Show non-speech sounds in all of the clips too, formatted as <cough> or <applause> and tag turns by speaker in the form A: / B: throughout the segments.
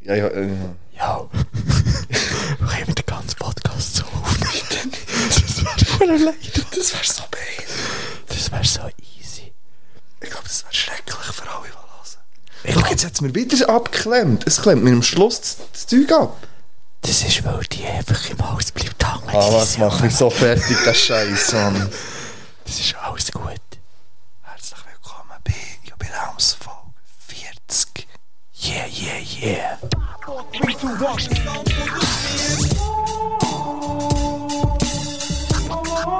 A: Ja, ja, äh,
B: Ja. Reden den ganzen Podcast so auf. das wäre voll leicht.
A: das wäre so behindert.
B: Das wäre so easy.
A: Ich glaube, das wäre schrecklich für alle, die hören.
B: Ich
A: Schau,
B: glaub,
A: jetzt hat es mir wieder abgeklemmt. Es klemmt mir am Schluss das, das Zeug ab.
B: das ist, weil die einfach im Haus bleibt hängen.
A: Ah, was macht mich so fertig, der Scheiß, Mann.
B: Das ist alles gut.
A: Herzlich willkommen bei Jubiläumsfolge 40.
B: Yeah, yeah, yeah.
C: Heute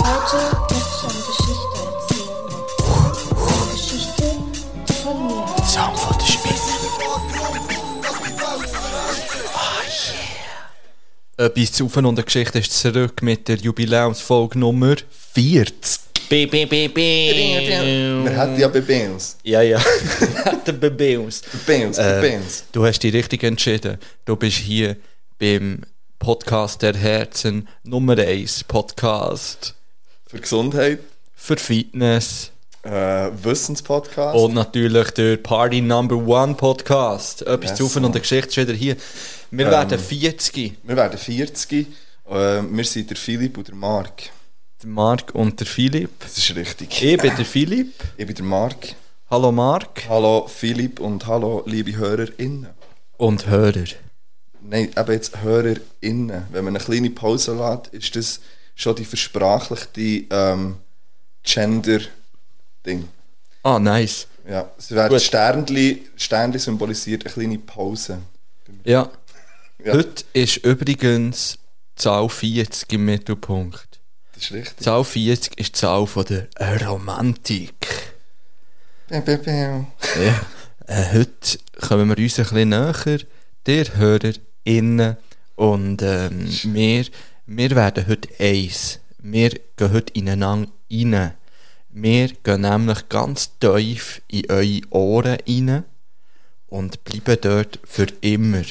C: wird's um Geschichte erzählen. Geschichte von mir.
B: Song von der Spitze. Ah,
D: Etwas zu Ufen und der Geschichte ist zurück mit der Jubiläumsfolge Nummer
A: 40?
D: B, B, B, B.
A: Wir hatten ja bei Beans.
D: Ja, ja. <laughs> der Bebeus.
A: Beans, bei
D: Äh,
A: Beans.
D: du hast dich richtig entschieden. Du bist hier beim Podcast der Herzen Nummer 1 Podcast
A: Für Gesundheit,
D: für Fitness
A: äh, Wissenspodcast.
D: und natürlich der Party Number 1 Podcast. Etwas
A: Yes,
D: zu Ufen
A: Mann.
D: und der Geschichte ist wieder hier. Wir werden 40.
A: Wir werden 40. Äh, wir sind der Philipp und der Mark.
D: Der Marc und der Philipp.
A: Das ist richtig.
D: Ich bin der Philipp.
A: Ich bin der Mark.
D: Hallo Marc.
A: Hallo Philipp und hallo liebe HörerInnen.
D: Und Hörer.
A: Nein, aber jetzt HörerInnen. Wenn man eine kleine Pause lässt, ist das schon die versprachlichte ähm, Gender-Ding.
D: Ah, nice.
A: Ja, es werden
D: Gut.
A: Sternli, Sternli symbolisiert eine kleine Pause.
D: Ja.
A: Ja.
D: Heute ist übrigens die Zahl 40 im Mittelpunkt.
A: Das ist
D: Die
A: richtig.
D: Zahl 40 ist die Zahl von der Romantik.
A: Bäm, bäm, bäm.
D: Ja. äh, heute kommen wir uns ein bisschen näher, der Hörer, innen und ähm, wir, wir werden heute eins. Wir gehen heute ineinander rein. Wir gehen nämlich ganz tief in eure Ohren rein und bleiben dort für immer.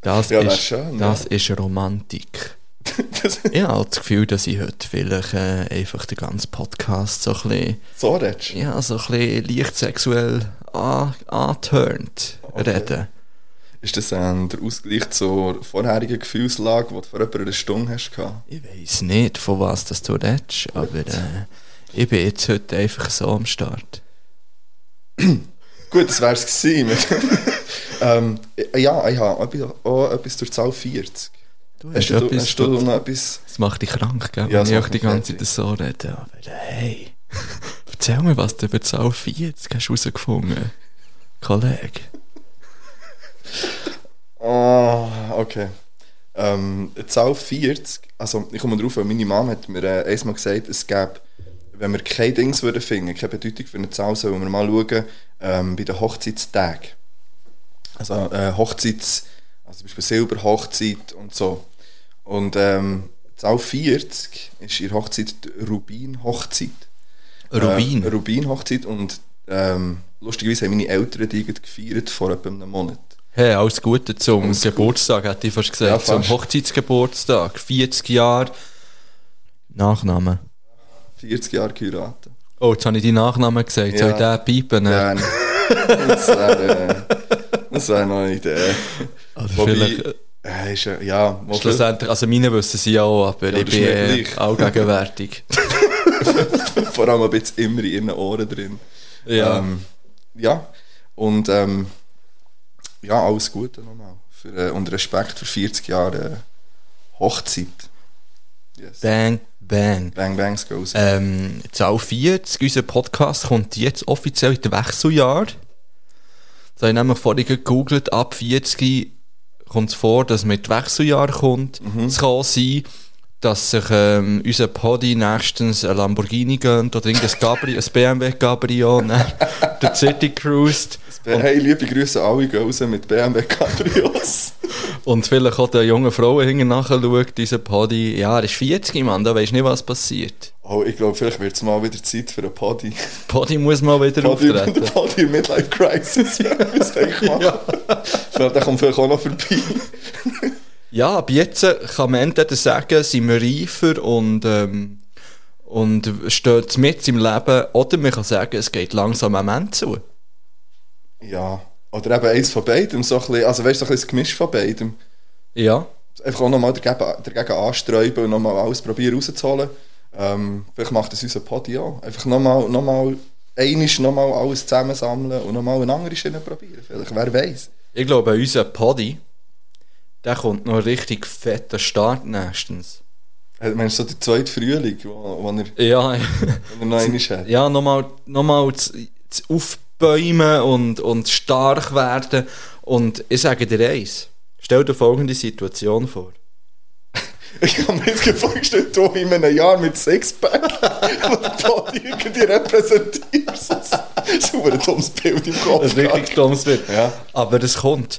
D: Das,
A: Ja, wär
D: ist,
A: schön,
D: das ist Romantik.
A: <laughs> Das,
D: Ich habe das Gefühl, dass ich heute vielleicht äh, einfach den ganzen Podcast so ein bisschen
A: so redest du.
D: ja, so ein bisschen leicht sexuell an- angeturnt reden.
A: Ist das ähm, der Ausgleich zur vorherigen Gefühlslage, die du vor etwa einer Stunde hast? gehabt?
D: Ich weiß nicht, von was das du redest, aber äh, ich bin jetzt heute einfach so am Start.
A: Gut, das wäre es gewesen. <laughs> ähm, ja, ich habe etwas- auch etwas zur Zahl 40.
D: Du
A: Hast
D: hast,
A: du,
D: etwas,
A: hast du noch etwas?
D: das macht dich krank, gell?
A: Ja,
D: Ja,
A: das
D: wenn ich
A: macht
D: auch die
A: mich
D: ganze
A: fertig.
D: Zeit so rede. Aber hey, <laughs> erzähl mir, was du über die Zahl 40 hast herausgefunden Kollege.
A: Ah, okay. Ähm, die Zahl 40, also ich komme drauf, weil meine Mama hat mir äh, einmal gesagt, es gäbe, wenn wir keine Dings würden finden, keine Bedeutung für eine Zahl, sollen wir mal schauen ähm, bei den Hochzeitstagen. Also äh, Hochzeits, also zum Beispiel Silberhochzeit und so. Und ähm, die Zahl 40 ist ihre Hochzeit die Rubin-Hochzeit.
D: Rubin.
A: Äh, Rubin-Hochzeit und ähm, lustigerweise haben meine Eltern die irgendwie gefeiert vor etwa einem Monat.
D: Hey, alles Gute zum Geburtstag, hätte ich fast gesagt.
A: Ja,
D: zum
A: fast.
D: Hochzeitsgeburtstag. 40 Jahre. Nachname.
A: 40 Jahre geheiratet.
D: Oh, jetzt habe ich deinen Nachnamen gesagt. Soll ich
A: Ja.
D: den piepen? Ja.
A: Gerne. Das wäre äh, das wär noch eine Idee.
D: Oder vielleicht,
A: Wobei,
D: äh,
A: äh, ist, ja- ja, mal vielleicht-
D: schlussendlich, also meine wissen sie ja auch, aber
A: Ja,
D: ich
A: das ist
D: bin
A: mir
D: äh,
A: gleich. <laughs>
D: allgegenwärtig.
A: vor allem ein bisschen immer in ihren Ohren drin.
D: ja.
A: Ähm, ja. Und ähm, ja, alles Gute nochmal. Für, äh, und Respekt für 40 Jahre äh, Hochzeit. Yes.
D: Bang, bang.
A: Bang, bangs goes.
D: Ähm, Zahl 40, unser Podcast kommt jetzt offiziell in den Wechseljahr. Das habe ich nämlich vorhin gegoogelt, ab 40 kommt es vor, dass mit Wechseljahr kommt. Es kann auch sein, dass sich ähm, unser Podi nächstens ein Lamborghini gönnt oder irgendein Gabri ein BMW Cabrio, ne? der City Cruised.
A: hey, liebe Grüße an alle Girls mit BMW Cabrios.
D: Und vielleicht auch der jungen Frau hinten nachschaut, dieser Podi. Ja, er ist 40, Mann, da weisst nicht, was passiert.
A: oh, ich glaube, vielleicht wird es mal wieder Zeit für eine Party.
D: Podi muss mal wieder
A: Body,
D: auftreten.
A: Body Midlife Crisis, <laughs> ja, das denke ich mal. Ja. Der kommt vielleicht auch noch vorbei.
D: Ja, ab jetzt kann man entweder sagen, sind wir reifer und, ähm, und steht mit im Leben, oder man kann sagen, es geht langsam am Ende zu.
A: Ja, Oder eben eins von beidem. So ein bisschen, also weißt du, so ein bisschen das Gemisch von beidem.
D: Ja.
A: Einfach auch nochmal dagegen, dagegen ansträuben und nochmal alles probieren rauszuholen. Ähm, vielleicht macht das unser Podi auch. Einfach nochmal, nochmal, einisch nochmal alles zusammensammeln und nochmal eine andere Schiene probieren. Vielleicht, wer weiß.
D: Ich glaube, unser Poddy, der kommt noch richtig fetter Start nächstens.
A: Äh, Meinst du, so der zweite Frühling, wo, wo, er,
D: Ja, <laughs>
A: wo er noch einmal hat?
D: ja nochmal noch mal das, das Aufbäumen und, und stark werden. Und ich sage dir eins, stell dir folgende Situation vor.
A: Ich habe mir jetzt gerade vorgestellt, du in einem Jahr mit Sixpack, wo du Body irgendwie repräsentierst. Das ist ein dummes Bild im Kopf.
D: Das ist richtig dummes wird.
A: Oh Ja.
D: Aber
A: <laughs>
D: das kommt.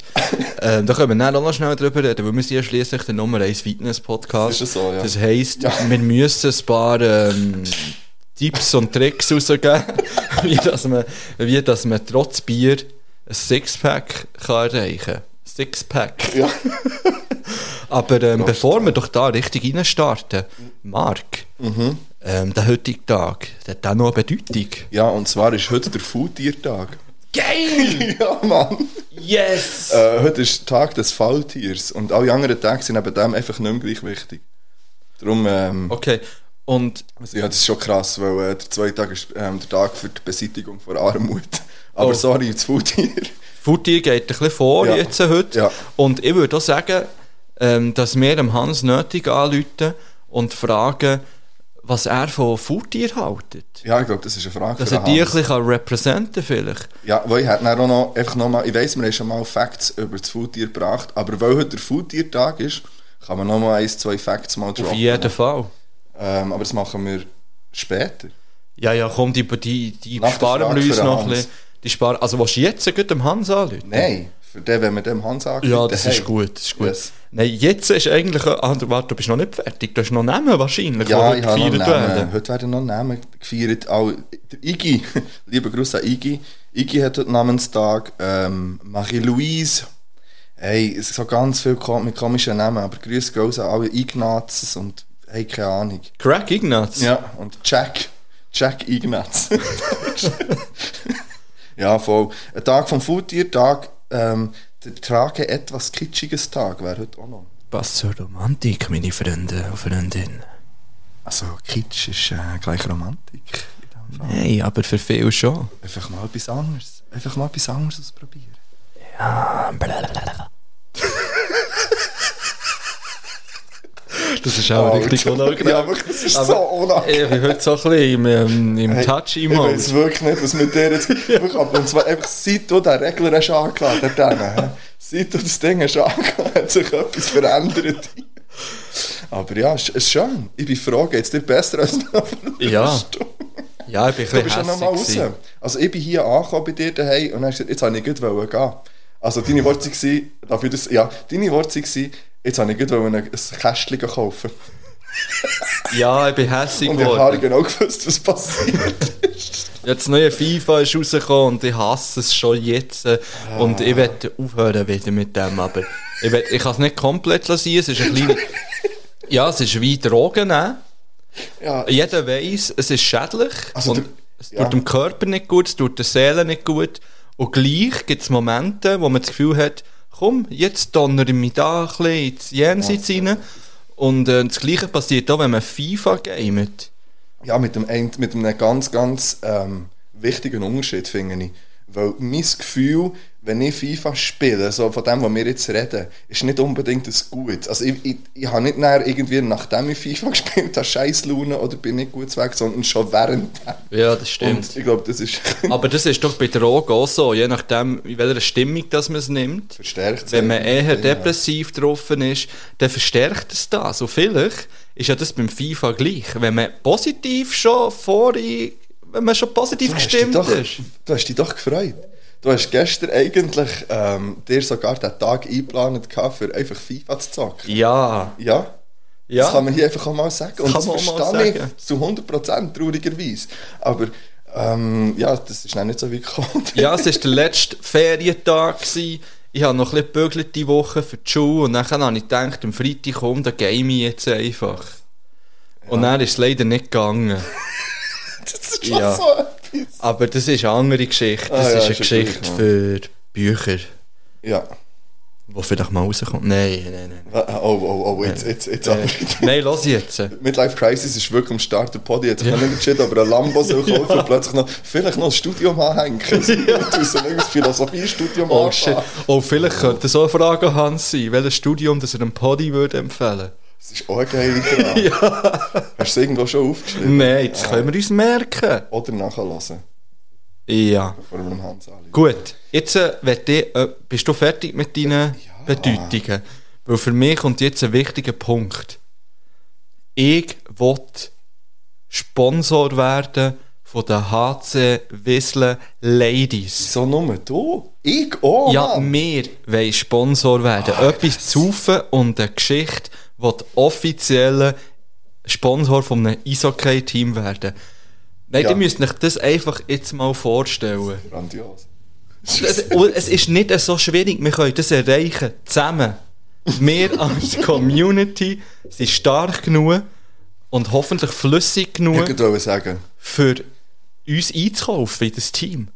D: ähm, da können wir dann auch noch schnell drüber reden, weil wir sind ja schliesslich der Nummer 1 Fitness-Podcast.
A: Das ist ja so, ja.
D: Das heisst, wir müssen ein paar ähm, Tipps und Tricks rausgeben, <laughs> wie, dass man, wie dass man trotz Bier ein Sixpack kann erreichen kann. Sixpack.
A: Ja.
D: Aber ähm, bevor wir doch da richtig reinstarten, Marc,
A: Mhm.
D: ähm, der heutige Tag, der hat auch noch eine Bedeutung.
A: ja, und zwar ist heute der Faultiertag.
D: Geil!
A: <laughs> ja, Mann.
D: Yes!
A: Äh, heute ist Tag des Faultiers und alle anderen Tage sind neben dem einfach nicht mehr gleich wichtig. Darum, ähm,
D: Okay, und
A: also, ja, das ist schon krass, weil äh, der zweite Tag ist ähm, der Tag für die Beseitigung von Armut. <laughs> Aber
D: Oh.
A: sorry, das Faultier. <laughs>
D: Foodtier geht ein bisschen vor
A: Ja.
D: jetzt heute.
A: Ja.
D: Und ich würde auch sagen, ähm, dass wir dem Hans nötig anrufen und fragen, was er von Foodtier hält.
A: Ja, ich glaube, das ist eine Frage
D: Dass
A: für
D: er
A: den
D: die ein
A: Hans.
D: bisschen repräsentieren kann vielleicht.
A: Ja, weil ich hätte dann auch noch, einfach noch mal, ich weiss, wir haben schon mal Facts über das Faultier gebracht, aber weil heute der Faultiertag ist, kann man noch mal ein, zwei Facts mal
D: Auf
A: droppen.
D: jeden Fall.
A: Ähm, aber das machen wir später.
D: Ja, ja, komm, die, die, die
A: Nach der
D: sparen
A: Frage
D: wir uns
A: für den
D: noch ein
A: Hans.
D: bisschen. Die sparen, also willst du jetzt gut dem Hans anrufen?
A: Nein, für den, wenn wir dem Hans angeht.
D: Ja, das ist gut, das ist gut.
A: Yes.
D: Nein, jetzt ist eigentlich... Ah, du- warte, du bist noch nicht fertig. Du hast noch Namen wahrscheinlich,
A: Ja,
D: die
A: ich habe noch
D: gefeiert
A: Namen. Heute werden noch Namen gefeiert. Auch der Iggy, <laughs> lieber Gruß an Iggy. Iggy hat heute Namenstag. Ähm, Marie-Louise. Hey, es sind so ganz viele kom mit komischen Namen, aber Grüße gehen an alle Ignazes und hey, keine Ahnung.
D: Craig Ignatz.
A: Ja, und Jack. Jack Ignatz. <laughs> ja, voll. Ein Tag vom Foodtier-Tag, ähm, der trage etwas kitschiges Tag wäre heute auch noch.
D: Was zur Romantik, meine Freunde und Freundinnen.
A: Also, Kitsch ist äh, gleich Romantik. in dem Fall.
D: Nein, aber für viele schon.
A: Einfach mal etwas anderes. Einfach mal etwas anderes ausprobieren.
D: Das ist auch richtig unangenehm.
A: Ja, wirklich, das ist
D: Aber-
A: so unangenehm.
D: Ich bin heute so ein bisschen im, ähm, im
A: Hey, Ich weiß
D: Touch-Emote.
A: wirklich nicht, was mit dir
D: <laughs>
A: jetzt... Wirklich, aber Und zwar einfach, seit du den Regler hast angeladen hast, hä? seit du das Ding hast angeladen hat sich etwas verändert. Aber ja, es ist schön. Ich bin froh, geht es dir besser als noch vor einer
D: Ja.
A: Stunde?
D: Ja, ich bin
A: Du
D: ein
A: bist ja
D: bisschen
A: noch mal raus.
D: hässlich. gewesen.
A: Also ich bin hier angekommen bei dir daheim und dann hast du gesagt, jetzt habe ich gut wollen gehen. Also deine Worte waren, darf ich das, ja, deine Worte waren, jetzt habe ich gut wollen ein Kästchen kaufen.
D: Ja, ich bin hässlich
A: Und ich habe
D: geworden.
A: genau gewusst, was passiert. <laughs>
D: Jetzt neue FIFA ist rausgekommen und ich hasse es schon jetzt. äh, Und
A: Ah.
D: ich werde aufhören wieder mit dem, aber ich, will- ich kann es nicht komplett lassen. Es ist
A: <laughs>
D: ein kleines... Ja, es ist wie Drogen ne? nehmen.
A: ja,
D: jeder weiß, es ist schädlich.
A: Also
D: und
A: der-
D: es
A: ja.
D: tut dem Körper nicht gut, es tut der Seele nicht gut. Und gleich gibt es Momente, wo man das Gefühl hat, komm, jetzt donner ich mich da ein bisschen ins Jenseits rein. Und äh, das Gleiche passiert auch, wenn man FIFA gamet.
A: ja mit, dem, ein- mit einem ganz, ganz ähm, wichtigen Unterschied, finde ich. Weil mein Gefühl, wenn ich FIFA spiele, so von dem, was wir jetzt reden, ist nicht unbedingt das gut. Also ich, ich, ich habe nicht nachher irgendwie, nachdem ich FIFA <laughs> gespielt habe, scheiß Laune oder bin nicht gut weg, sondern schon während
D: Ja, das
A: Und ich glaube, das ist
D: <laughs> Aber das ist doch bei Drogen auch so, je nachdem, in welcher Stimmung das man es nimmt.
A: verstärkt.
D: Wenn man eher
A: ja.
D: depressiv getroffen ist, dann verstärkt es das. Und vielleicht ist ja das beim FIFA gleich. Wenn man positiv schon vor, wenn man schon positiv
A: Du hast dich
D: gestimmt
A: doch,
D: ist.
A: Du hast dich doch gefreut. Du hast gestern eigentlich ähm, dir sogar den Tag eingeplant, gehabt, für einfach FIFA zu zocken.
D: Ja,
A: Ja? Das kann
D: ja.
A: man hier einfach auch mal sagen. Und
D: Das
A: das,
D: kann man auch mal
A: verstehe
D: sagen.
A: ich zu 100% traurigerweise. Aber ähm, ja, das ist noch nicht so wie gekommen.
D: <laughs> Ja, es war der letzte Ferientag. Gewesen. Ich habe noch ein bisschen gebügelt die Woche für die Schule und dann habe ich gedacht, am Freitag komm, dann game ich jetzt einfach. Und dann ist es leider nicht gegangen.
A: das ist
D: ja.
A: schon so etwas.
D: Aber das ist eine andere Geschichte.
A: Ah,
D: Das
A: ja,
D: ist eine
A: ist ja
D: Geschichte
A: gleich, ja.
D: für Bücher,
A: Ja.
D: die vielleicht mal rauskommen. Nein, nein, nein.
A: Oh, oh, oh, jetzt, jetzt, jetzt. aber- <laughs>
D: Äh, nein, los jetzt.
A: Midlife Crisis ist wirklich am Start der Podi. Jetzt kann ich nicht shit, aber ein Lambo
D: <laughs>
A: soll kaufen und plötzlich noch, vielleicht noch ein Studium anhängen. <laughs> Ja. Du sollst ein Philosophiestudium
D: Oh
A: anfangen.
D: shit. Oh, vielleicht könnte so eine Frage an Hans sein, welches Studium das er dem Podi würde empfehlen
A: Das ist auch eine geile
D: <laughs>
A: Frage. Hast du es irgendwo schon aufgeschrieben?
D: Nein, das können wir uns merken.
A: Oder nachhören,
D: Ja.
A: bevor wir dem Hans anlegen.
D: Gut, jetzt äh, möchte ich, äh, bist du fertig mit deinen Bedeutungen? Weil für mich kommt jetzt ein wichtiger Punkt. Ich will Sponsor werden von der HC Wiesle Ladies.
A: So nur du? Ich auch,
D: Ja,
A: Mann.
D: wir wollen Sponsor werden. Etwas zu rufen und eine Geschichte, die der offizielle Sponsor von einem Eishockey-Team werden. Nein,
A: Ja.
D: ihr müsst euch das einfach jetzt mal vorstellen.
A: Grandios.
D: Es, und es ist nicht so schwierig, wir können das erreichen, zusammen. Wir als Community sind stark genug und hoffentlich flüssig
A: Ich
D: genug,
A: wollte sagen,
D: für uns einzukaufen in das Team.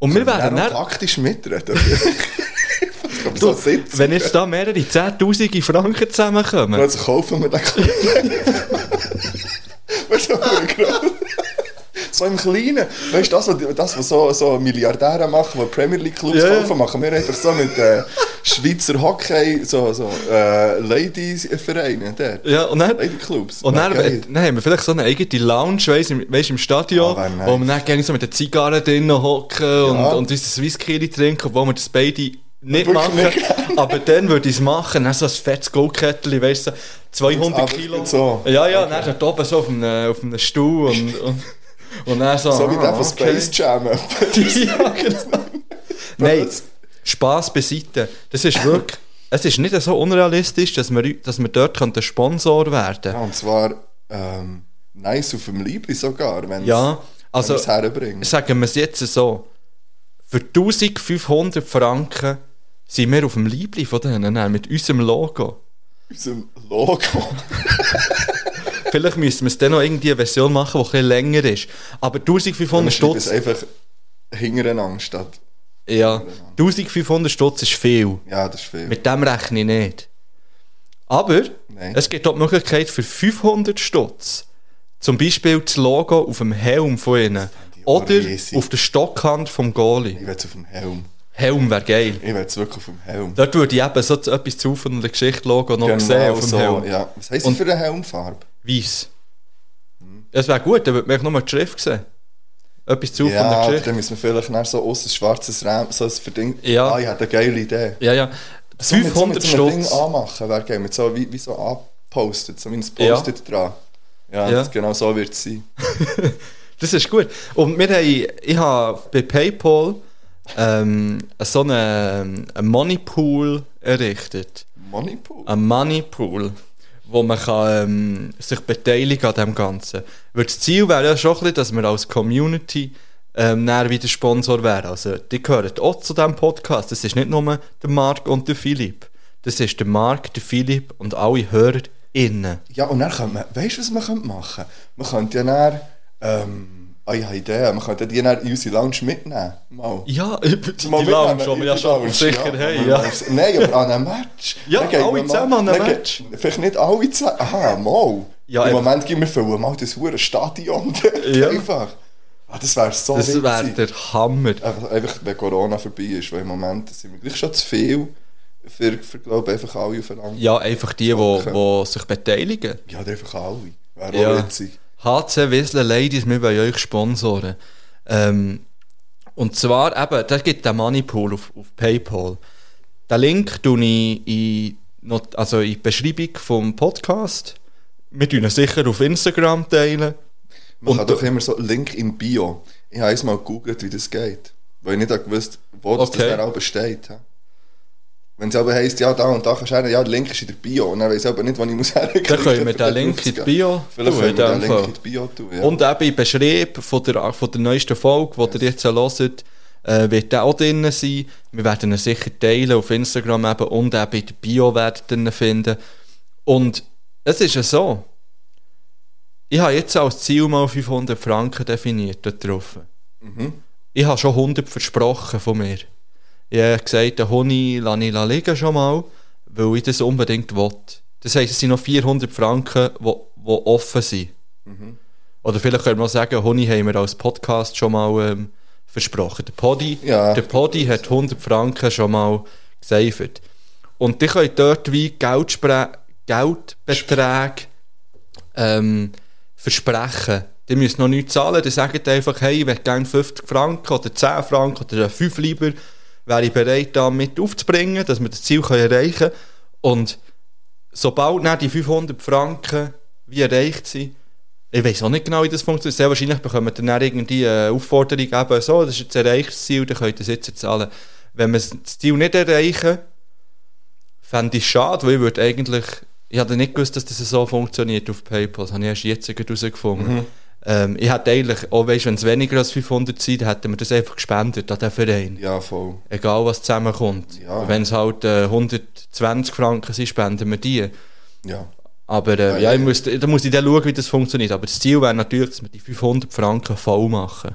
D: Und wir werden
A: auch
D: dann
A: taktisch mitreden. <laughs> ich glaube, so sitzen.
D: Wenn jetzt da mehrere Zehntausende Franken
A: Und
D: zusammenkommen,
A: jetzt kaufen <laughs> wir den Kleinen. weißt du, wie gross? So im Kleinen. Weißt du, das, was- das, was so, so Milliardäre machen, die Premier League Clubs
D: Ja, ja.
A: kaufen, machen wir einfach so mit äh, Schweizer Hockey, so, so äh, Ladies-Vereinen dort.
D: ja, und dann,
A: Lady-Clubs.
D: und dann,
A: Geil.
D: dann haben wir vielleicht so eine eigene Lounge, weißt im, weißt, im Stadion,
A: Ah, wär nice.
D: wo wir dann gerne so mit den Zigarren drinnen hocken und, und unser Whisky trinken, wo wir das beide nicht machen. <laughs> aber dann würde ich es machen, dann so ein fettes Goldkettchen, weißt du, so 200
A: Aber
D: Kilo.
A: ah, so.
D: Ja, ja, dann ist er oben so auf einem, auf einem Stuhl und,
A: <laughs>
D: und, und dann so. ah,
A: So wie der von
D: <laughs>
A: Space Jam.
D: ja, genau. Nein, Spass beiseite. Das ist wirklich. Es ist nicht so unrealistisch, dass wir, dass wir dort könnten Sponsor werden
A: Ja,
D: könnten.
A: und zwar ähm, nice auf dem Liebling sogar, wenn
D: Ja, also
A: es herbringt.
D: sagen wir es jetzt so. Für 1500 Franken sind wir auf dem Liebling von denen, dann mit unserem Logo.
A: Unserem
D: <laughs>
A: Logo.
D: Vielleicht müssen wir es dann noch irgendwie eine Version machen, die ein bisschen länger ist. Aber
A: Und
D: 1500
A: es
D: Stutz,
A: einfach hintereinander statt.
D: ja, 1500 Stutz ist viel.
A: Ja, das ist viel.
D: Mit dem rechne ich nicht. Aber
A: Nein.
D: es gibt auch die Möglichkeit für 500 Stutz, zum Beispiel das Logo auf dem Helm von ihnen
A: ich auch
D: oder
A: riesig.
D: auf der Stockhand vom Goalie.
A: Ich will es auf dem Helm.
D: Helm wäre geil.
A: Ich will es wirklich auf dem Helm.
D: Dort würde ich eben so etwas zu von der Geschichte-Logo noch sehen auf dem Helm.
A: Genau, Ja. Was heisst das für eine Helmfarbe?
D: Weiss. Es wäre gut, dann würde man nur die Schrift sehen. Etwas zu von
A: Ja,
D: der
A: aber
D: Geschichte.
A: dann müssen wir vielleicht nach so aus ein schwarzes Rahmen, so ein Verding.
D: Ja.
A: Ah, ich habe eine geile Idee.
D: Ja, ja.
A: So mit so- mit
D: 500
A: so einem Ding
D: Stutz.
A: anmachen wäre geil. Mit so, wie, wie so angepostet, so wie ein Post-it dran. Ja,
D: Ja.
A: Das, genau so wird es sein.
D: Das ist gut. Und wir haben, ich habe bei PayPal ähm, so einen, einen Moneypool errichtet.
A: Moneypool.
D: Ein Moneypool, wo man kann, ähm, sich beteiligen an dem Ganzen. Weil das Ziel wäre ja schon ein bisschen, dass wir als Community ähm, näher wieder Sponsor wären. Also, die gehören auch zu diesem Podcast. Das ist nicht nur der Marc und der Philipp. Das ist der Marc, der Philipp und alle HörerInnen.
A: Ja, oh, nou und dann könnte man, weißt du, was man könnte machen? Man könnte ja dann, ähm, ah, ich habe Ideen, man könnte die dann in unsere Lounge mitnehmen. Mal.
D: Ja, <laughs> über die
A: Mal
D: Lounge,
A: mitnehmen,
D: die wir
A: in
D: ja
A: die
D: schon
A: Lounge,
D: sicher
A: ja.
D: haben. Ja.
A: Nein, aber an einem Match.
D: <laughs> Ja,
A: Dann gehen
D: alle
A: wir mal-
D: zusammen an einem
A: dann
D: Match.
A: gehen- Vielleicht nicht alle zusammen, oh, aha, mal.
D: Ja,
A: Im
D: einfach-
A: Moment gehen wir füllen mal das hure Stadion <laughs> dort
D: Ja.
A: einfach. Ah, das wäre so
D: Das wäre
A: witzig.
D: der Hammer.
A: Einfach, einfach, wenn Corona vorbei ist, weil im Moment sind wir gleich schon zu viel für, für glaube ich, einfach alle aufeinander.
D: Ja, einfach die, die
A: Okay.
D: wo sich beteiligen.
A: Ja, einfach alle. Wäre auch
D: Ja.
A: witzig.
D: HC Wiesle Ladies, wir wollen euch sponsoren. Ähm, und zwar eben, da gibt der Moneypool auf, auf PayPal. Den Link tue ich in, not- also in die Beschreibung vom Podcast. Wir teilen ihn sicher auf Instagram teilen.
A: Man
D: Und
A: kann
D: du-
A: doch immer so Link im Bio. Ich habe einmal gegoogelt, wie das geht. Weil ich nicht auch gewusst wo das,
D: Okay.
A: das dann auch besteht. hä? Wenn es aber heisst, ja, da und da kannst du her, ja, der Link ist in der Bio. Und dann weiss ich aber nicht, wann ich muss <laughs> herkriegen.
D: Dann können wir den Link in die Bio
A: Vielleicht
D: tun,
A: können
D: in
A: wir
D: dem
A: den Link
D: Fall.
A: in die Bio tun, ja.
D: Und eben im Beschrieb von der, von der neuesten Folge, die ihr jetzt hört, äh, wird der auch drin sein. Wir werden ihn sicher teilen auf Instagram eben und eben in der Bio werdet ihr ihn finden. Und es ist ja so, ich habe jetzt als Ziel mal 500 Franken definiert dort drauf. Ich habe schon 100 versprochen von mir. Ich habe gesagt, den Honig lasse ich liegen schon mal, weil ich das unbedingt will. Das heisst, es sind noch 400 Franken, die offen sind. Oder vielleicht können wir auch sagen, Honig haben wir als Podcast schon mal ähm, versprochen. Der Podi,
A: Ja.
D: der Podi hat 100 Franken schon mal gesaved. Und die können dort wie Geldspre Geldbeträge ähm, versprechen. Die müssen noch nichts zahlen, die sagen einfach, hey, ich möchte gerne 50 Franken oder 10 Franken oder 5 lieber, wäre ich bereit, da mit aufzubringen, dass wir das Ziel können erreichen können. Und sobald dann die 500 Franken wie erreicht sind, ich weiß auch nicht genau, wie das funktioniert. Sehr wahrscheinlich bekommen wir dann irgendwie eine Aufforderung, eben so, das ist jetzt ein erreichtes Ziel, dann könnt ihr es jetzt erzahlen. Wenn wir das Ziel nicht erreichen, fände ich schade, weil ich würde eigentlich, ich hatte nicht gewusst, dass das so funktioniert auf PayPal, das habe ich erst jetzt gerade herausgefunden.
A: Mhm.
D: Ähm, ich hätte eigentlich, auch weißt, wenn es weniger als 500 sind, dann hätten wir das einfach gespendet an den Verein.
A: Ja, voll.
D: Egal was zusammenkommt.
A: Ja.
D: Wenn es halt äh, 120 Franken sind, spenden wir die.
A: Ja.
D: Aber äh, ja,
A: Ah, ja.
D: ich muss, da muss ich dann schauen, wie das funktioniert. Aber das Ziel wäre natürlich, dass wir die 500 Franken voll machen.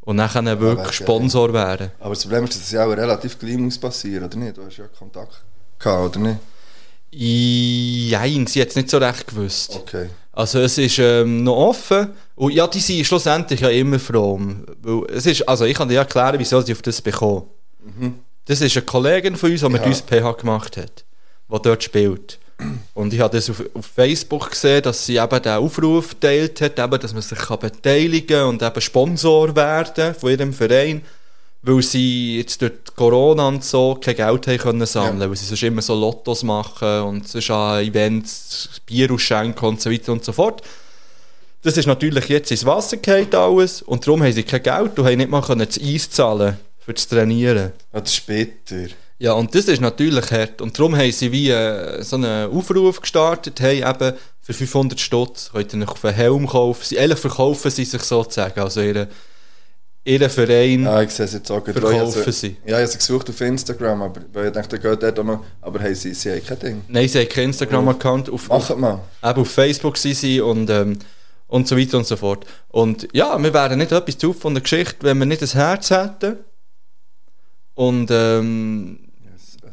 D: Und dann
A: Ah,
D: können wir wirklich
A: geil.
D: Sponsor werden.
A: Aber das Problem ist, dass es ja auch relativ gleich muss passieren, oder nicht? Du hast ja Kontakt gehabt, oder nicht?
D: Nein, sie hat es nicht so recht gewusst.
A: Okay.
D: Also es ist ähm, noch offen. Und ja, die sind schlussendlich ja immer froh. um, Weil es ist, also ich kann dir erklären, wieso sie auf das bekommen. Das ist eine Kollegin von uns, die mit
A: Ja.
D: uns PH gemacht hat, die dort spielt. Und ich habe das auf, auf Facebook gesehen, dass sie eben den Aufruf geteilt hat, eben, dass man sich kann beteiligen kann und eben Sponsor werden von ihrem Verein, weil sie jetzt durch die Corona und so kein Geld haben können sammeln, weil sie sonst immer so Lottos machen und sonst an Events Bier ausschenken und so weiter und so fort. Das ist natürlich jetzt ins Wasser gefallen alles und darum haben sie kein Geld und haben nicht mal können das Eis zahlen für das Trainieren.
A: Ja, das ist bitter.
D: Ja, und das ist natürlich hart. Und darum haben sie wie äh, so einen Aufruf gestartet, hey, eben für 500 Stutz könnt ihr euch auf einen Helm kaufen. Sie, ehrlich verkaufen sie sich sozusagen, also ihren, ihren Verein.
A: Ja, ich sehe es jetzt auch gerade.
D: Verkaufen
A: Ich habe
D: Hm. sie.
A: Ja, ich habe sie gesucht auf Instagram, aber weil ich dachte, geht dort auch noch. Aber hey, sie, sie haben kein Ding.
D: Nein, sie haben keinen Instagram-Account. Auf, auf,
A: Macht mal.
D: eben auf Facebook sind sie und, ähm, und so weiter und so fort. Und ja, wir wären nicht etwas zu von der Geschichte, wenn wir nicht das Herz hätten. Und ähm,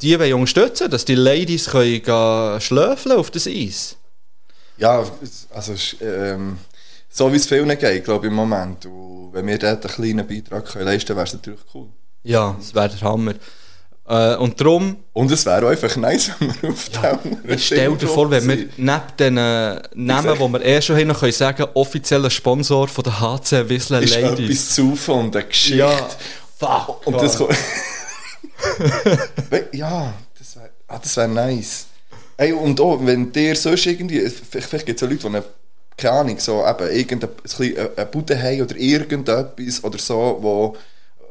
D: die wollen unterstützen, dass die Ladies können gehen schlöfeln auf das Eis.
A: Ja, es- also es ist, ähm, so wie es vielen geht, glaube ich, im Moment. Und wenn wir dort einen kleinen Beitrag können leisten können, wäre es natürlich cool.
D: Ja, das wäre der Hammer. Äh, und darum,
A: Und es wäre auch einfach nice, wenn wir auf ja, dem
D: stell dir vor, wenn wir neben den äh, Namen, die wir eh schon haben, noch können sagen, offizieller Sponsor von der HC Whistler
A: ist
D: Ladies.
A: etwas zu von und eine Geschichte.
D: Ja, fuck.
A: Und das
D: Gott.
A: kommt. <laughs> We- ja, das wäre ah, das wär nice. Ey, und auch, wenn dir sonst irgendwie. Vielleicht, vielleicht gibt es ja Leute, die eine, keine Ahnung, so eben irgendein ein bisschen eine Bude haben oder irgendetwas oder so, wo.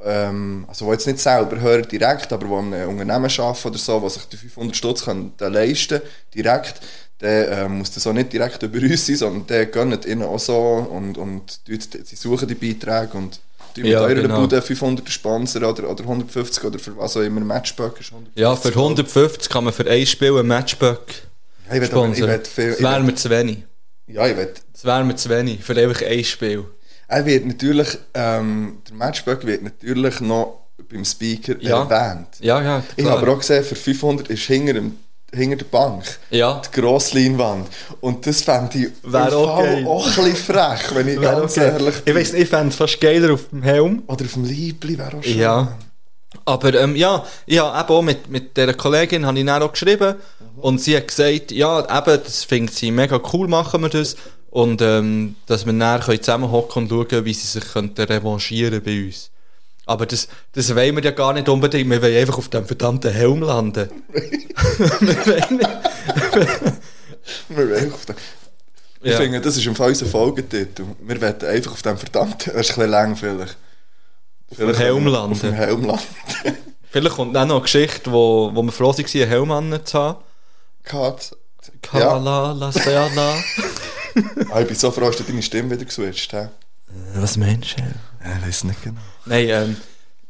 A: Ähm, also wo jetzt nicht selber hören direkt, aber wo ein Unternehmen arbeiten oder so, was sich die 500 Stutz können äh, leisten direkt, dann ähm, muss das auch nicht direkt über uns sein, sondern der gönnt ihnen auch so und, und tut- sie suchen die Beiträge und tun mit
D: Ja,
A: eurer
D: genau.
A: Bude 500 Sponsor oder, oder 150 oder für was auch immer Matchback ist. 150.
D: Ja, für 150 kann man für ein Spiel einen Matchback
A: Ja, ich will aber- ich
D: sponsern.
A: will viel-
D: Das
A: ich
D: wäre
A: will-
D: mir zu wenig.
A: Ja, ich will.
D: Das wäre mir zu wenig für einfach ein Spiel.
A: Er wird natürlich, ähm, der Matchback wird natürlich noch beim Speaker
D: Ja.
A: erwähnt.
D: Ja, ja,
A: Ich
D: klar.
A: habe auch gesehen, für 500 ist hinter, dem, hinter der Bank
D: Ja.
A: die grosse Leinwand. Und das fände ich im
D: Wär auch
A: Fall
D: geil.
A: auch ein bisschen frech, wenn ich ganz ehrlich
D: Ich weiß nicht, ich fände es fast geiler auf dem Helm.
A: Oder auf dem Liebling wäre auch schön.
D: Ja. Aber ähm, ja, ja, eben auch mit, mit dieser Kollegin habe ich dann auch geschrieben und sie hat gesagt, ja, eben, das findet sie mega cool, machen wir das. Und ähm, dass wir dann können zusammenhocken und schauen, wie sie sich können revanchieren bei uns. Aber das, das wollen wir ja gar nicht unbedingt. Wir wollen einfach auf dem verdammten Helm landen. <laughs> wir wollen nicht.
A: Wir wollen auf den- Ich
D: Ja.
A: finde, das ist im Fall unser Folgetitel. Wir werden einfach auf dem verdammten, das ist ein bisschen lang vielleicht. Vielleicht
D: Helm landen.
A: Auf dem Helm landen. <laughs>
D: Vielleicht kommt dann noch eine Geschichte, wo, wo wir froh waren, einen Helm anzuhaben.
A: Katz. Ja,
D: Kalala, la, la, la.
A: Ah, ich bin so froh, hast du deine Stimme wieder geswitcht. hä?
D: Was meinst du?
A: Ich weiß nicht genau.
D: Nein, ähm,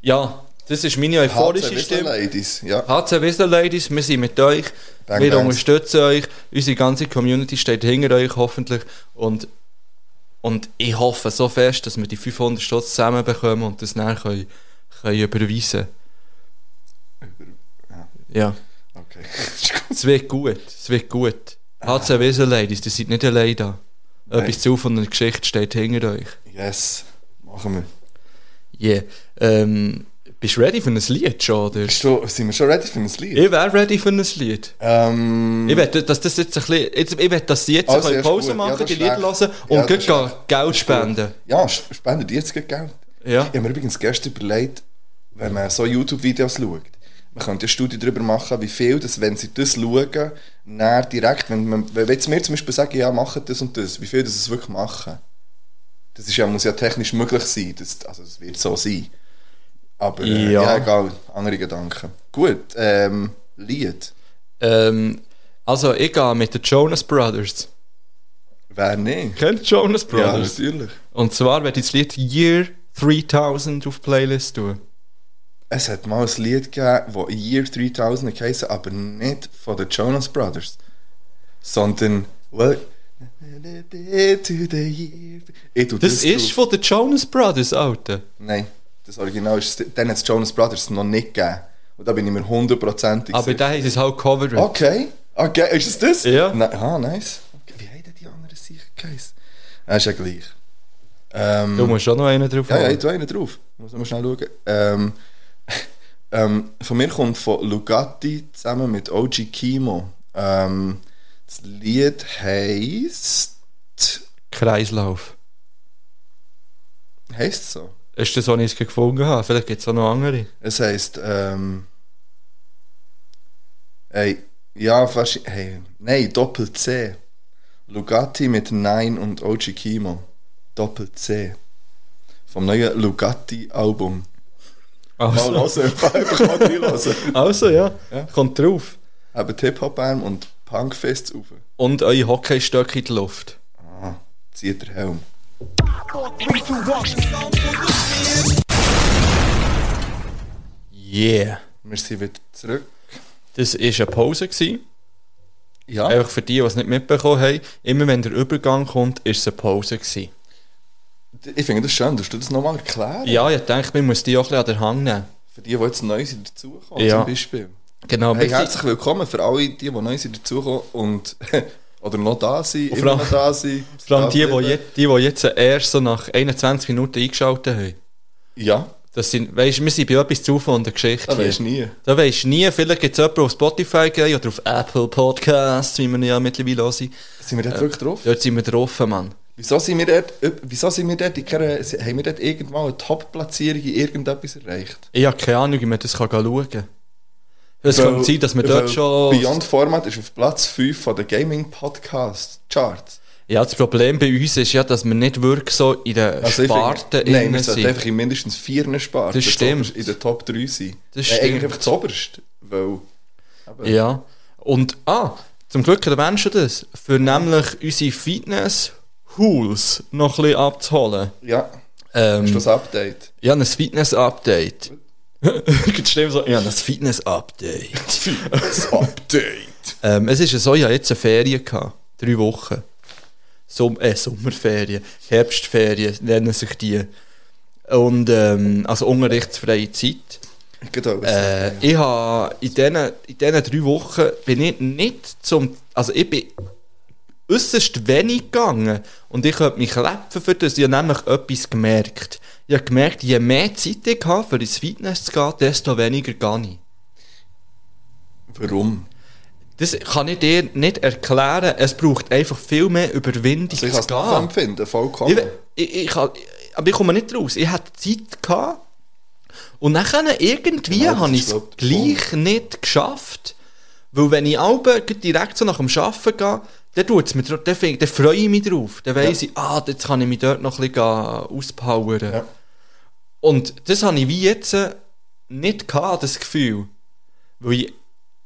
D: ja, das ist meine euphorische
A: HC
D: Stimme.
A: Ladies, ja.
D: HC Wiesel Ladies, wir sind mit euch.
A: Bang,
D: wir
A: bangs.
D: unterstützen euch. Unsere ganze Community steht hinter euch hoffentlich. Und, und ich hoffe so fest, dass wir die 500 Stutz zusammenbekommen und das dann können, können überweisen Ja.
A: Okay. <laughs>
D: Es wird gut, es wird gut. HCW Ladies, ihr seid nicht allein da.
A: Nein.
D: Etwas zu von einer Geschichte steht hinter euch.
A: Yes. Machen wir.
D: Yeah. Ähm, bist du ready für ein Lied schon, oder?
A: Bist du, sind wir schon ready für ein Lied?
D: Ich wäre ready für ein Lied.
A: Ähm,
D: Ich will, dass das jetzt ein bisschen, jetzt, ich will, dass sie jetzt
A: Also,
D: eine
A: ja, ist
D: Pause
A: gut. Ja,
D: machen,
A: das
D: die
A: ist
D: Lieder
A: schlecht.
D: hören und
A: Ja, das
D: gleich
A: ist schlecht.
D: Geld spenden.
A: ja, sp- spendet jetzt gleich Geld.
D: Ja.
A: Ich habe mir übrigens gestern überlegt, wenn man so YouTube-Videos schaut, man könnte eine Studie darüber machen, wie viel, dass, wenn sie das schauen, näher direkt, wenn, man, wenn jetzt wir zum Beispiel sagen, ja, machen das und das, wie viel das es wirklich machen. Das ist ja, muss ja technisch möglich sein, das, also es wird so sein. Aber äh,
D: Ja.
A: ja. egal, andere Gedanken. Gut, ähm, Lied.
D: Ähm, also, ich gehe mit den Jonas Brothers.
A: Wer nicht?
D: Kennt ihr Jonas
A: Ja,
D: Brothers?
A: natürlich.
D: Und zwar werde ich das Lied Year 3000 auf die Playlist tun.
A: Es hat mal ein Lied gegeben, das Year 3000 geheißen aber nicht von den Jonas Brothers, sondern. Well, to the year. Ich tu
D: Das, ist
A: drauf.
D: von den Jonas Brothers, Alter.
A: Nein, das Original ist. Dann hat es Jonas Brothers noch nicht gegeben. Und da bin ich mir hundertprozentig
D: Aber
A: sicher.
D: da haben sie es halt covered.
A: Okay, okay, ist es das?
D: Ja.
A: Na, ah, nice. Okay. Wie haben denn die anderen sicher geheißen? Das ist ja gleich. Ähm,
D: Du musst auch noch einen drauf
A: Ja, ja,
D: haben.
A: ich tue einen drauf. Muss mal schnell schauen. Ähm, <laughs> ähm, von mir kommt von Lugatti zusammen mit OG Kimo. Ähm, das Lied heisst.
D: Kreislauf.
A: Heisst so?
D: Ist das, was ich jetzt gefunden habe? Vielleicht gibt es auch noch andere.
A: Es heisst. Ähm, ey, ja, wahrscheinlich. Hey, nein, Doppel C. Lugatti mit Nein und OG Kimo. Doppel C. Vom neuen Lugatti-Album. Mal
D: Also,
A: hören, <laughs> einfach mal reinhören.
D: also ja.
A: Ja.
D: kommt drauf.
A: Eben Hip-Hop-Arm und Punkfest auf.
D: Und eure Hockeystöcke in die Luft.
A: Zieht der Helm.
D: Yeah.
A: Wir sind wieder zurück.
D: Das war eine Pause. Gewesen.
A: Ja.
D: Einfach für die, die es nicht mitbekommen haben. Immer wenn der Übergang kommt, ist es eine Pause. Gewesen.
A: Ich finde das schön. Darfst du das nochmal erklären?
D: Ja, ich denke, wir müssen die auch ein bisschen an den Hang nehmen.
A: Für die, die jetzt neu sind, dazukommen
D: Ja.
A: zum Beispiel.
D: Genau,
A: Hey,
D: bitte.
A: herzlich willkommen für alle, die, die neu sind, dazukommen und <laughs> oder noch da sind,
D: Und
A: immer
D: vor
A: noch da
D: <laughs>
A: sind.
D: Vor allem
A: da
D: die, die,
A: bleiben.
D: jetzt, die, die jetzt erst so nach 21 Minuten eingeschaltet haben.
A: Ja,
D: Das sind, weißt, wir sind bei etwas zu von der Geschichte.
A: da
D: hier.
A: weisst du nie.
D: Da weisst du nie, vielleicht gibt es jemanden auf Spotify gehen oder auf Apple Podcasts, wie wir ja mittlerweile auch sind.
A: Sind wir dort wirklich drauf?
D: Dort sind wir drauf, Mann.
A: Wieso sind wir dort, wieso sind wir dort in keiner, haben wir dort irgendwann eine Top-Platzierung in irgendetwas erreicht?
D: Ich habe keine Ahnung, wie man das kann schauen kann. Es könnte sein, dass wir
A: weil
D: dort schon...
A: Beyond Format ist auf Platz 5 von der Gaming-Podcast-Charts.
D: Ja, das Problem bei uns ist ja, dass wir nicht wirklich so in der
A: Also ich
D: Sparte
A: finde- Nein,
D: innen
A: wir sollten
D: sind.
A: einfach in mindestens vier Sparten
D: Das stimmt.
A: zuoberst in der Top 3 sein.
D: Das
A: Nein,
D: stimmt.
A: eigentlich einfach zuoberst, weil
D: Ja. Und, ah, zum Glück erwähnst du das. Für nämlich unsere Fitness-Hools noch ein bisschen abzuholen.
A: ja, ist
D: Ähm,
A: das Update.
D: ja,
A: <laughs>
D: ein Fitness-Update. Jetzt stehen wir so, ja, ein Fitness-Update. <laughs>
A: Das Update.
D: ähm, es ist ja so, ich hatte jetzt eine Ferien. Gehabt, drei Wochen. Som äh, Sommerferien, Herbstferien nennen sich die. Und, ähm, also unterrichtsfreie Zeit.
A: Genau.
D: Äh, ich habe in diesen, in diesen drei Wochen bin ich nicht zum. Also ich bin äußerst wenig gegangen und ich könnte mich klappen für das. Ich habe nämlich etwas gemerkt. Ich habe gemerkt, je mehr Zeit ich habe, für ins Fitness zu gehen, desto weniger gehe ich.
A: Warum?
D: Das kann ich dir nicht erklären. Es braucht einfach viel mehr Überwindung
A: Also ich kann es
D: zu gehen.
A: nachempfinden, vollkommen.
D: Ich, ich, ich, kann- ich, aber ich komme nicht raus. Ich hatte Zeit gehabt. Und dann irgendwie
A: Genau, das
D: habe
A: ist,
D: ich es
A: glaub ich, der
D: gleich nicht geschafft. Weil wenn ich Alben direkt so nach dem Arbeiten gehe, dann, tut's mir, dr- dann, find- dann freue ich mich drauf. Dann weiss ich, ah, jetzt kann ich mich dort noch ein bisschen auspowern.
A: Ja.
D: Und das habe ich wie jetzt äh, nicht gehabt, das Gefühl. Weil ich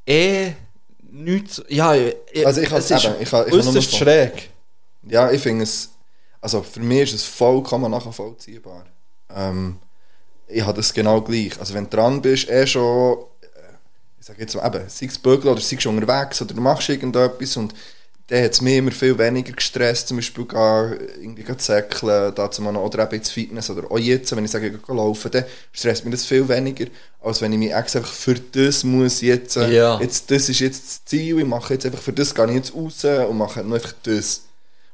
D: eh nichts... Ja, ich,
A: Also ich habe-
D: es ist
A: eben, ich habe- ich habe nur
D: äußerst
A: von-
D: schräg.
A: Ja, ich finde es. Also für mich ist es vollkommen nachvollziehbar. Ähm, ich habe das genau gleich. Also wenn du dran bist, eh schon. äh, Ich sage jetzt mal eben, sei es Bögel oder sei es schon unterwegs oder du machst irgendetwas und dann hat es mich immer viel weniger gestresst, zum Beispiel gar irgendwie zu säckeln, dazu mal noch, oder eben ins Fitness, oder auch jetzt, wenn ich sage, ich gehe laufen, dann stresst mich das viel weniger, als wenn ich mich extra einfach für das muss jetzt, äh,
D: Ja.
A: jetzt, das ist jetzt das Ziel, ich mache jetzt einfach, für das gehe ich jetzt raus und mache halt nur einfach das.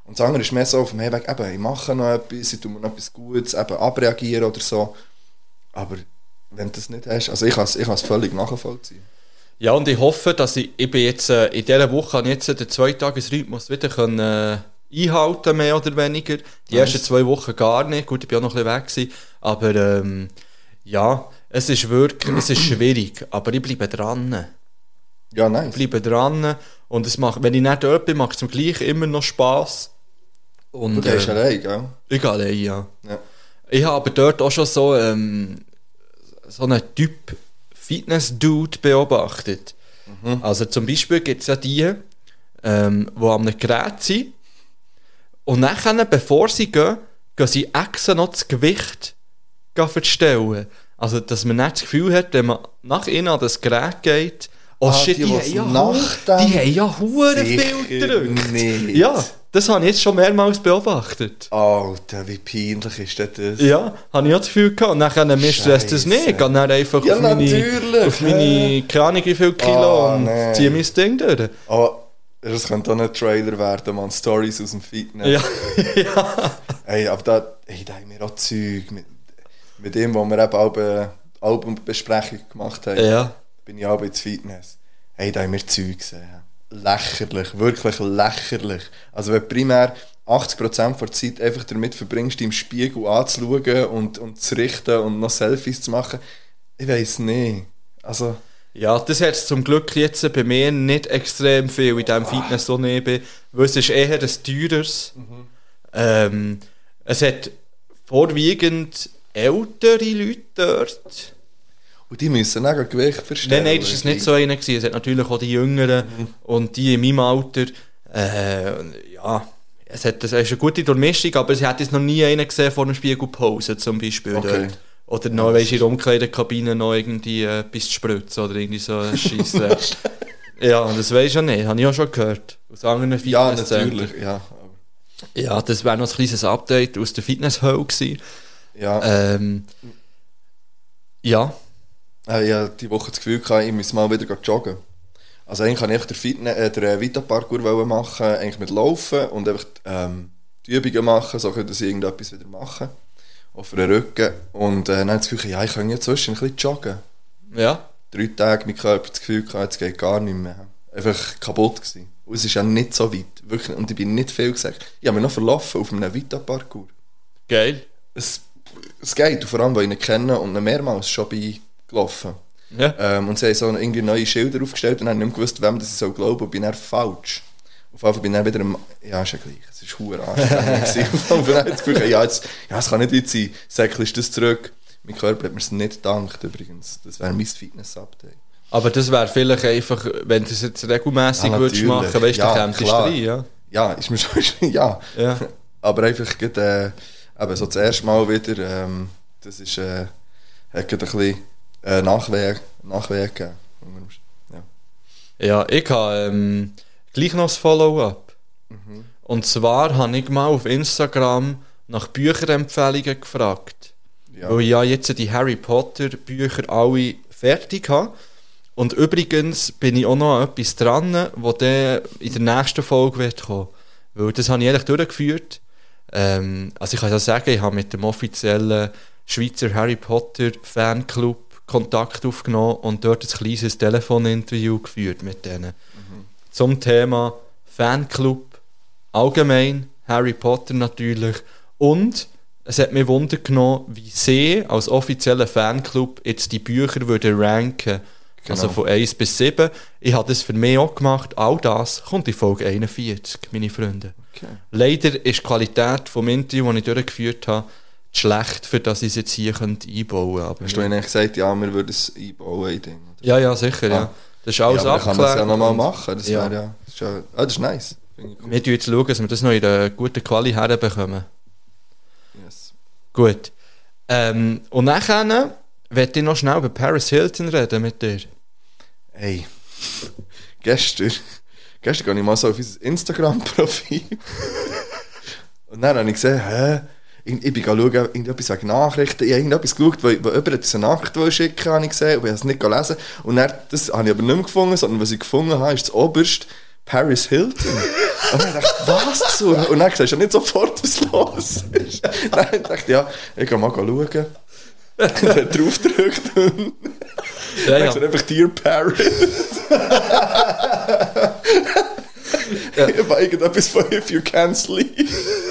A: Und das andere ist mehr so auf dem Heimweg, eben, ich mache noch etwas, ich tue mir noch etwas Gutes, eben abreagieren oder so. Aber wenn du das nicht hast, also ich kann es ich kann's völlig nachvollziehen.
D: Ja, und ich hoffe, dass ich, ich bin jetzt, äh, in dieser Woche habe ich jetzt äh, den Zweitagesrhythmus wieder können, äh, einhalten mehr oder weniger. Die
A: Nice.
D: ersten zwei Wochen gar nicht. Gut, ich bin auch noch ein bisschen weg gewesen. Aber ähm, ja, es ist wirklich, es ist schwierig. Aber ich bleibe dran.
A: Ja, nice.
D: bleibe dran. Und es macht, wenn ich nicht dort bin, macht es mir gleich immer noch Spass. Und,
A: Du gehst
D: äh,
A: allein, gell?
D: ich gehe allein, ja.
A: Ja.
D: Ich habe aber dort auch schon so, ähm, so einen Typ Fitness-Dude beobachtet.
A: Mhm.
D: Also zum Beispiel gibt es ja die, ähm, die am Gerät sind und nachher, bevor sie gehen, gehen sie extra noch das Gewicht gehen verstellen. Also, dass man nicht das Gefühl hat, wenn man nach innen an das Gerät geht, oh
A: Ah,
D: shit,
A: die,
D: die,
A: die
D: haben ja,
A: nachdenken.
D: die haben ja hure viel
A: Sicher
D: gedrückt.
A: nicht.
D: Ja, das habe ich jetzt schon mehrmals beobachtet.
A: Alter, wie peinlich ist denn das?
D: Ja, habe ich auch das Gefühl gehabt. Und nachher mir stresst das
A: Scheisse.
D: nicht. Ich gehe dann einfach
A: Ja,
D: auf meine,
A: natürlich,
D: auf meine keine Ahnung wie viel Kilo
A: Ah,
D: und
A: nee.
D: ziehe mein Ding durch.
A: Oh, das könnte auch ein Trailer werden, man. Stories aus dem Fitness.
D: Ja, ja. <laughs>
A: Ey, aber da, ey, da haben wir auch Zeug. Mit, mit dem, wo wir eben auch eine Albumbesprechung gemacht haben,
D: Ja.
A: bin ich auch ins Fitness. Ey, da haben wir Zeug gesehen. Lächerlich, wirklich lächerlich. Also wenn du primär 80% der Zeit einfach damit verbringst, dich im Spiegel anzuschauen und, und zu richten und noch Selfies zu machen, ich weiß nicht. Also...
D: Ja, das hat es zum Glück jetzt bei mir nicht extrem viel in diesem Fitness so neben, weil es ist eher ein teures.
A: Mhm.
D: Ähm, es hat vorwiegend ältere Leute dort.
A: Und die müssen auch Gewicht verstehen.
D: Nein, nein, das war nicht so einer. Gewesen. Es hat natürlich auch die Jüngeren
A: Mhm.
D: und die in meinem Alter. Äh, ja, es, hat, es ist eine gute Durchmischung, aber es hat jetzt noch nie einen gesehen vor dem Spiegel Pause zum Beispiel.
A: Okay.
D: Dort. Oder noch, weißt du, in der Umkleidekabine noch irgendwie äh, etwas zu spritzen oder irgendwie so ein
A: <laughs>
D: Scheiss. äh. ja, das weiß ich ja nicht. Habe ich auch schon gehört. Aus anderen
A: Ja,
D: Fitnesszentren.
A: natürlich. Ja, aber-
D: Ja, das wäre noch ein kleines Update aus der Fitnesshölle gewesen.
A: ja.
D: Ähm, ja.
A: Äh, ich hatte die Woche das Gefühl, gehabt, ich müsse mal wieder gehen joggen. Also eigentlich wollte ich den, Fitness, äh, den äh, Vita-Parkour wollen machen, eigentlich mit Laufen und einfach ähm, die Übungen machen, so können sie irgendetwas wieder machen. Auf den Rücken. Und äh, dann habe ich das Gefühl, ja, ich kann ja zwischen ein bisschen joggen.
D: Ja.
A: Drei Tage mein Körper das Gefühl gehabt, es geht gar nicht mehr. Einfach kaputt gewesen. Und es ist ja nicht so weit. Wirklich. Und ich bin nicht viel gesagt. Ich habe mich noch verlaufen auf einem Vita-Parkour.
D: Geil.
A: es, es geht, und vor allem, weil ich ihn kenne und ihn mehrmals schon gelaufen
D: Ja.
A: ähm, Und sie haben so irgendwie neue Schilder aufgestellt und haben nicht mehr gewusst, wem das ich so glauben und bin dann falsch. Auf jeden Fall bin ich dann wieder im... Ja, ist ja gleich, es ist verdammt anstrengend
D: <laughs>
A: gewesen. Auf jeden Fall habe ich das Gefühl, ja, jetzt, ja, es kann nicht jetzt sein, säckelst das zurück. Mein Körper hat mir es nicht gedankt übrigens. Das wäre mein Fitness-Update.
D: Aber das wäre vielleicht einfach, wenn du es jetzt regelmässig
A: Ja,
D: würdest
A: natürlich.
D: machen, weißt du,
A: Ja,
D: dann kämpfst du
A: klar.
D: rein, ja.
A: Ja, ist mir <laughs> schon... ja.
D: Ja.
A: <laughs> Aber einfach gerade, äh, eben so das erste Mal wieder, ähm, das ist, äh, hat gerade ein bisschen äh, Nachweh, Nachweh gegeben. Ja.
D: Ja, ich habe ähm, gleich noch ein Follow-up.
A: Mhm.
D: Und zwar habe ich mal auf Instagram nach Bücherempfehlungen gefragt.
A: Ja.
D: Weil ich ja jetzt die Harry Potter Bücher alle fertig habe. Und übrigens bin ich auch noch an etwas dran, was dann in der nächsten Folge wird kommen. Weil das habe ich eigentlich durchgeführt. Ähm, also ich kann ja sagen, ich habe mit dem offiziellen Schweizer Harry Potter Fanclub Kontakt aufgenommen und dort ein kleines Telefoninterview geführt mit denen. Zum Thema Fanclub allgemein, Harry Potter natürlich. Und es hat mich Wunder genommen, wie sie als offizieller Fanclub jetzt die Bücher würden ranken
A: genau.
D: Also von 1 bis 7. Ich habe das für mich auch gemacht. All das kommt in Folge 41, meine Freunde.
A: Okay.
D: Leider ist die Qualität vom Interview, das ich durchgeführt habe, zu schlecht, für das ich es jetzt hier könnte einbauen könnte.
A: Hast du ihnen gesagt, ja, wir würden es einbauen in Ding? Oder?
D: Ja, ja, sicher,
A: Ah.
D: ja. Das ist alles
A: ja, aber dann kann man es ja
D: abgeklärt.
A: nochmal
D: und-
A: machen. Das
D: Ja.
A: wäre ja... Das ist, ja ah, das ist nice. Finde ich cool.
D: Wir schauen jetzt, schauen, dass wir das noch in einer guten Quali herbekommen.
A: Yes.
D: Gut. Ähm, und nachher werde ich noch schnell über Paris Hilton reden mit dir.
A: Hey. Gestern, Gestern gehe ich mal so auf unser Instagram-Profil. Und dann habe ich gesehen, hä? Ich, ich bin schauen, irgendetwas wegen Nachrichten. Ich habe irgendetwas geschaut, weil, weil jemand uns eine Nacht will schicken wollte, habe ich gesehen, aber ich habe es nicht gelesen. Und dann, das habe ich aber nicht mehr gefunden, sondern was ich gefunden habe, ist das oberste Paris Hilton. Und dann dachte ich, was zur... Und dann siehst du ja nicht sofort, was los ist. Dann dachte ich, ja, ich gehe mal schauen. <laughs> Und dann draufgedrückt und
D: Ja,
A: dann ja. einfach Dear Paris. Ich habe irgendetwas von <laughs> If You Can Sleep.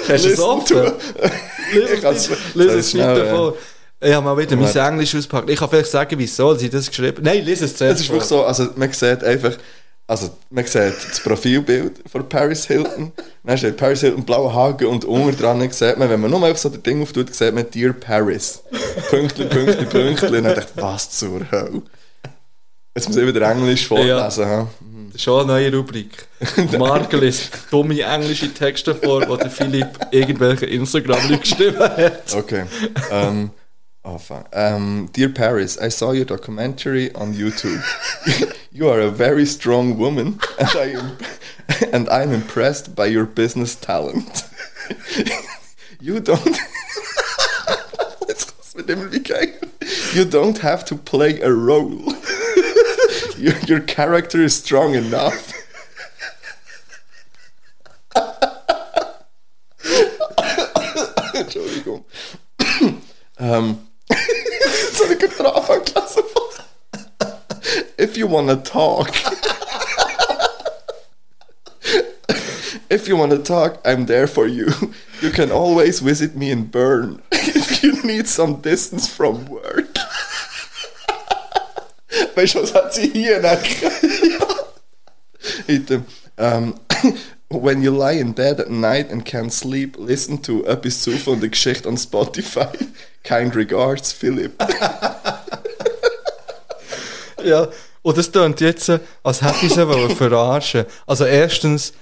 D: Hast du es offen? <laughs>
A: Ich kann's-
D: Lies
A: kann's
D: es
A: schnell,
D: nicht
A: ja.
D: davon. Ich habe mal wieder mein
A: Warte.
D: Englisch auspackt. Ich kann vielleicht sagen, wieso sie das geschrieben Nein, lies es zuerst.
A: Es ist wirklich so, also man sieht einfach, also man sieht das Profilbild von Paris Hilton, dann steht Paris Hilton, blauer Haken und unten dran sieht man, wenn man nur einfach so das Ding auftut, sieht man Dear Paris. Pünktli, Pünktli, Pünktli. Und dann dachte ich, was zur Hölle. Jetzt muss ich wieder Englisch vorlesen. Ja.
D: Das ist schon eine neue
A: <laughs>
D: Rubrik. Marc liest dumme englische Texte vor, die der Philipp irgendwelche Instagram-Leute geschrieben hat.
A: Okay. Um, oh fuck. Um, dear Paris, I saw your documentary on YouTube. <laughs> you are a very strong woman, and I am, <laughs> and I'm impressed by your business talent. <laughs> you don't. <laughs> Jetzt kommt's mit dem Lied rein. You don't have to play a role. <laughs> your, your character is strong enough. <laughs> Entschuldigung. ähm. Jetzt habe ich gerade den Anfang gelesen. If you wanna talk. If you wanna talk, I'm there for you. You can always visit me in Bern. If you need some distance from work. Weißt du, was hat sie hier Item. Um, when you lie in bed at night and can't sleep, listen to Episode von der Geschichte on Spotify. Kind regards, Philipp.
D: Ja. Und das tönt jetzt, äh, als hätte ich sie
A: <laughs>
D: wollen verarschen Also erstens,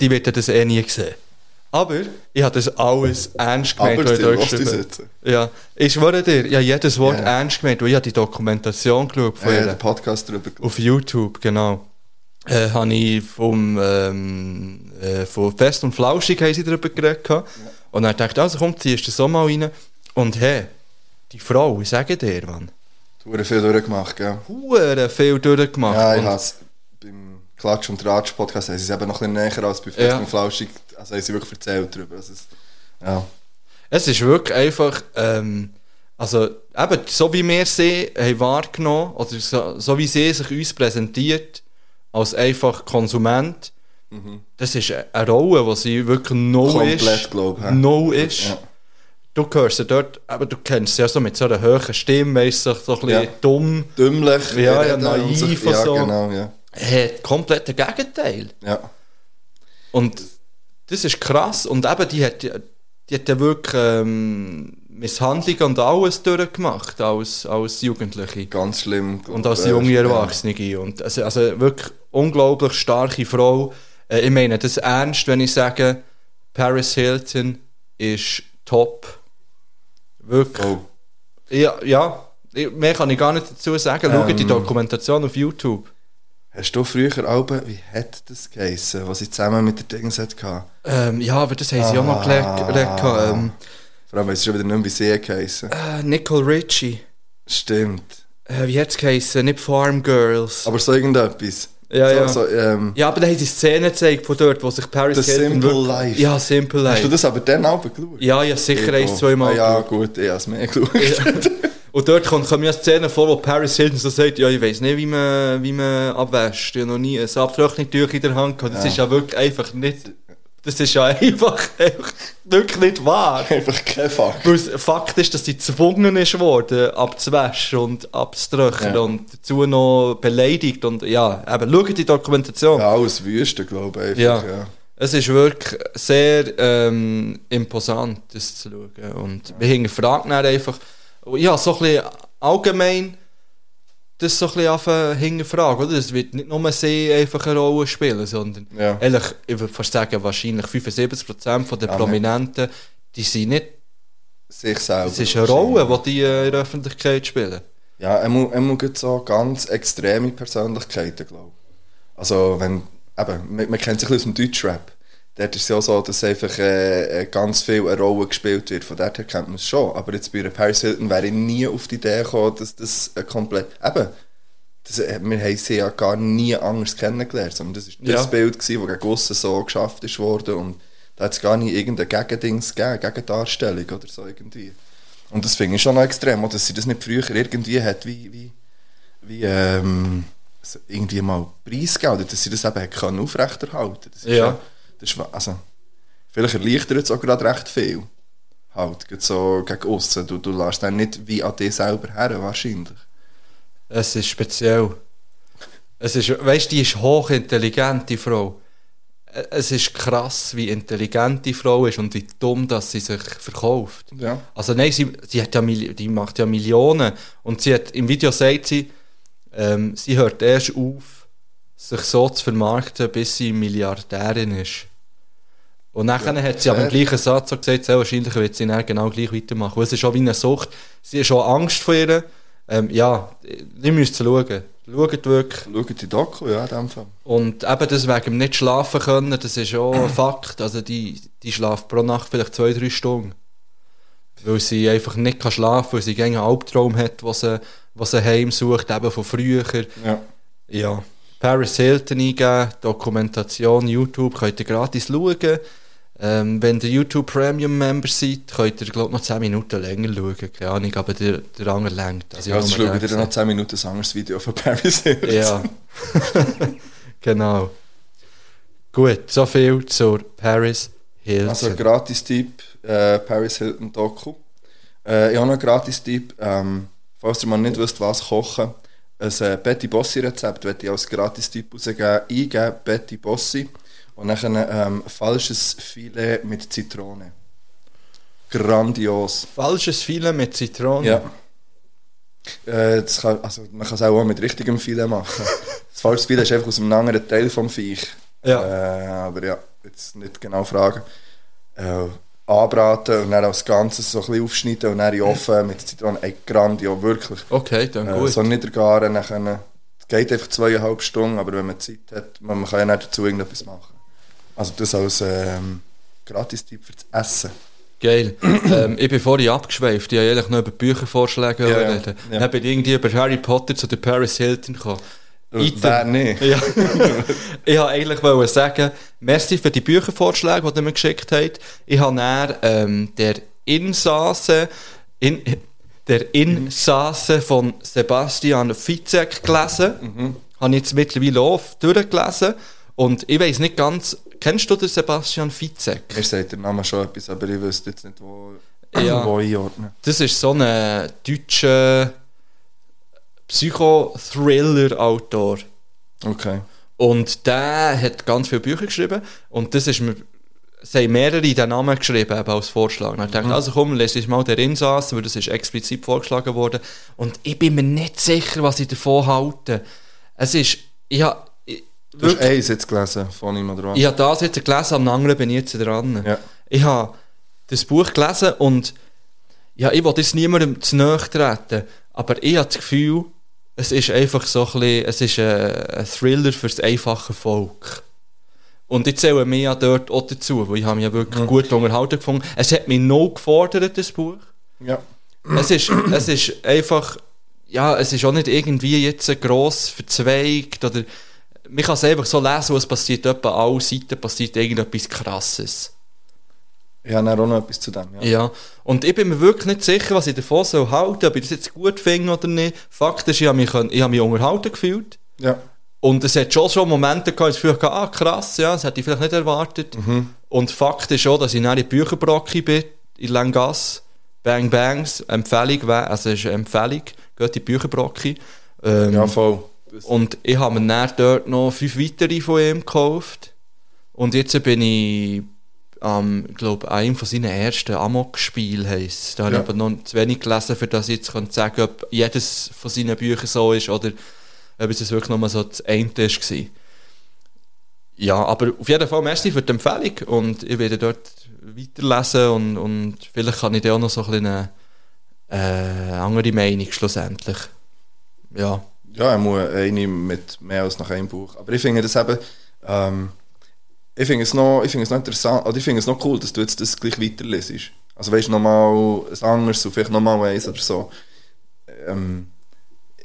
D: die werden das eh nie sehen. Aber ich habe das alles ernst gemeint,
A: Aber
D: was ich
A: sie
D: dort
A: lässt
D: geschrieben
A: uns
D: habe.
A: jetzt.
D: Ja, ich schwöre dir, ich habe jedes Wort
A: Ja.
D: ernst gemeint, weil ich habe die Dokumentation geschaut von
A: Ja, ja,
D: ihr.
A: den Podcast drüber
D: Äh, auf YouTube, genau. Äh, habe ich vom, ähm, äh, von Fest und Flauschig haben sie darüber geredet. Ja. Und dann dachte ich, also komm, ziehst du das auch mal rein. Und hey, die Frau, ich sage dir, Mann,
A: geschaut. viel durchgemacht, gell?
D: hure viel durchgemacht.
A: Ja, ich
D: und,
A: has beim Klatsch- und Tratsch-Podcast haben sie es eben noch ein bisschen näher als bei Fest
D: Ja.
A: und Flauschig. Also haben sie wirklich erzählt drüber. Also es, ja.
D: Es ist wirklich einfach, ähm, also eben, so wie wir sie haben wahrgenommen, oder so, so wie sie sich uns präsentiert, als einfach Konsument, das ist eine Rolle, die sie wirklich null
A: Mhm. Komplett,
D: ist.
A: glaub ich, ja.
D: Null ist.
A: Ja.
D: Du hörst sie dort, aber du kennst sie ja so mit so einer hohen Stimme, weißt du, so ein bisschen
A: Ja.
D: dumm.
A: Dümmlich.
D: Ja, ja,
A: reden und
D: naiv
A: sich-
D: und
A: Ja,
D: so.
A: genau, ja.
D: Hey, komplett der Gegenteil.
A: Ja.
D: Und das ist krass. Und eben, die hat, die hat ja wirklich ähm, Misshandlungen und alles durchgemacht als, als Jugendliche.
A: Ganz schlimm. Äh, glaub
D: Und als
A: ich.
D: junge
A: Ja.
D: Erwachsene. Und also, also wirklich unglaublich starke Frau. Äh, ich meine das ernst, wenn ich sage, Paris Hilton ist top. Wirklich.
A: Oh.
D: Ja, ja. Ich- Mehr kann ich gar nicht dazu sagen. Schau die Dokumentation auf YouTube.
A: Hast du früher Alben, wie hat das geheissen, was ich zusammen mit der Dings hatte?
D: Ähm, ja, aber das haben sie auch mal gelernt. gelernt, ähm,
A: Vor allem, weil es schon wieder nicht mehr wie sie geheissen.
D: äh, Nicole Richie.
A: Stimmt.
D: Äh, wie hat es geheißen? Nicht Farm Girls.
A: Aber so irgendetwas.
D: Ja,
A: so,
D: ja.
A: So, ähm,
D: ja, aber da haben sie Szenen gezeigt von dort, wo sich Paris
A: The Simple
D: wirklich-
A: Life.
D: Ja, Simple
A: Hast du
D: Life.
A: das aber dann auch geschaut?
D: Ja, ja, sicher
A: Oh.
D: eins, zweimal.
A: Ah, ja, gut, ich habe es mehr <laughs> geschaut.
D: Und dort kommt, kommen ja Szenen vor, wo Paris Hilton so sagt, ja, ich weiß nicht, wie man, wie man abwäscht. Ich habe noch nie ein Abtrocknungtuch in der Hand gehabt. Das ist ja wirklich einfach nicht... Das ist ja <laughs> einfach, einfach wirklich nicht wahr.
A: <laughs> Einfach kein Fuck.
D: Weil es Fakt ist, dass sie gezwungen ist worden, abzuwaschen und abzutröcheln
A: Ja.
D: und dazu noch beleidigt und ja, eben, schaut die Dokumentation.
A: Ja, aus Wüste, glaube ich.
D: Ja.
A: Einfach, ja.
D: Es ist wirklich sehr ähm, imposant, das zu schauen. Und wir hinterfragen dann einfach, ja, so ein bisschen allgemein, das so ein bisschen anfangen hinterfragen, oder? Es wird nicht nur sie einfach eine Rolle spielen, sondern
A: Ja.
D: ehrlich, ich würde fast sagen, wahrscheinlich 75% von den
A: Ja,
D: Prominenten, die sind nicht,
A: Sich selber.
D: es ist eine Rolle, die die äh, in der Öffentlichkeit spielen.
A: Ja, er muss, er muss so ganz extreme Persönlichkeiten, glaube ich. Also, wenn eben, man, man kennt sich ein bisschen aus dem Deutschrap. Dort ist es ja so, dass einfach äh, äh, ganz viel eine Rolle gespielt wird. Von daher kennt man es schon. Aber jetzt bei einer Paris Hilton wäre ich nie auf die Idee gekommen, dass das äh, komplett... Eben, das, äh, wir haben sie ja gar nie anders kennengelernt. Sondern das war das
D: Ja.
A: Bild, gewesen, das gegen aussen so geschafft ist worden. Und da hat es gar nicht irgendein Gegendings gegeben, Gegendarstellung oder so irgendwie. Und das finde ich schon noch extrem, auch, dass sie das nicht früher irgendwie hat, wie... wie wie ähm, so irgendwie mal preisgegeben, oder dass sie das eben hat können aufrechterhalten Das ist
D: Ja.
A: das ist, wa- also, vielleicht erleichtert es auch gerade recht viel. Halt, gerade so gegen aussen. Du, du lässt dann nicht wie an dich selber her, wahrscheinlich.
D: Es ist speziell. Es ist, weißt du, die ist hochintelligente Frau. Ä- Es ist krass, wie intelligent die Frau ist und wie dumm, dass sie sich verkauft.
A: Ja.
D: Also nein, sie, sie hat ja, Mil- die macht ja Millionen und sie hat, im Video sagt sie, ähm, sie hört erst auf, sich so zu vermarkten, bis sie Milliardärin ist. Und nachher
A: Ja,
D: hat sie aber im
A: fair.
D: gleichen Satz auch gesagt, sehr wahrscheinlich wird sie dann genau gleich weitermachen. Und es ist auch wie eine Sucht. Sie hat schon Angst vor ihr. Ähm, ja, ihr müsst schauen. Schaut wirklich.
A: Schau die Doku, ja, in dem Fall.
D: Und eben das wegen dem nicht schlafen können, das ist auch ein Fakt. Also die, die schlaft pro Nacht vielleicht zwei, drei Stunden. Weil sie einfach nicht kann schlafen kann, weil sie einen Albtraum hat, was sie, was sie heimsucht, eben von früher.
A: Ja.
D: Ja. Paris Hilton eingeben, Dokumentation, YouTube, könnt ihr gratis schauen. Ähm, wenn ihr YouTube Premium Member seid, könnt ihr, glaube ich, noch 10 Minuten länger schauen. Keine Ahnung, aber der, der andere längt. Also, ich
A: Ja,
D: habe
A: jetzt
D: nur
A: schau
D: den
A: dir noch 10
D: gesehen.
A: Minuten ein anderes Video von Paris Hilton.
D: Ja. <laughs> genau. Gut, so viel zur Paris Hilton.
A: Also Gratis-Tipp, äh, Paris Hilton Doku. Äh, ich habe noch einen Gratis-Tipp, ähm, falls ihr mal nicht wisst, was kochen, ein äh, Betty Bossi Rezept werde ich als Gratis-Tipp rausgeben, eingeben Betty Bossi und dann ähm, falsches Filet mit Zitrone. Grandios.
D: falsches Filet mit Zitrone.
A: Ja. Oh, Äh, das kann, also man kann es auch mit richtigem Filet
D: <laughs>
A: machen. das falsche Filet ist einfach aus einem anderen Teil vom Viech.
D: Ja.
A: Äh, aber ja, jetzt nicht genau fragen. Äh, anbraten und dann als Ganzes so ein bisschen aufschneiden und dann in den
D: <laughs>
A: Ofen mit Zitronen. Ey, grandio, wirklich.
D: Okay, dann
A: Äh,
D: gut.
A: so niedergaren, dann können, es geht einfach zweieinhalb Stunden, aber wenn man Zeit hat, man, man kann ja nicht dazu irgendetwas machen. Also das als ähm, Gratis-Tipp fürs Essen.
D: Geil. <clears throat> ähm, ich bin vorhin abgeschweift. Ich wollte eigentlich noch über Büchervorschläge
A: Ja, ja.
D: reden.
A: Ja.
D: Dann bin ich irgendwie über Harry Potter zu der Paris Hilton gekommen. Item.
A: Wer nicht?
D: Ja. ich wollte eigentlich wollen sagen, merci für die Büchervorschläge, die ihr mir geschickt habt. Ich habe dann ähm, der Insasse, in, der Insasse von Sebastian Fitzek gelesen. Habe ich jetzt mittlerweile auch durchgelesen. Und ich weiß nicht ganz, kennst du den Sebastian Fitzek?
A: Mir sagt der Name schon etwas, aber ich wüsste jetzt nicht, wo,
D: Ja.
A: wo einordnen.
D: Das ist so ein deutscher Psychothriller-Autor.
A: Okay.
D: Und der hat ganz viele Bücher geschrieben. Und das ist mir. Es haben mehrere den Namen geschrieben eben als Vorschlag. Und ich dachte, also komm, lese ich mal der Insassen, weil das ist explizit vorgeschlagen worden. Und ich bin mir nicht sicher, was ich davon halte. Es ist. Ich habe ich-
A: Du hast
D: wirklich-
A: eins jetzt gelesen von ihm oder was?
D: ich habe das jetzt gelesen, am anderen bin ich jetzt dran.
A: Ja.
D: Ich habe das Buch gelesen und ja, ich will jetzt niemandem zu nahe treten, aber ich habe das Gefühl, es ist einfach so ein bisschen, es ist ein, ein Thriller fürs einfache Volk. Und ich zähle mich ja dort auch dazu, weil ich habe mich ja wirklich gut unterhalten gefunden. Es hat mich noch gefordert, das Buch.
A: ja.
D: Es ist, es ist einfach, ja, es ist auch nicht irgendwie jetzt gross verzweigt oder man kann es einfach so lesen, und es passiert etwa alle Seiten passiert irgendetwas Krasses.
A: Ich habe dann auch noch etwas zu dem. Ja.
D: Ja. Und ich bin mir wirklich nicht sicher, was ich davon soll halten, ob ich das jetzt gut finde oder nicht. Fakt ist, ich habe mich, können- ich habe mich unterhalten gefühlt.
A: ja.
D: Und es hat schon schon Momente gehabt, wo ich das Gefühl hatte, ah krass, ja, das hätte ich vielleicht nicht erwartet. Und Fakt ist schon, dass ich dann in Bücherbrocke bin, in Langas, Bang Bangs, Empfehlung, wär- also es ist eine Empfehlung, geht in die Bücherbrocke. Ähm,
A: Ja, voll.
D: und ich habe mir dann dort noch fünf weitere von ihm gekauft. Und jetzt bin ich am, glaube einem von seinen ersten Amok-Spiel heisst. Da habe
A: Ja.
D: ich aber noch zu wenig gelesen, für das ich jetzt könnte sagen ob jedes von seinen Büchern so ist oder ob es wirklich nochmal so das eine war. Ja, aber auf jeden Fall merci für die Empfehlung und ich werde dort weiterlesen und, und vielleicht kann ich dir auch noch so ein bisschen eine äh, andere Meinung schlussendlich. Ja.
A: Ja, er muss eine mit mehr als nach einem Buch. Aber ich finde das eben, Ähm, ich finde es, noch- ich finde es noch interessant, oder ich finde es noch cool, dass du jetzt das gleich weiterlesest. Also weißt du, nochmal ein anderes und vielleicht nochmal eins oder so. Ähm,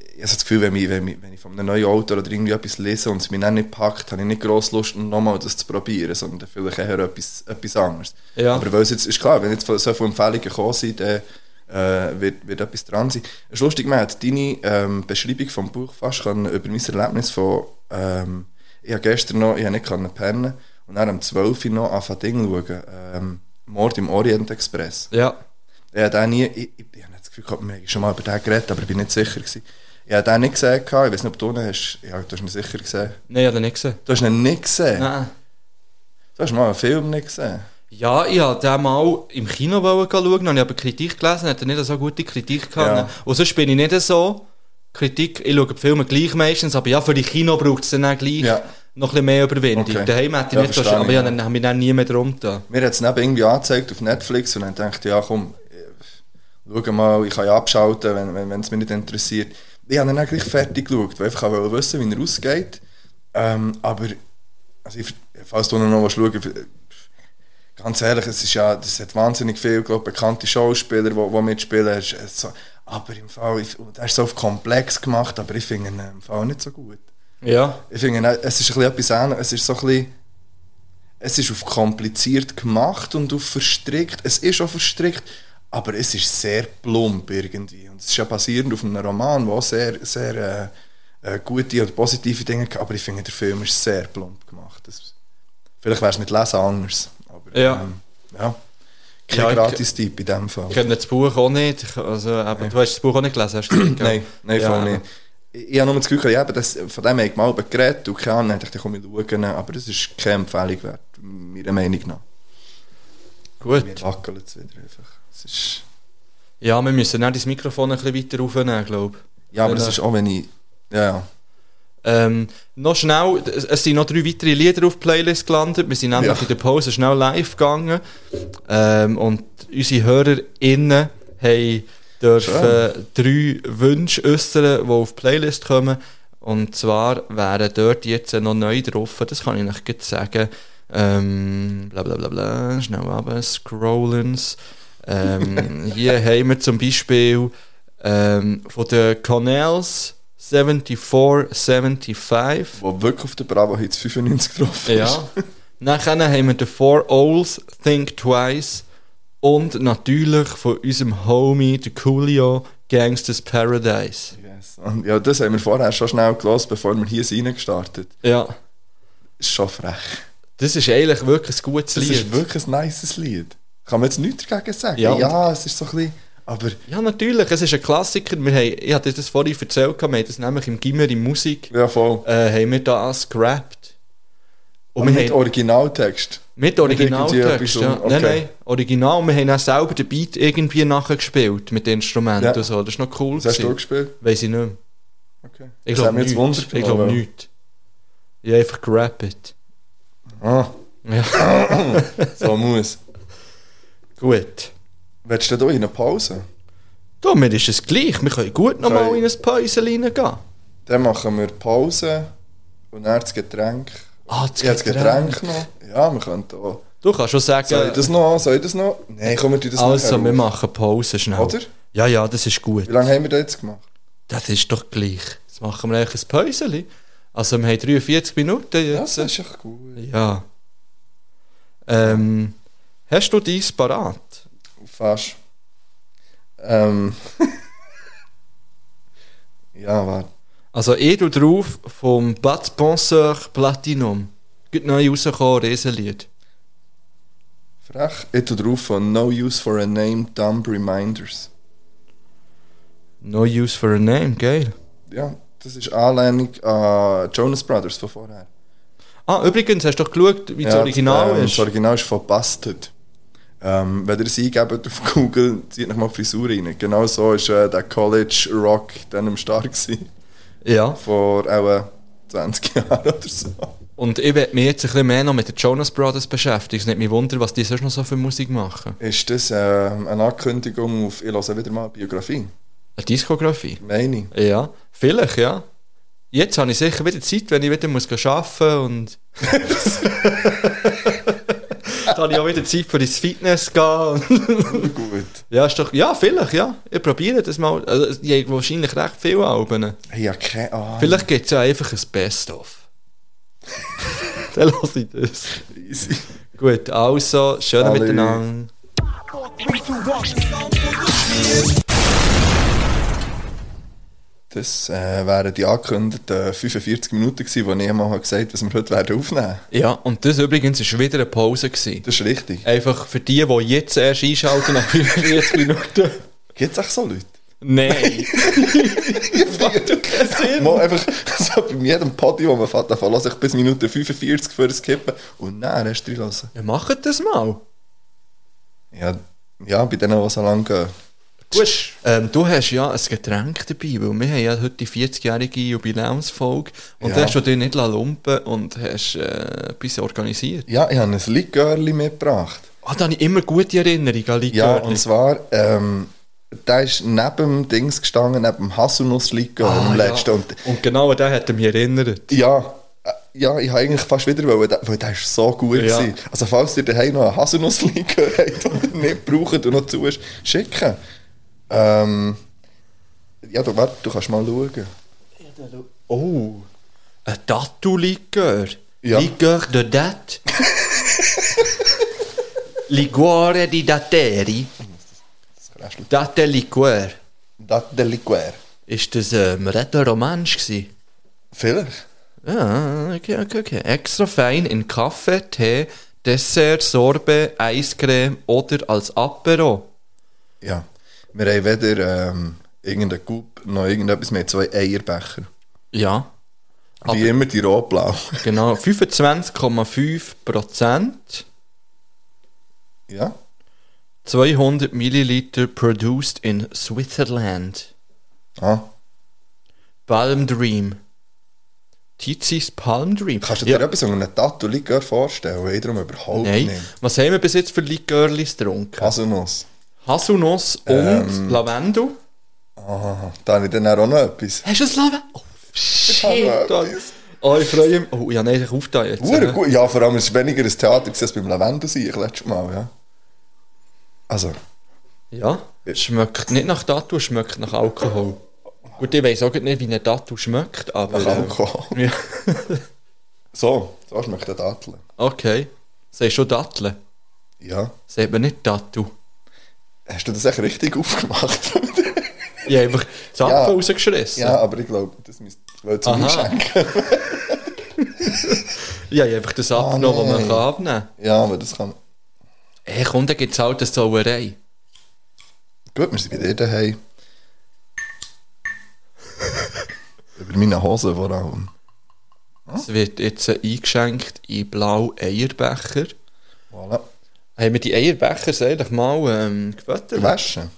A: ich habe das Gefühl, wenn ich, wenn, ich, wenn ich von einem neuen Autor oder irgendwie etwas lese und es mich dann nicht packt, habe ich nicht gross Lust, nochmal das zu probieren, sondern vielleicht eher etwas, etwas anderes.
D: Ja.
A: Aber weil es jetzt, ist klar, wenn jetzt so viele Empfehlungen gekommen sind, dann äh, wird, wird etwas dran sein. Es ist lustig, man hat deine ähm, Beschreibung vom Buch fast können über mein Erlebnis von, ähm, ich habe gestern noch, ich habe nicht können pennen und dann am 12 Uhr noch anfangen Ding zu schauen, ähm, Mord im Orient Express.
D: Ja.
A: Ich habe den nie, ich, ich, ich habe das Gefühl, gehabt, wir haben schon mal über den geredet, aber ich bin nicht sicher. Gewesen. Ich habe den nicht gesehen, gehabt. ich weiß nicht, ob du ihn hast. Ja, du hast ihn sicher gesehen.
D: Nein, ich habe den nicht gesehen.
A: Du hast ihn nicht gesehen?
D: Nein.
A: Du hast mal einen Film nicht gesehen.
D: Ja, ich wollte den mal im Kino schauen, dann habe ich aber Kritik gelesen, hat er nicht so gute Kritik gehabt.
A: Ja.
D: Und sonst bin ich nicht so. Kritik, ich schaue die Filme gleich meistens, aber ja, für die Kino braucht es dann auch gleich
A: Ja.
D: noch ein bisschen mehr Überwindung.
A: Okay.
D: Daheim hätte ich
A: Ja,
D: nicht so
A: verstehe
D: aber
A: ich,
D: ja,
A: ja.
D: dann habe ich dann nie mehr drum getan.
A: Mir hat es dann eben irgendwie angezeigt auf Netflix und dann dachte ich, ja komm, äh, schau mal, ich kann ja abschalten, wenn es wenn, wenn's mich nicht interessiert. Ich habe dann auch gleich fertig geschaut, weil ich einfach auch wollte wissen wie er ausgeht. Ähm, aber, also ich, falls du noch was schauen willst, äh, ganz ehrlich, es ist ja, das hat wahnsinnig viel, glaub, bekannte Schauspieler, die, die mitspielen. Es ist So, aber im Fall, ich, und er ist so auf komplex gemacht, aber ich finde ihn im Fall nicht so gut.
D: Ja.
A: Ich finde, nein, es ist ein bisschen etwas anderes. Es ist so ein bisschen, es ist auf kompliziert gemacht und auf verstrickt. Es ist auch verstrickt, aber es ist sehr plump irgendwie. Und es ist ja basierend auf einem Roman, der auch sehr, sehr äh, äh, gute und positive Dinge hat. Aber ich finde, der Film ist sehr plump gemacht. Das, vielleicht wäre es mit Lesen anders. Aber,
D: Ja.
A: Ähm, ja. Kein
D: Ja, ich-
A: Gratis-Tipp in dem Fall.
D: Ich kenne das Buch auch nicht. Ich- Also, aber du hast das Buch auch nicht gelesen, hast du gesagt? gell?
A: Nein, nein,
D: Ja,
A: voll
D: eben.
A: nicht. Ich, ich habe nur das Gefühl, ja, eben, das, von dem habe ich mal eben geredet und keine Ahnung, dann dachte ich, komm, ich schaue ihn, aber das ist keine Empfehlung wert, meiner Meinung nach. Wir
D: Gut.
A: wackeln jetzt wieder einfach. Es ist,
D: Ja, wir müssen dann das Mikrofon ein bisschen weiter aufnehmen, glaube ich.
A: ja, aber es
D: Genau.
A: ist auch, wenn ich... Ja, ja.
D: Ähm, noch schnell, es- es sind noch drei weitere Lieder auf die Playlist gelandet. Wir sind nämlich
A: Ja.
D: in der Pause schnell live gegangen. Ähm, und unsere HörerInnen haben dürfen drei Wünsche äußern, die auf die Playlist kommen. Und zwar wären dort jetzt noch neu drauf, das kann ich euch gleich sagen. Ähm, bla bla bla bla, schnell runter, Scrollens. Ähm, hier haben wir zum Beispiel ähm, von den Connells 7475.
A: Wo wirklich auf der Bravo jetzt 95 drauf ist.
D: Ja. Nachher haben wir den Four Owls, Think Twice und natürlich von unserem Homie, der Coolio, Gangsters Paradise.
A: Yes. Und ja, das haben wir vorher schon schnell gelesen, bevor wir hier reingestartet sind.
D: Ja.
A: Ist schon frech.
D: Das ist eigentlich wirklich ein gutes
A: Das
D: Lied.
A: ist wirklich ein nices Lied. Kann man jetzt nichts dagegen sagen.
D: Ja,
A: Ja,
D: und-
A: es ist so ein bisschen... Aber
D: ja, natürlich, es ist ein Klassiker. Wir haben, ich hatte das vorhin erzählt, wir haben das nämlich im Gimmer in Musik
A: ja, voll.
D: äh, haben wir das gerappt. Und
A: Und
D: wir
A: mit
D: haben-
A: Originaltext.
D: Mit
A: irgendwie
D: Originaltext,
A: etwas
D: ja.
A: um-
D: Nein,
A: okay.
D: nein, original. Wir haben auch selber den Beat irgendwie nachgespielt mit Instrumenten
A: Ja.
D: und so. Das ist noch cool.
A: Was hast du
D: gewesen.
A: gespielt?
D: Weiss ich nicht mehr.
A: Okay.
D: Ich
A: Das hat
D: glaube
A: mich jetzt
D: nicht. Ich
A: gewundert,
D: glaube
A: aber-
D: nicht. Ich habe einfach gerappt.
A: Ah, <laughs>
D: Ja.
A: so muss.
D: gut.
A: Willst du da in eine Pause?
D: Du, mir ist es gleich. Wir können gut nochmal
A: Okay.
D: in ein Päuschen reingehen.
A: Dann machen wir Pause und dann das Getränk.
D: Ah,
A: Ich habe das Getränk noch. Ja, wir können da.
D: Du kannst schon sagen...
A: Soll ich das noch? Soll ich das noch? Nein, komm, wir tun das
D: also,
A: nachher
D: wir
A: auf.
D: machen Pause schnell.
A: Oder?
D: Ja, ja, das ist gut.
A: Wie lange haben wir das jetzt gemacht?
D: Das ist doch gleich. Jetzt machen wir eigentlich ein Päuschen. Also, wir haben 43 Minuten
A: Ja,
D: jetzt.
A: das ist echt gut.
D: Ja. Ähm, hast du dies parat?
A: Fast. Ähm. <laughs> ja, warte.
D: Also ich tu drauf vom Bad Penseur Platinum. Gut neu rausgekommen, Riesenlied.
A: Frech. Ich tue drauf von No Use for a Name, Dumb Reminders.
D: No use for a name, geil.
A: Ja, das ist Anlehnung an Jonas Brothers von vorher.
D: Ah, übrigens, hast du doch geschaut, wie das
A: Ja,
D: Original
A: ähm,
D: ist?
A: Das Original ist von Bastard. Ähm, wenn ihr es eingebt auf Google, zieht nochmal die Frisur rein. Genau so ist äh, der College Rock dann am Start gewesen.
D: Ja.
A: Vor auch äh, 20 <laughs> Jahren oder so.
D: Und ich werde mich jetzt ein bisschen mehr noch mit den Jonas Brothers beschäftigen. Es nimmt mich wunder, was die sonst noch so für Musik machen.
A: Ist das ähm, eine Ankündigung auf, ich höre wieder mal Biografie?
D: Eine Diskografie.
A: Meine ich.
D: Ja. Vielleicht, ja. Jetzt habe ich sicher wieder Zeit, wenn ich wieder muss gehen arbeiten und. Dann habe ich auch wieder Zeit für ins Fitness gehen. und- <laughs>
A: Gut.
D: ja, ist doch, ja, vielleicht, ja. Ich probiere das mal. Also, ich habe wahrscheinlich recht viele Alben.
A: Ich habe keine Ahnung.
D: Vielleicht gibt es ja einfach ein Best-of. Dann lasse ich das.
A: Easy.
D: Gut, also, schön
A: Salut.
D: miteinander.
A: Das äh, wären die angekündigten 45 Minuten gewesen, wo ich mal gesagt habe, was wir heute werden aufnehmen werden.
D: Ja, und das übrigens war wieder eine Pause. Gewesen.
A: Das ist richtig.
D: Einfach für die, die jetzt erst einschalten nach <laughs> 45 Minuten.
A: Gibt es auch so Leute? <laughs>
D: Nein.
A: Mal einfach <laughs> so bei jedem Party, wo man fährt, davon lasse ich bis Minute 45 für das Kippen und dann erst reinlassen.
D: Ja, macht das mal.
A: Ja, ja, bei denen, die so lange gehen.
D: Gut. Ähm, du hast ja ein Getränk dabei, weil wir haben ja heute die 40-jährige Jubiläumsfolge und
A: Ja.
D: da hast du dich nicht lumpen lassen und hast äh, etwas organisiert.
A: Ja, ich habe ein Likörli mitgebracht.
D: Ah, da habe ich immer gute Erinnerungen an
A: Ja,
D: Likörli.
A: und zwar, ähm, da ist neben dem Dings gestanden, neben dem Haselnuss-Likör
D: Ah,
A: am
D: ja.
A: letzten. Und
D: Und genau an den hat er mich erinnert.
A: Ja, äh, ja, ich habe eigentlich fast wieder wollen, da- weil der ist so gut
D: Ja.
A: gewesen. Also falls ihr daheim noch einen Haselnusslikör <laughs> habt und ihn nicht braucht und noch zu ist, schicken. Ähm, ja, du, warte, du kannst mal schauen.
D: Oh, ein Tattoo-Likör.
A: Ja.
D: Likör de date. Liquore di datteri.
A: Das Kräschel.
D: Datte Liqueur.
A: Das der Liqueur.
D: Ist das ähm, Retter Romansch gewesen?
A: Vielleicht.
D: Ah, okay, okay, okay. Extra fein in Kaffee, Tee, Dessert, Sorbet, Eiscreme oder als Apero.
A: Ja. Wir haben weder ähm, irgendeinen Coupe noch irgendetwas. Wir haben zwei Eierbecher.
D: Ja, Aber-
A: Wie immer die
D: <laughs>
A: rot-blau.
D: genau. 25,5 Prozent.
A: ja.
D: 200 Milliliter produced in Switzerland.
A: Ah.
D: Palm Dream. Tizis Palm Dream.
A: Kannst du dir
D: ja.
A: etwas unter einem Tattoo-Likör vorstellen? Ich darum überhaupt
D: Nein.
A: nicht.
D: Was haben wir bis jetzt für Likörlis getrunken?
A: Haselnuss.
D: Haselnuss und
A: Ähm. <laughs>
D: Lavendel.
A: Ah, da habe ich dann auch noch etwas.
D: Hast du ein Lavendel? Oh,
A: habe
D: shit. Alter. Oh, ich freue mich. Oh, ja, nein, ich aufgetan jetzt.
A: Hure
D: äh.
A: gut. Ja, vor allem ist es weniger ein Theater gewesen als beim Lavendel sein, ich letztes Mal, ja. Also,
D: Ja, es schmeckt nicht nach Tattoo, es schmeckt nach Alkohol. Gut, ich weiss auch nicht, wie ein Tattoo schmeckt, aber...
A: nach
D: äh,
A: Alkohol.
D: <laughs> Ja.
A: So, so schmeckt der Dattel.
D: Okay. Sagst schon Datteln?
A: Ja.
D: Sagt man nicht Tattoo?
A: Hast du das echt richtig
D: <laughs>
A: aufgemacht?
D: Ich habe einfach die Zapfen
A: Ja.
D: rausgeschrissen.
A: ja, aber ich glaube, das müsst ihr zum
D: Aha.
A: Einschenken.
D: Ich habe einfach das abgenommen, was man
A: Ah, nein.
D: kann abnehmen kann.
A: Ja, aber das kann...
D: Hey, komm, dann gibt es halt eine Sauerei.
A: Gut, wir sind bei dir
D: <laughs>
A: daheim. Über meine Hose vor allem.
D: Es wird jetzt äh, eingeschenkt in blau Eierbecher.
A: Voilà.
D: Haben wir die Eierbecher eigentlich mal ähm, gefüttert?
A: Waschen.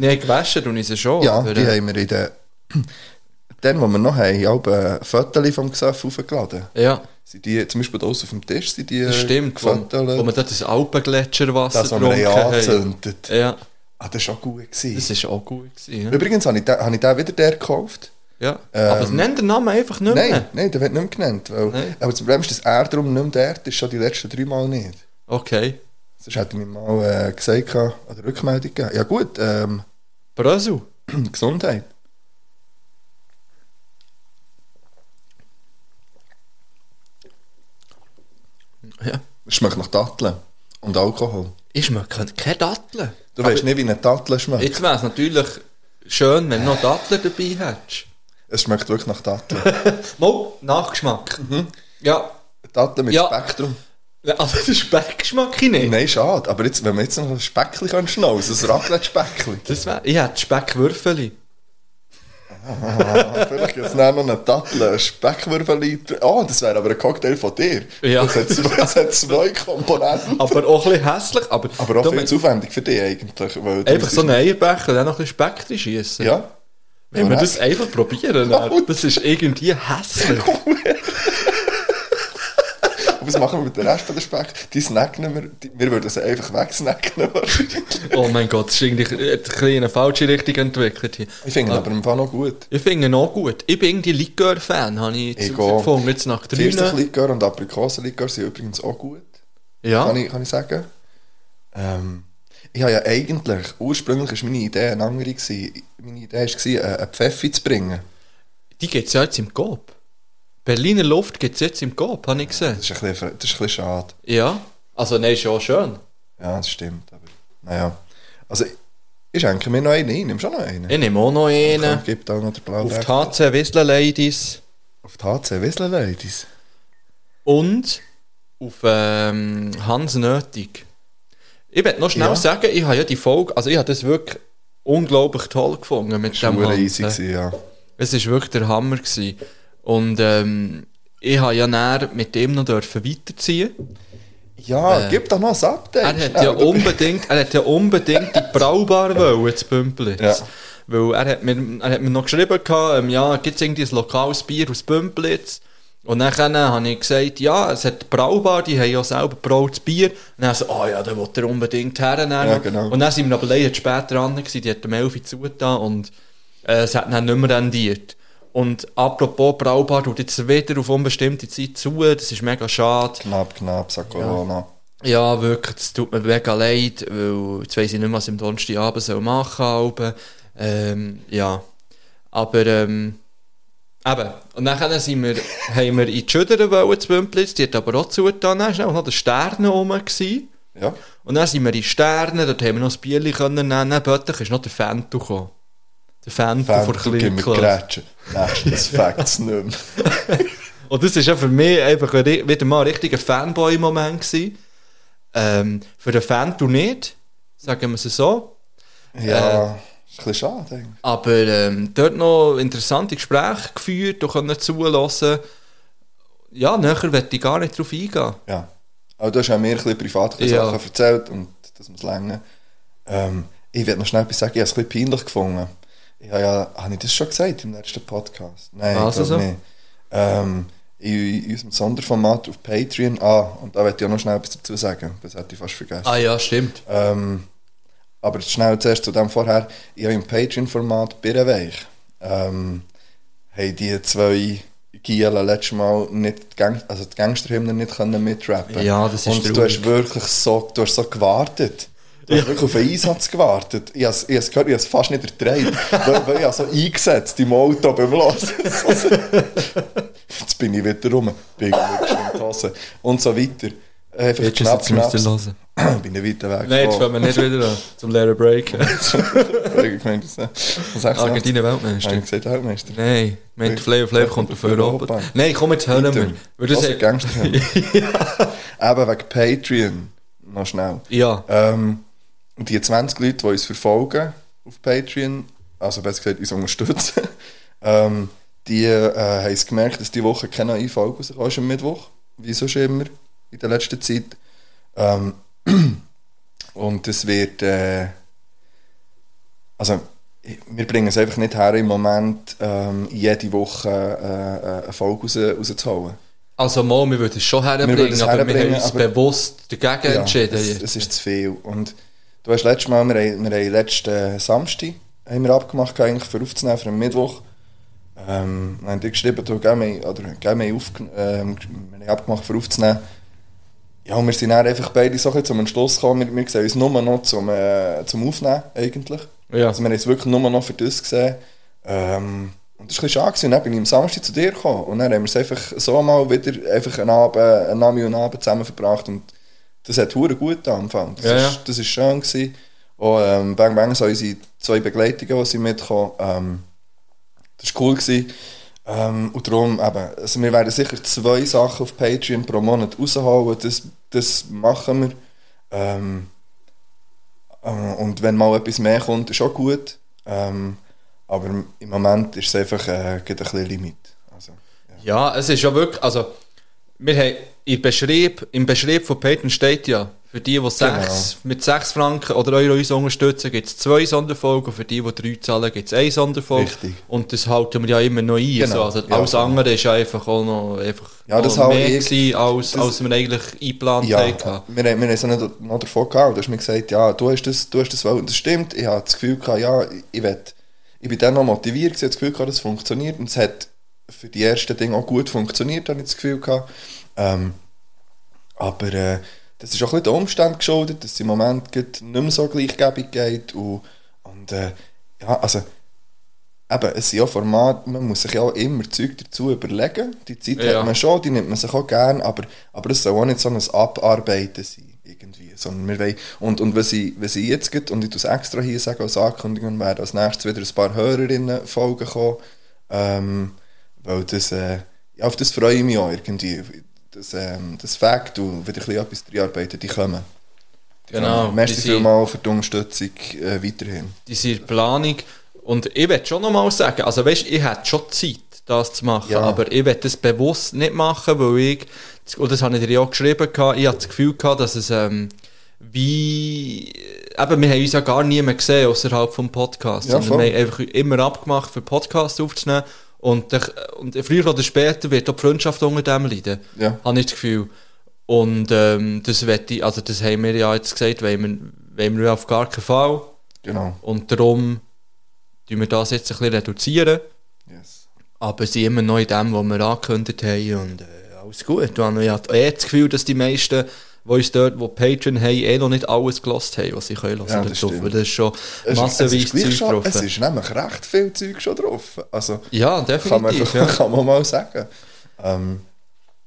D: Nein, gewaschen tun ich sie schon.
A: Ja,
D: aber,
A: die
D: äh,
A: haben wir in den... Dann, wo wir noch haben, haben wir ein Fotos vom Gesöff aufgeladen.
D: äh, ja.
A: Sind die, zum Beispiel da draussen auf dem Tisch, sind die
D: Das stimmt, wo,
A: gefötelt.
D: wo man dort das Alpengletscherwasser
A: äh, das, was wir
D: getrunken haben.
A: haben angezündet
D: Ja,
A: Ah, das war auch gut.
D: das
A: Gewesen.
D: war auch gut. Gewesen, ja.
A: Übrigens habe ich, den, habe ich den wieder der gekauft.
D: Ja.
A: Ähm,
D: Aber nenn den Namen einfach nicht
A: Nein,
D: mehr.
A: nein, der wird nicht mehr genannt. Weil,
D: Nein.
A: Aber das Problem ist, dass er darum nicht mehr der ist, schon die letzten drei Mal nicht.
D: Okay.
A: Sonst hätte ich mir mal äh, gesagt gehabt, oder Rückmeldung gegeben. Ja gut, ähm, <clears throat>
D: Brösel.
A: Gesundheit.
D: Ja.
A: Es schmeckt nach Datteln und Alkohol.
D: Ich schmecke keine Datteln.
A: Du weißt nicht, wie eine Dattel schmeckt.
D: Jetzt wäre es natürlich schön, wenn du noch Datteln dabei hättest.
A: Es schmeckt wirklich nach Datteln.
D: Mal Nachgeschmack.
A: Mhm.
D: Ja.
A: Datteln mit
D: Ja.
A: Spektrum.
D: Also den Speckgeschmack ich nicht.
A: Nein, schade. Aber jetzt, wenn wir jetzt noch ein Speckchen können schnauzen können, ein Raclette-Speckchen.
D: Das wär, ich hätte Speckwürfeli.
A: Vielleicht gibt es noch eine Dattel, einen Speckwürfel. Oh, das wäre aber ein Cocktail von dir.
D: Ja.
A: Das, hat zwei, das hat zwei Komponenten.
D: Aber auch ein bisschen hässlich. Aber,
A: Aber auch
D: du-
A: viel zu aufwendig für dich eigentlich. Weil du
D: Einfach so
A: musst-
D: einen Eierbecher und dann noch ein bisschen Speck drin schiessen.
A: Ja.
D: Wenn wir das einfach probieren, dann- das ist irgendwie hässlich.
A: Aber was machen wir mit dem Rest von der Speck? Die snacken wir, die, wir würden sie einfach wegsnacken. <laughs>
D: Oh mein Gott, das ist eigentlich äh, ein bisschen in eine falsche Richtung entwickelt hier.
A: ich finde ihn
D: Ah.
A: aber im Fall noch gut.
D: Ich finde ihn auch gut. Ich bin irgendwie Likör-Fan, habe ich
A: Ich
D: jetzt
A: auch.
D: gefunden, jetzt nach drei.
A: Pfirsichlikör und Aprikosenlikör sind übrigens auch gut.
D: Ja,
A: kann, ich, kann ich sagen. Ähm, ich habe ja eigentlich, ursprünglich war meine Idee eine andere. Gewesen. Meine Idee war, eine- eine Pfeffi zu bringen.
D: die gibt es ja jetzt im Coop. Berliner Luft gibt es jetzt im Coop, habe ich gesehen.
A: Das ist ein bisschen, ver- das ist ein bisschen schade.
D: Ja, also nein, ist ja auch schön.
A: Ja, das stimmt. Aber naja. Also, ich- ich schenke mir noch einen ein. Nimmst du auch noch einen?
D: Ich nehme auch noch einen.
A: Gib da noch den blauen
D: Auf die
A: Weg.
D: HC Whistler Ladies
A: Auf die HC Wesla Ladies.
D: und auf ähm, Hans Nötig. Ich möchte noch schnell
A: Ja.
D: sagen, ich habe ja die Folge, also ich habe das wirklich unglaublich toll gefunden mit
A: Das
D: dem
A: war
D: Hans.
A: easy, gewesen, ja.
D: Es war wirklich der Hammer. Gewesen. Und ähm, ich habe ja näher mit dem noch dürfen weiterziehen.
A: Ja, gib doch noch ein Update.
D: Äh, Er hat
A: schnell.
D: ja um-
A: Du-
D: unbedingt, er hat ja unbedingt die Braubar wollen, zu Bümplitz.
A: Ja.
D: Weil er hat, mir, er hat mir noch geschrieben, gehabt, ähm, ja, gibt es irgendwie ein lokales Bier aus Bümplitz? Und dann habe ich gesagt, ja, es hat die Braubar, die haben ja selber brautes Bier. Und dann so, ah ja, da will er unbedingt hernehmen.
A: Ja, genau.
D: Und dann sind wir aber leider später dran gewesen, die hat um 11 Uhr zugetan und äh, es hat dann nicht mehr rendiert. Und apropos Braubar, tut jetzt wieder auf unbestimmte Zeit zu, das ist mega schade.
A: Knapp, knapp, sagt Corona.
D: Ja, wirklich, es tut mir mega leid, weil jetzt weiss ich nicht mehr, was ich am Donnerstagabend soll machen soll. Ähm, ja, aber ähm, eben. Und dann sind wir, <laughs> haben wir in die Schüderen wollen, zu Bümplitz, die hat aber auch zugetan, dann war noch der Sterne rum. Gewesen.
A: Ja.
D: Und dann sind wir in Sterne, dort haben wir noch ein Bierchen können nehmen, plötzlich ist noch der Fan gekommen. Der Fan von
A: Fenster gib mir
D: Kleinklasse.
A: Grätschen.
D: <laughs>
A: Nächstes Facts nicht mehr.
D: Und das war ja für mich einfach ein ri- wieder mal ein richtiger Fanboy-Moment. gewesen. Ähm, für den Fan du nicht, sagen wir es so. Äh.
A: Ja, ist ein bisschen schade eigentlich.
D: Aber ähm, dort noch interessante Gespräche geführt, du kannst zulassen. Ja, näher werde ich gar nicht drauf eingehen.
A: Ja. Aber du hast ja mir ein bisschen privat ein bisschen
D: Ja.
A: Sachen erzählt und das muss länger. Ähm, ich werde noch schnell etwas sagen, ich habe es ein bisschen peinlich gefunden. Ich habe ja, habe ich das schon gesagt im letzten Podcast? Nein,
D: Was
A: ich glaube
D: also?
A: nicht. Ähm, in, in unserem Sonderformat auf Patreon, ah, und da werde ich auch noch schnell etwas dazu sagen, das hätte ich fast vergessen.
D: Ah ja, stimmt.
A: Ähm, aber schnell zuerst zu dem vorher. Ich habe im Patreon-Format Birrenweich. Ähm, haben die zwei Gielen letztes Mal nicht die, Gang also die Gangsterhymne nicht können mitrappen
D: Ja, das ist
A: Und du
D: traurig.
A: hast wirklich so, du hast so gewartet. Du hast wirklich auf einen Einsatz gewartet. Ich habe es ich habe es gehört, ich habe es fast nicht ertragen. weil, weil ich habe so eingesetzt im Auto beim Lassen. Jetzt bin ich wieder rum. Bin wirklich in die Hose. Und so weiter. Einfach
D: Jetzt
A: knapp,
D: müsst ihr
A: knapp.
D: hören.
A: bin ich weiter weg.
D: Nein, jetzt
A: Oh.
D: fangen wir nicht wieder an, zum Lehren Break.
A: Ich meine, das ist Argentinien.
D: Argentinien Weltmeister.
A: Ich gesagt, Weltmeister.
D: Nein, mein Flair Flair kommt auf Europa. Nein, komm, jetzt hören wir. Weil
A: Das
D: das
A: ist Gangster. <laughs> Eben wegen Patreon. Noch schnell.
D: ja.
A: Ähm, und die 20 Leute, die uns verfolgen auf Patreon, also besser gesagt uns unterstützen, <laughs> ähm, die äh, haben es gemerkt, dass diese Woche keine neue Folge rausgekommen ist am Mittwoch, wie sonst immer, in der letzten Zeit. Ähm, <clears throat> und es wird... Äh, also wir bringen es einfach nicht her im Moment, ähm, jede Woche äh, äh, eine Folge raus, rauszuholen.
D: Also mal, wir würden es schon herbringen,
A: Wir würden es
D: aber wir
A: herbringen,
D: haben uns
A: aber-
D: bewusst dagegen entschieden.
A: Es, es ist zu viel. Und du hast letztes Mal, wir haben, wir haben letzten Samstag haben wir abgemacht, eigentlich für aufzunehmen, für den Mittwoch. Ähm, dann haben die geschrieben, du, gell, wir, oder, gell, wir, haben aufgen- ähm, wir haben abgemacht, für aufzunehmen. Ja, und wir sind dann einfach beide so ein bisschen zum Entschluss gekommen, wir, wir sehen uns nur noch zum, äh, zum Aufnehmen, eigentlich.
D: Ja.
A: Also wir haben es wirklich nur noch für das gesehen. Ähm, und das war ein bisschen schade. gewesen. Und dann bin ich am Samstag zu dir gekommen. Und dann haben wir es einfach so mal wieder einfach einen Abend, einen Abend und einen Abend zusammen verbracht. Und das hat hure gut getan, am Anfang. Das
D: Ja,
A: ist,
D: ja.
A: Das ist schön gewesen. Und ähm, Bang Bang, so unsere zwei Begleitungen, die sie mitkommen. Ähm, das war cool. Gewesen. Ähm, und darum, eben, also wir werden sicher zwei Sachen auf Patreon pro Monat raushauen. Das, das machen wir. Ähm, äh, und wenn mal etwas mehr kommt, ist auch gut. Ähm, aber im Moment ist es einfach äh, gibt ein bisschen Limit. Also,
D: Ja, es ist ja wirklich, also wir haben im Beschrieb, im Beschrieb von Peyton steht ja, Für die, die sechs,
A: Genau.
D: mit 6 Franken oder Euro uns unterstützen, gibt es zwei Sonderfolgen. Für die, die drei zahlen, gibt es eine Sonderfolge.
A: Richtig.
D: Und das halten wir ja immer noch ein.
A: Genau.
D: So. Also
A: Ja,
D: alles
A: voll.
D: andere ist einfach auch noch, einfach
A: Ja, das
D: noch
A: habe
D: mehr
A: ich-
D: gewesen, als,
A: das-
D: als wir eigentlich eingeplant
A: Ja,
D: haben. Genau.
A: wir, haben- wir haben es ja nicht noch davon gehabt. Du hast mir gesagt, ja, du hast das, du hast das wollen. Und das stimmt. Ich hatte das Gefühl, gehabt, ja, ich- ich, will, ich bin dann noch motiviert, gewesen, ich hatte das Gefühl, gehabt, das funktioniert. Und es hat für die ersten Dinge auch gut funktioniert, habe ich das Gefühl. Gehabt. Ähm, aber äh, das ist auch ein bisschen den Umständen geschuldet, dass es im Moment gerade nicht mehr so gleichgebig geht. Und, und äh, ja, also... Eben, es sind ja Formate, man muss sich ja auch immer Zeug dazu überlegen. Die Zeit
D: Ja.
A: hat man schon, die nimmt man sich auch gern, aber, aber es soll auch nicht so ein Abarbeiten sein, irgendwie. Sondern wir wollen, und, und was ich, was ich jetzt gerade, und ich tue es extra hier sagen als Ankündigung, werden als nächstes wieder ein paar Hörerinnen-Folgen kommen, ähm, weil das, äh, ja, auf das freue ich mich auch irgendwie. Das, ähm, das Fakt, und wieder ein bisschen etwas reinarbeiten, die kommen. Die
D: Genau,
A: kommen. Merci
D: die sind-
A: vielmals für die Unterstützung äh, weiterhin.
D: Diese Planung. Und ich will schon noch mal sagen, also weißt, ich hätte schon Zeit, das zu machen,
A: Ja.
D: aber ich will das bewusst nicht machen, weil ich, und das habe ich dir ja auch geschrieben, gehabt, ich hatte das Gefühl, gehabt, dass es ähm, wie, äh, eben, wir haben uns ja gar niemand gesehen außerhalb vom Podcast,
A: Ja,
D: sondern
A: voll.
D: wir haben einfach immer abgemacht, für Podcasts aufzunehmen und, dann- und früher oder später wird auch die Freundschaft unter dem leiden
A: Ja.
D: habe ich das Gefühl. Und ähm, das wette ich, also das haben wir ja jetzt gesagt, wollen wir, wollen wir auf gar keinen Fall.
A: Genau.
D: Und darum tun wir das jetzt ein bisschen reduzieren.
A: Yes.
D: Aber sind immer noch in dem, was wir angekündigt haben. Und äh, alles gut. Und ich habe eh das Gefühl, dass die meisten, die uns dort, die Patreon haben, eh noch nicht alles gelost haben, was sie können hören.
A: Ja, das
D: dazu.
A: stimmt.
D: Weil das ist schon
A: Es ist- es ist gleich
D: massenweise Zeug
A: schon-
D: drauf.
A: Es ist nämlich recht viel Zeug schon drauf. Also,
D: Ja,
A: kann man,
D: definitiv.
A: einfach, <laughs>
D: Ja.
A: kann man mal sagen. Ähm,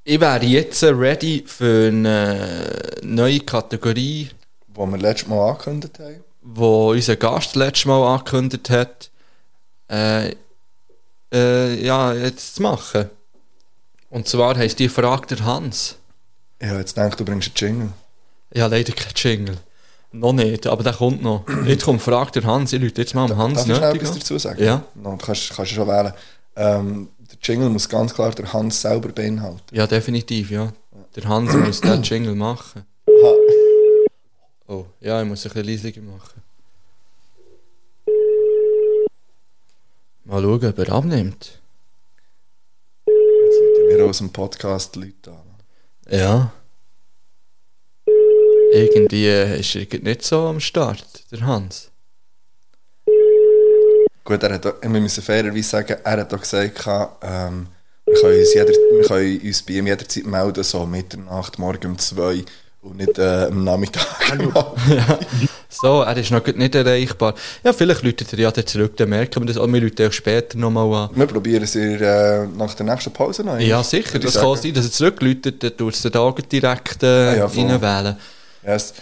D: Ich wäre jetzt ready für eine neue Kategorie.
A: wo wir letztes Mal angekündigt haben.
D: wo unser Gast letztes Mal angekündigt hat, äh, äh, ja, jetzt zu machen. Und zwar heisst die Frage der Hans.
A: Ich habe jetzt gedacht, du bringst einen Jingle.
D: Ich habe leider keinen Jingle. Noch nicht, aber der
A: <clears throat>
D: kommt noch. Jetzt kommt Frage der Hans. Ich Leute jetzt mal am Hans
A: Darf ich schnell
D: Nötig
A: etwas
D: an.
A: dazu sagen?
D: Ja.
A: No, du kannst, kannst schon wählen. Ähm, der Jingle muss ganz klar der Hans selber beinhalten.
D: Ja, definitiv, ja. Der
A: <clears throat>
D: Hans muss den Jingle machen.
A: <laughs> Ha.
D: Oh, ja, ich muss ein bisschen leiser machen. Mal schauen, ob er abnimmt.
A: Jetzt rufen wir aus dem Podcast die Leute an.
D: Ja. Irgendwie äh, ist er grad nicht so am Start, der Hans.
A: Gut, er hat, auch- wir müssen fairerweise sagen, er hat auch gesagt, gehabt, ähm, wir, können uns jeder, wir können uns bei ihm jederzeit melden, so Mitternacht, morgen um zwei und nicht äh, am Nachmittag.
D: So, er ist noch grad nicht erreichbar. Ja, vielleicht läutet er ja dann zurück, dann merken wir das. Oder wir läuten auch später nochmal an.
A: <laughs> Wir probieren es ihr, äh, nach der nächsten Pause noch.
D: Ja, sicher. Das kann sein, dass er zurückläutet, dann tut es den Tag direkt äh,
A: ja, voll.
D: reinwählen.
A: Yes.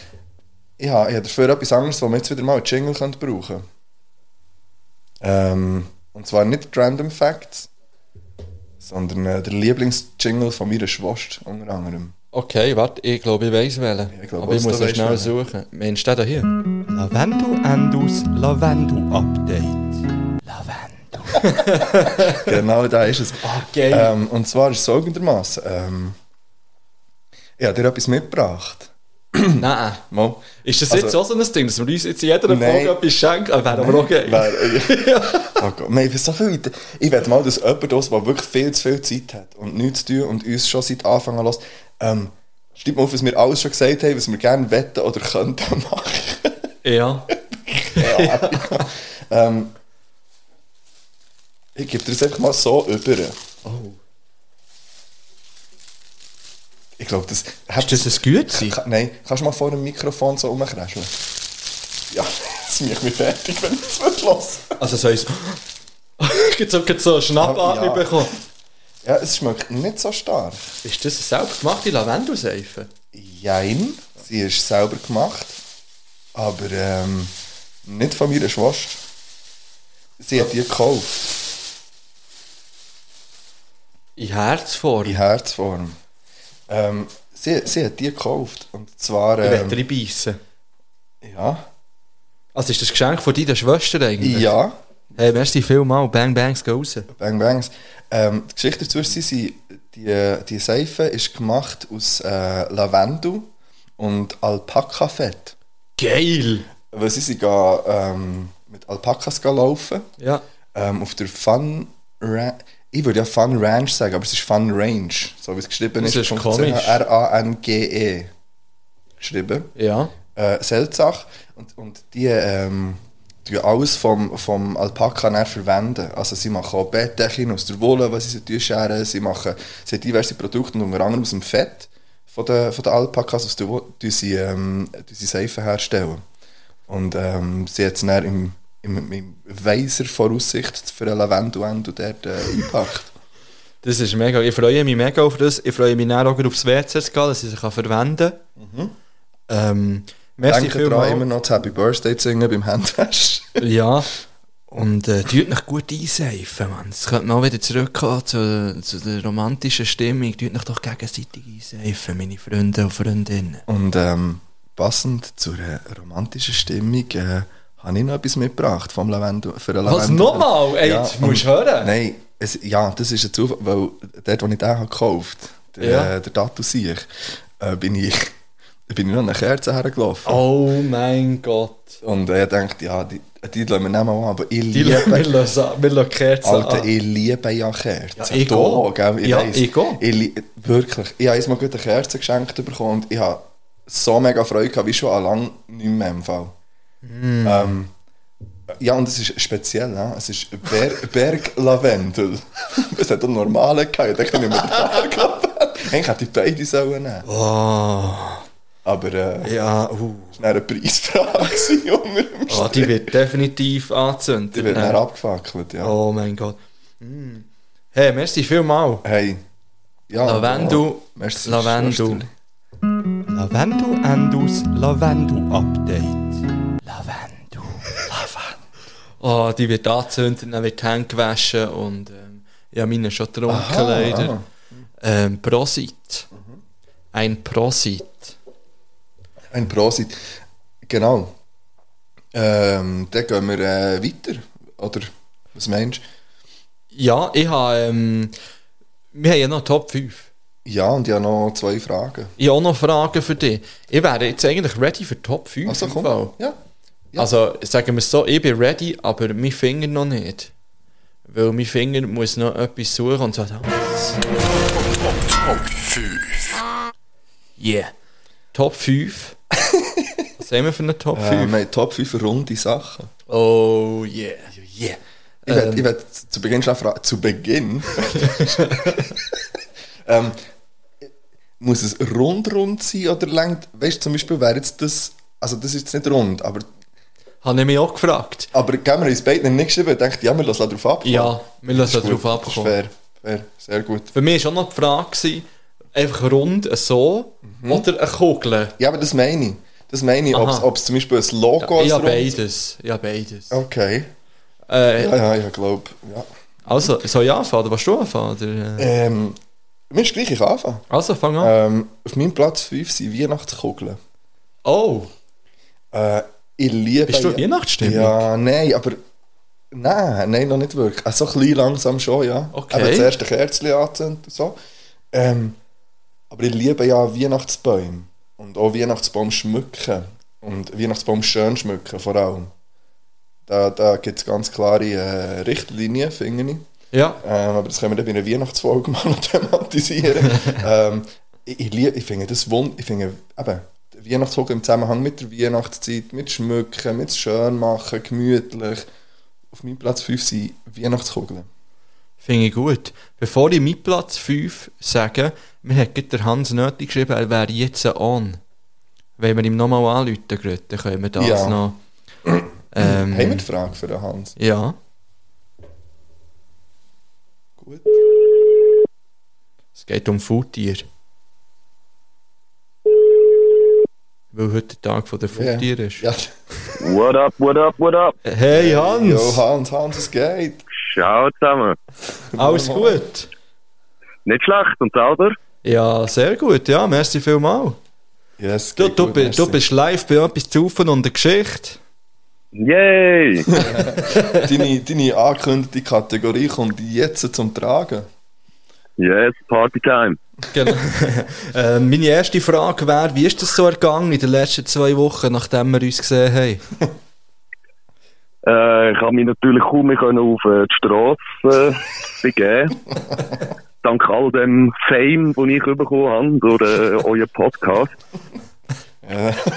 A: Ja, ich habe dafür etwas anderes, wo wir jetzt wieder mal einen Jingle könnte brauchen können. Ähm, und zwar nicht die Random Facts, sondern äh, der Lieblingsjingle von meiner Schwester unter
D: <laughs>
A: anderem.
D: Okay, warte, ich glaube, ich weiß wählen.
A: ich glaube,
D: Aber
A: was
D: ich muss
A: du
D: ihn
A: weißt,
D: schnell
A: wählen.
D: suchen. Mensch, der da hier.
A: <clears throat>
B: Lavendu Endus Lavendu Update. Lavendu.
A: genau da ist es.
D: geil.
A: Ähm, und zwar ist es folgendermaßen. Ähm, ich habe dir etwas mitgebracht.
D: Nein.
A: Mal.
D: Ist das
A: Also-
D: jetzt auch so ein Ding, dass wir uns jetzt in jeder
A: Nein.
D: Folge etwas schenken? Ah, Wäre aber auch geil.
A: <laughs> Wer, oh Gott, wir haben so viel. Ich will mal, dass jemand aus, der wirklich viel zu viel Zeit hat und nichts zu tun und uns schon seit Anfang an lässt, ähm, schreibt mal auf, was wir alles schon gesagt haben, was wir gerne wetten oder könnten <laughs> machen.
D: Ja.
A: ja. ähm, ich gebe dir das einfach mal so über.
D: Oh.
A: Ich glaube, das... Hast
D: Ist das ein
A: <laughs>
D: Gütsein?
A: Ka- Nein, kannst du mal vor dem Mikrofon so rumkräscheln? Ja, <laughs> das macht mich fertig, wenn ich es höre.
D: Also so <laughs> ist Jetzt habe ich so einen Schnappatmung
A: Ja.
D: bekommen.
A: Ja, es schmeckt nicht so stark.
D: Ist das eine selbstgemachte Lavendelseife?
A: Jein, sie ist selber gemacht, aber ähm, nicht von meiner Schwester. Sie hat die gekauft,
D: In Herzform.
A: in
D: Ich
A: Herzform. Ähm, sie, sie hat die gekauft und zwar...
D: ähm.
A: Ähm,
D: will beißen.
A: ja,
D: Also ist das Geschenk von deiner Schwester eigentlich?
A: ja,
D: Hey, merci vielmal. Bang Bangs gehen raus.
A: Bang Bangs. Ähm, die Geschichte dazu ist, sie- sie, die, die Seife ist gemacht aus äh, Lavendel und Alpakafett.
D: Geil!
A: Weil sie sind gehen, ähm, mit Alpakas gehen laufen.
D: Ja.
A: Ähm, auf der Fun Ra Ich würde ja Fun Ranch sagen, aber es ist Fun Range. So wie es geschrieben
D: Das
A: ist.
D: ist komisch.
A: R-A-N-G-E. E. Geschrieben.
D: Ja.
A: Äh, Selzach. Und, und die ähm, tun alles vom, vom Alpaka näher verwenden. Also sie machen auch Bettdecken aus der Wolle, was sie so scheren. Sie machen sie haben diverse Produkte, und unter anderem aus dem Fett von den, von den Alpakas, aus der Wolle, tun sie, ähm, tun sie Seifen herstellen. Und ähm, sie hat es dann im, im, im weiser Voraussicht für einen Lavenduend und dort äh, eingepackt.
D: Das ist mega. Ich freue mich mega auf das. Ich freue mich dann auch aufs WC zu gehen, dass ich es kann verwenden kann. Ähm, merci
A: Denke daran, immer
D: vielmals.
A: noch das Happy Birthday zu singen beim Handwaschen.
D: Ja. Und äh, tut euch gut einseifen, Mann. Es könnte mal wieder zurückgehen zu, zu der romantischen Stimmung. Tut euch doch gegenseitig einseifen, meine Freunde und Freundinnen.
A: Und ähm, passend zur äh, romantischen Stimmung äh, habe ich noch etwas mitgebracht vom Lavendel. Für den
D: Was
A: Lavendel-
D: nochmal? Ey,
A: Ja,
D: das musst du
A: und-
D: hören.
A: Nein, es, ja, das ist ein Zufall, weil dort, wo ich den habe gekauft der,
D: Ja.
A: äh, der Tattoo sehe ich, äh, bin ich, <laughs> bin ich noch an eine Kerze hergelaufen.
D: Oh mein Gott.
A: Und er denkt, ja, die, die lassen wir nicht mal an, aber ich
D: Die
A: liebe
D: wir lassen wir lassen die Kerze
A: Alter,
D: an.
A: ich liebe ja Kerzen.
D: ah. Ja, ich
A: Da,
D: auch.
A: gell, ich
D: Ja,
A: weiss.
D: ich auch.
A: li- wirklich. Ich habe einmal gut eine Kerze geschenkt bekommen und ich habe so mega Freude gehabt, wie schon an lange nicht mehr im Fall.
D: Hmm.
A: Ähm, ja, und es ist speziell, ne? es ist Ber
D: <laughs>
A: <laughs> Berglavendel. es hat auch normale gehabt, da kann ich mir den Berglavendel. Eigentlich hätte ich beide sollen nehmen.
D: Oh,
A: Aber äh,
D: ja, uh.
A: es war dann eine Preisfrage, <laughs> gewesen, unter dem
D: Oh, die wird definitiv angezündet.
A: Die wird
D: Nein.
A: dann abgefackelt, ja.
D: Oh mein Gott. Mm. Hey, merci vielmal.
A: Hey. Ja,
D: Lavendel.
A: Oh, Merci.
D: Lavendel. Lavendu Endus Lavendu Update. Lavendu. Lavendu. Oh, die wird angezündet, dann wird die Hände gewaschen und ähm, ja, meine schon getrunken
A: Aha, Mhm.
D: leider.
A: aha.
D: Ähm, Prosit. Ein Prosit.
A: Ein Prosit. Genau. Ähm, dann gehen wir äh, weiter. Oder was meinst du?
D: Ja, ich habe. Ähm, wir haben ja noch Top 5.
A: Ja, und ich habe noch zwei Fragen.
D: Ich habe auch noch Fragen für dich. Ich wäre jetzt eigentlich ready für Top 5.
A: Also
D: im
A: komm.
D: Fall.
A: Ja. Ja.
D: Also sagen wir es so, ich bin ready, aber mein Finger noch nicht. Weil mein Finger muss noch etwas suchen und so. Yeah.
A: <laughs>
D: Top 5. Was haben wir für eine Top 5?
A: Äh, wir haben Top 5 runde Sachen.
D: Oh yeah. Yeah. Ähm.
A: Ich werd- ich werd zu Beginn schnell fragen. Zu
D: <laughs>
A: Beginn? ähm, muss es rund rund sein oder längt? Weißt du, zum Beispiel wäre jetzt das. Also, das ist jetzt nicht rund, aber,
D: Habe ich mich auch gefragt.
A: aber gehen wir ins Bett nicht geschrieben und denkt, ja, wir lassen darauf abkommen.
D: Ja, wir
A: Das
D: lassen
A: ist
D: darauf
A: gut.
D: abkommen.
A: Das ist Fair, fair, sehr gut.
D: Für mich war auch noch die Frage, gewesen, einfach rund so oder eine Kugel.
A: Mhm. Ja, aber das meine ich. Das meine ich,
D: Aha.
A: ob es zum Beispiel ein Logo als
D: Ich habe
A: Rund-
D: beides. Ich habe beides.
A: Okay.
D: Äh,
A: Ja, ja, ich glaube, ja.
D: Also, soll ich anfangen? Oder willst du anfangen? Oder? äh?
A: Ähm, mir ist gleich, ich anfange.
D: Also, fang an.
A: Ähm, auf meinem Platz 5 sind Weihnachtskugeln.
D: Oh,
A: Äh, ich liebe...
D: bist du in Weihnachtsstimmung?
A: Ja, nein, aber... Nein, nein, noch nicht wirklich. Also ein bisschen langsam schon, ja.
D: Okay.
A: Eben zuerst ein Kerzchen anzünden und so. Ähm, aber ich liebe ja Weihnachtsbäume. Und auch Weihnachtsbaum schmücken. Und Weihnachtsbaum schön schmücken vor allem. Da, da gibt es ganz klare äh, Richtlinien, finde ich.
D: Ja.
A: Ähm, aber das können wir dann bei einer Weihnachtsfolge mal <laughs> noch thematisieren. ähm, ich, ich, lieb, ich finde das wund, ich finde eben, die Weihnachtsfolge im Zusammenhang mit der Weihnachtszeit, mit Schmücken, mit Schönmachen, gemütlich. Auf meinem Platz 5 sind Weihnachtskugeln.
D: Finde ich gut. Bevor ich meinen Platz 5 sage, mir hat gerade der Hans Nötig geschrieben, er wäre jetzt on. Wenn wir ihm nochmal anrufen gerade, dann können wir das
A: Ja.
D: noch... Ähm,
A: <clears throat> Haben wir die Frage für den Hans?
D: Ja.
A: Gut.
D: Es geht um Foodtier. Weil heute der Tag von der
A: Ja.
D: Foodtier ist.
A: Ja.
E: What up, what up, what up?
D: Hey Hans!
A: Jo, Hans, Hans, es geht.
E: Schau zusammen.
D: Alles gut?
E: Nicht schlecht und selber?
D: Ja, sehr gut. Ja, merci vielmals.
A: Yes,
D: Du,
A: geht
D: du,
A: gut,
D: bi-
A: merci.
D: du bist live bei etwas zu Haufen und der Geschichte.
A: <laughs>
E: Yay!
A: deine, deine angekündigte Kategorie kommt jetzt zum Tragen.
E: Yes, Partytime.
D: Genau. <laughs> äh, meine erste Frage wäre, wie ist das so ergangen in den letzten zwei Wochen, nachdem wir uns gesehen haben?
E: Äh, ich habe mich natürlich kaum mehr können auf äh, die Straße äh,
A: <laughs>
E: begeben Dank all dem Fame, den ich bekommen habe durch äh, euren Podcast.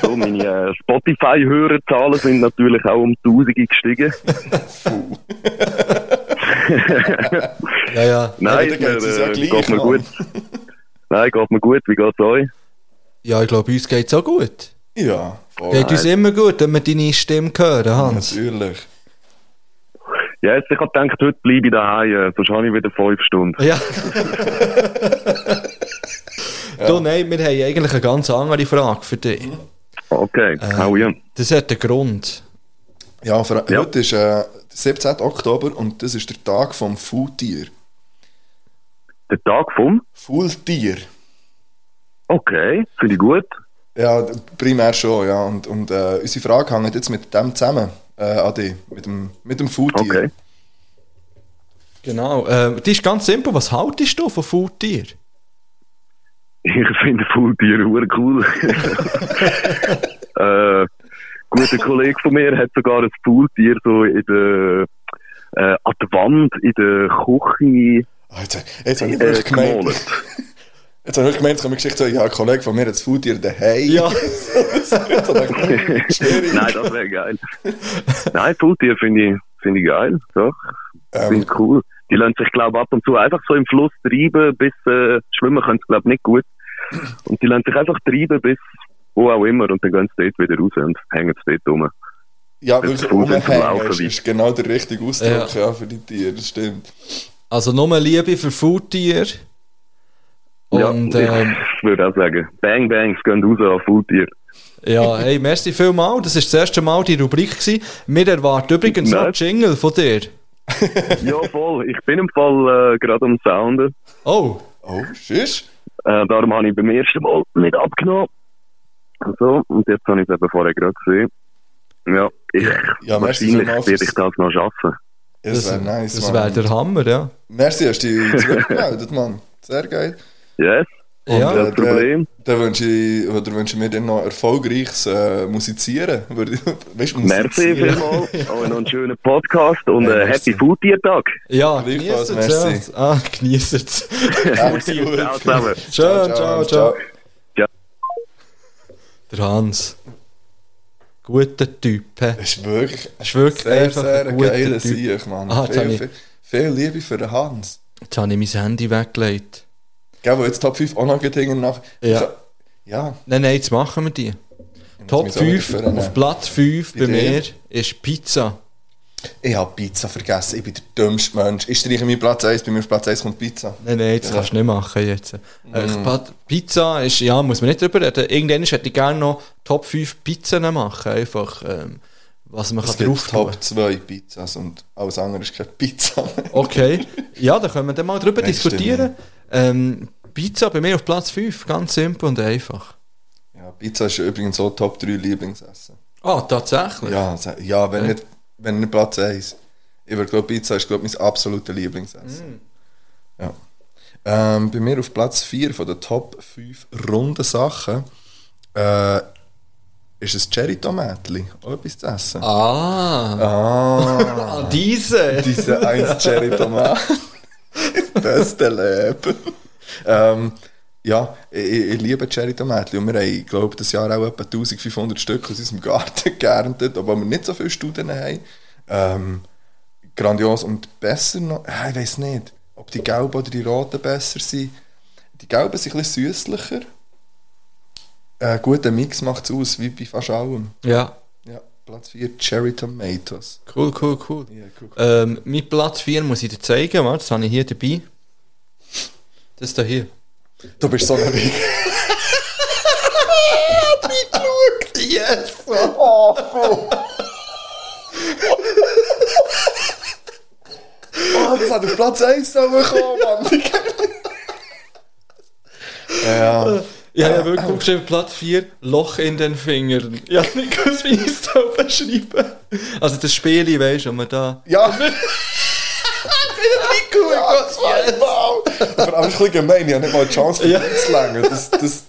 E: So, meine äh, Spotify-Hörerzahlen sind natürlich auch um
A: <laughs>
E: Tausende gestiegen.
D: Ja, ja.
E: Nein,
A: dann geht's uns ja
E: äh,
A: gleich,
E: geht mir
A: Mann.
E: gut. Nein, geht mir gut. Wie geht's euch?
D: Ja, ich glaube, uns geht es auch gut.
A: Ja, voll.
D: Geht uns immer gut, wenn wir deine Stimme hören, Hans.
A: Natürlich.
E: Ja, jetzt, ich habe gedacht, heute bleibe ich daheim, äh, sonst habe ich wieder fünf Stunden. <laughs>
D: Ja. Du, nein, wir haben eigentlich eine ganz andere Frage für dich.
E: Okay, hau rein.
D: Das hat einen Grund.
A: Ja, für,
E: Ja.
A: heute ist äh, der 17. Oktober und das ist der Tag vom Faultier.
E: Der Tag vom?
A: Faultier.
E: Okay, finde ich gut.
A: Ja, d- primär schon, ja. Und, und äh, unsere Frage hängt jetzt mit dem zusammen, äh, Adi, mit dem, mit dem Faultier.
E: <laughs> Okay.
D: Genau. Äh, das ist ganz simpel. Was haltest du von Faultier?
E: Ich finde Faultiere hure cool. äh, guter Kollege von mir hat sogar ein Faultier so in der, äh, an der Wand in der Küche
A: Ah, jetzt jetzt habe ich
E: äh,
A: wirklich <laughs> gemeint,
E: gemalt.
A: jetzt habe ich wirklich gemeint, es kommt eine Geschichte so, ja, ein Kollege von mir hat das Faultier daheim.
D: Ja.
A: Jetzt habe ich gedacht, schwierig.
E: <laughs> Nein, das wäre geil. Nein, Faultier finde ich, finde ich geil. Doch, finde ich cool. Die lassen sich, glaube ab und zu einfach so im Fluss treiben, bis äh, schwimmen können sie, glaube nicht gut. Und die lassen sich einfach treiben, bis wo auch immer, und dann gehen sie dort wieder raus und hängen sie dort rum.
A: ja,
E: das
A: wirklich
E: Faultier zum
A: rumhängen
E: Laufen
A: ist,
E: wie-
A: ist genau der richtige Ausdruck ja. für die Tiere, das stimmt.
D: Also nur Liebe für Faultier. Und
E: ja,
D: ja,
E: <laughs>
D: ähm,
E: ich würde auch sagen, Bang Bangs gehen raus an Faultier.
D: ja hey, merci vielmal. Das war das erste Mal die Rubrik. Gewesen. Wir erwarten übrigens noch
E: Nein.
D: einen Jingle von dir.
E: Ja, voll. Ich bin im Fall äh, gerade am Sounden.
D: Oh,
A: Oh, schisch.
E: Äh, darum habe ich beim ersten Mal nicht abgenommen. So, und jetzt habe ich es eben vorher gerade gesehen. Ja, ich,
A: Ja, merci
E: wahrscheinlich
A: vielmals
E: werde
A: fürs-
E: ich das noch schaffen.
A: Ja,
D: das,
A: Das wäre nice,
D: das
A: Mann.
D: wäre der Hammer, ja.
A: Merci, hast du dich zurückgemeldet, Mann. Sehr geil.
E: Yes,
D: ja.
E: kein Problem.
A: Dann Äh, wünsche ich, oder wünsche ich mir dann noch erfolgreiches äh, Musizieren. Würde- <laughs> weißt du,
E: Merci Oh,
A: musizieren.
E: vielmals. Auch noch einen schönen
A: <laughs>
E: Podcast und
A: Hey,
E: äh,
A: merci.
E: Happy Food-Tiertag.
D: Ja,
A: Gleichfalls,
D: genießt es.
A: merci.
D: Ja. Ah, genießt es.
A: Merci.
E: Ciao zusammen.
D: Schön, ciao, ciao.
E: Ciao.
D: Der Hans. Guter Typ. he.
A: Das ist wirklich,
D: Ist wirklich
A: sehr,
D: einfach
A: sehr
D: ein
A: ein
D: guter
A: geiler
D: Typ.
A: Sieg, Mann.
D: Ah, jetzt hab
A: viel,
D: ich-
A: viel, viel Liebe für den Hans.
D: Jetzt habe ich mein Handy weggelegt.
A: Gell, wo jetzt Top 5 auch noch gingen nach.
D: Ja.
A: Ja,
D: Nein, nein, jetzt machen wir die. Top
A: mich so nicht
D: 5,
A: verrennen.
D: auf Platz 5 bei,
A: Bei dir?
D: mir ist Pizza.
A: ich habe Pizza vergessen. Ich bin der dümmste Mensch. Ich streiche meinen Platz 1, bei mir auf Platz 1 kommt Pizza.
D: Nein, nein, das kannst du nicht machen jetzt. Äh, Pat- Pizza ist, ja, muss man nicht drüber reden. Irgendwann hätte ich gerne noch Top 5 Pizzen machen, einfach, ähm, was man
A: Es
D: kann drauf
A: gibt
D: tun.
A: Top 2 Pizzas und alles andere ist keine Pizza.
D: Okay, ja, da können wir dann mal drüber
A: Nein,
D: diskutieren. Ähm, Pizza bei mir auf Platz 5, ganz simpel und einfach.
A: ja, Pizza ist übrigens auch Top 3 Lieblingsessen.
D: Ah, tatsächlich?
A: Ja, se- ja wenn, nicht, wenn nicht Platz 1. Ich würde glaube, Pizza ist glaub, mein absoluter Lieblingsessen. Ja. Ähm, bei mir auf Platz 4 von den Top 5 runden Sachen äh, ist ein Cherry-Tomatli. Auch etwas zu essen. Ah,
D: Ah, ah, <laughs> diese.
A: diese 1 Cherry-Tomat. Beste Leben. ähm, ja, ich, ich ich liebe Cherry-Tomatli und wir haben, glaube das Jahr auch etwa 1500 Stück aus unserem Garten <laughs> geerntet, obwohl wir nicht so viele Studien haben. Ähm, grandios und besser noch, ah, ich weiß nicht, ob die gelben oder die roten besser sind. Die gelben sind ein bisschen süßlicher. Ein guter Mix macht es aus, wie bei fast allem.
D: Ja,
A: Ja, Platz 4, Cherry Tomatoes.
D: cool, cool, cool.
A: Ja, guck.
D: Ähm, mein Platz 4 muss ich dir zeigen, warte, das habe ich hier dabei. Das da hier.
A: Du bist so ein Weg.
D: Yes!
A: Oh, das hat auf Platz 1 bekommen, Mann. <laughs> ja,
D: Ja, ja, wirklich aufgeschrieben, Äh, Platz 4, Loch in den Fingern. Ja, <laughs> nicht gewusst, wie ich es da
A: <laughs>
D: beschreiben. Also das Spiel, weißt du, wenn man da...
A: ja.
D: Ich
A: Gut, ja, zweimal! Aber es ist ein bisschen gemein, ich habe nicht mal die Chance, für mich zu langen. Das, das,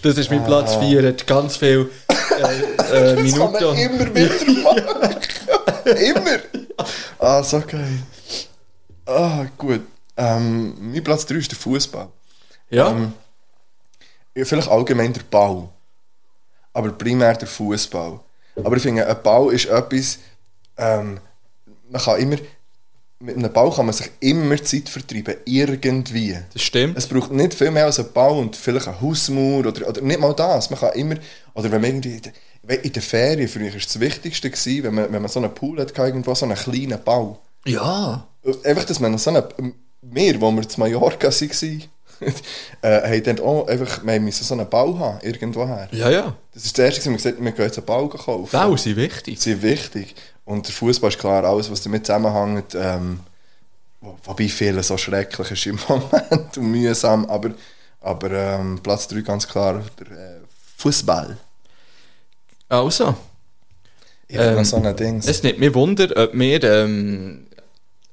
B: Das ist
D: Ah.
B: mein Platz 4. Hat ganz viel äh, äh,
A: <laughs> das kann man
B: Minuten.
A: immer wieder machen. <laughs> immer! Ah, so geil. Ah, gut. Ähm, mein Platz 3 ist der Fußball.
B: Ja.
A: Ähm, ja, vielleicht allgemein der Ball. Aber primär der Fußball. Aber ich finde, ein Ball ist etwas, ähm, man kann immer, mit einem Ball kann man sich immer Zeit vertreiben, irgendwie.
D: Das stimmt.
A: Es braucht nicht viel mehr als einen Ball und vielleicht eine Hausmauer oder, oder nicht mal das. Man kann immer, oder wenn man irgendwie, in der- in der Ferien für mich war das Wichtigste, gewesen, wenn, man, wenn man so einen Pool hatte, irgendwo so einen kleinen Ball.
B: Ja.
A: Einfach, dass man so einen, wir, wo wir zu Mallorca waren, <laughs> äh, haben dann auch einfach, wir müssen so einen Ball haben, irgendwoher.
D: Ja, ja.
A: Das ist das Erste, was wir gesagt haben, wir gehen jetzt einen Ball kaufen.
D: Bau sind wichtig.
A: sind wichtig. Und der Fußball ist klar, alles, was damit zusammenhängt, ähm, wo- wobei viele so schrecklich ist im <laughs> Moment und mühsam, aber, aber ähm, Platz 3 ganz klar, der äh, Fußball.
D: Also,
A: Ich ähm,
D: Ähm,
A: noch so ein Ding.
D: es nimmt mich Wunder, ob wir, ähm,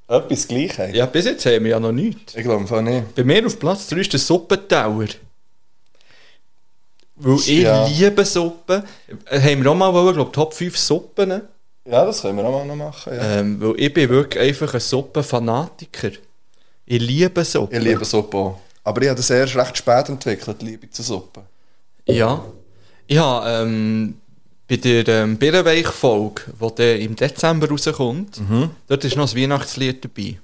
A: Etwas Gleiches.
D: ja, bis jetzt haben wir ja noch nichts.
A: Ich glaube im Fall nicht.
D: Bei mir auf Platz 3 ist der Suppentower. Weil ich
A: Ja.
D: liebe Suppen. Äh, Haben wir auch mal, wollen, glaub Top 5 Suppen. ne?
A: Ja, das können wir auch mal noch machen. Ja.
D: Ähm, weil ich bin wirklich einfach ein Suppenfanatiker. Ich liebe Suppen.
A: Ich liebe Suppe auch. Aber ich habe das erst recht spät entwickelt, die Liebe zur Suppe.
D: Ja. Ja, ähm, bei der ähm, Birrenweich-Folge, die dann im Dezember eh, rauskommt, dort ist noch das Weihnachtslied dabei.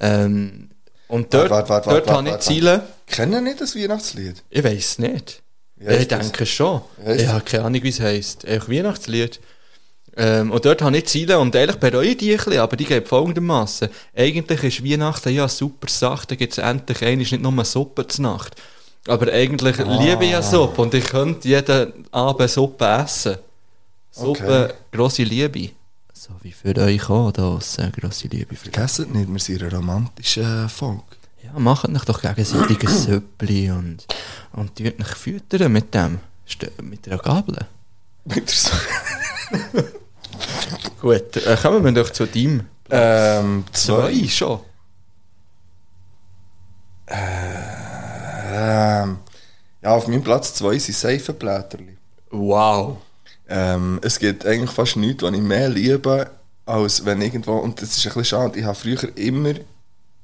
D: Ähm, und dort,
A: Warte, warte, warte,
D: dort
A: warte,
D: habe ich
A: warte,
D: Ziele.
A: Kennen nicht das Weihnachtslied?
D: Ich weiß nicht.
A: Wie heisst
D: ich denke schon.
A: Wie heisst
D: ich habe keine Ahnung, wie es heisst. Einfach Weihnachtslied. Ähm, und dort habe ich Ziele und eigentlich bereue ich die ein bisschen, aber die gehen folgendermaßen. Eigentlich ist Weihnachten ja eine super Sache, da gibt es endlich eine, ist nicht nur Suppe zur Nacht. Aber eigentlich liebe ich ja Suppe und ich könnte jeden Abend Suppe essen. Suppe,
A: Okay.
D: grosse Liebe. So wie für euch auch draussen, grosse Liebe für
A: Vergessen nicht, wir sind in einer romantischen Folge.
D: ja, macht euch doch gegenseitig <clears throat> ein Söppli und, und tut euch füttern mit dem. St- Mit der Gabel.
A: <laughs> Mit der Suppe.
D: Gut, äh, kommen wir doch zu deinem.
A: Ähm, zwei.
D: Zwei schon.
A: Ähm, ja, auf meinem Platz 2 sind Seifenblätterli.
D: Wow.
A: Ähm, es gibt eigentlich fast nichts, was ich mehr liebe, als wenn irgendwo, und das ist ein bisschen schade, ich habe früher immer,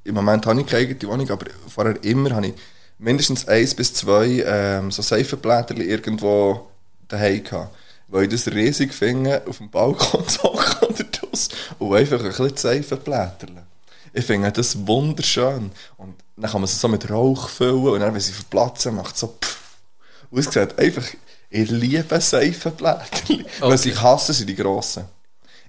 A: im Moment habe ich keine eigene Wohnung, aber vorher immer habe ich mindestens eins bis zwei ähm, so Seifenblätterli irgendwo daheim gehabt. Weil ich das riesig finde, auf dem Balkon <laughs> zu hocken oder das und einfach ein bisschen die Seifenblätterli. Ich finde das wunderschön. Und dann kann man es so mit Rauch füllen und dann, wenn sie verplatzen, macht es so pff. Und es sieht einfach, ich liebe
D: <laughs>
A: Seifenblätterli. Was ich hasse, sind die grossen.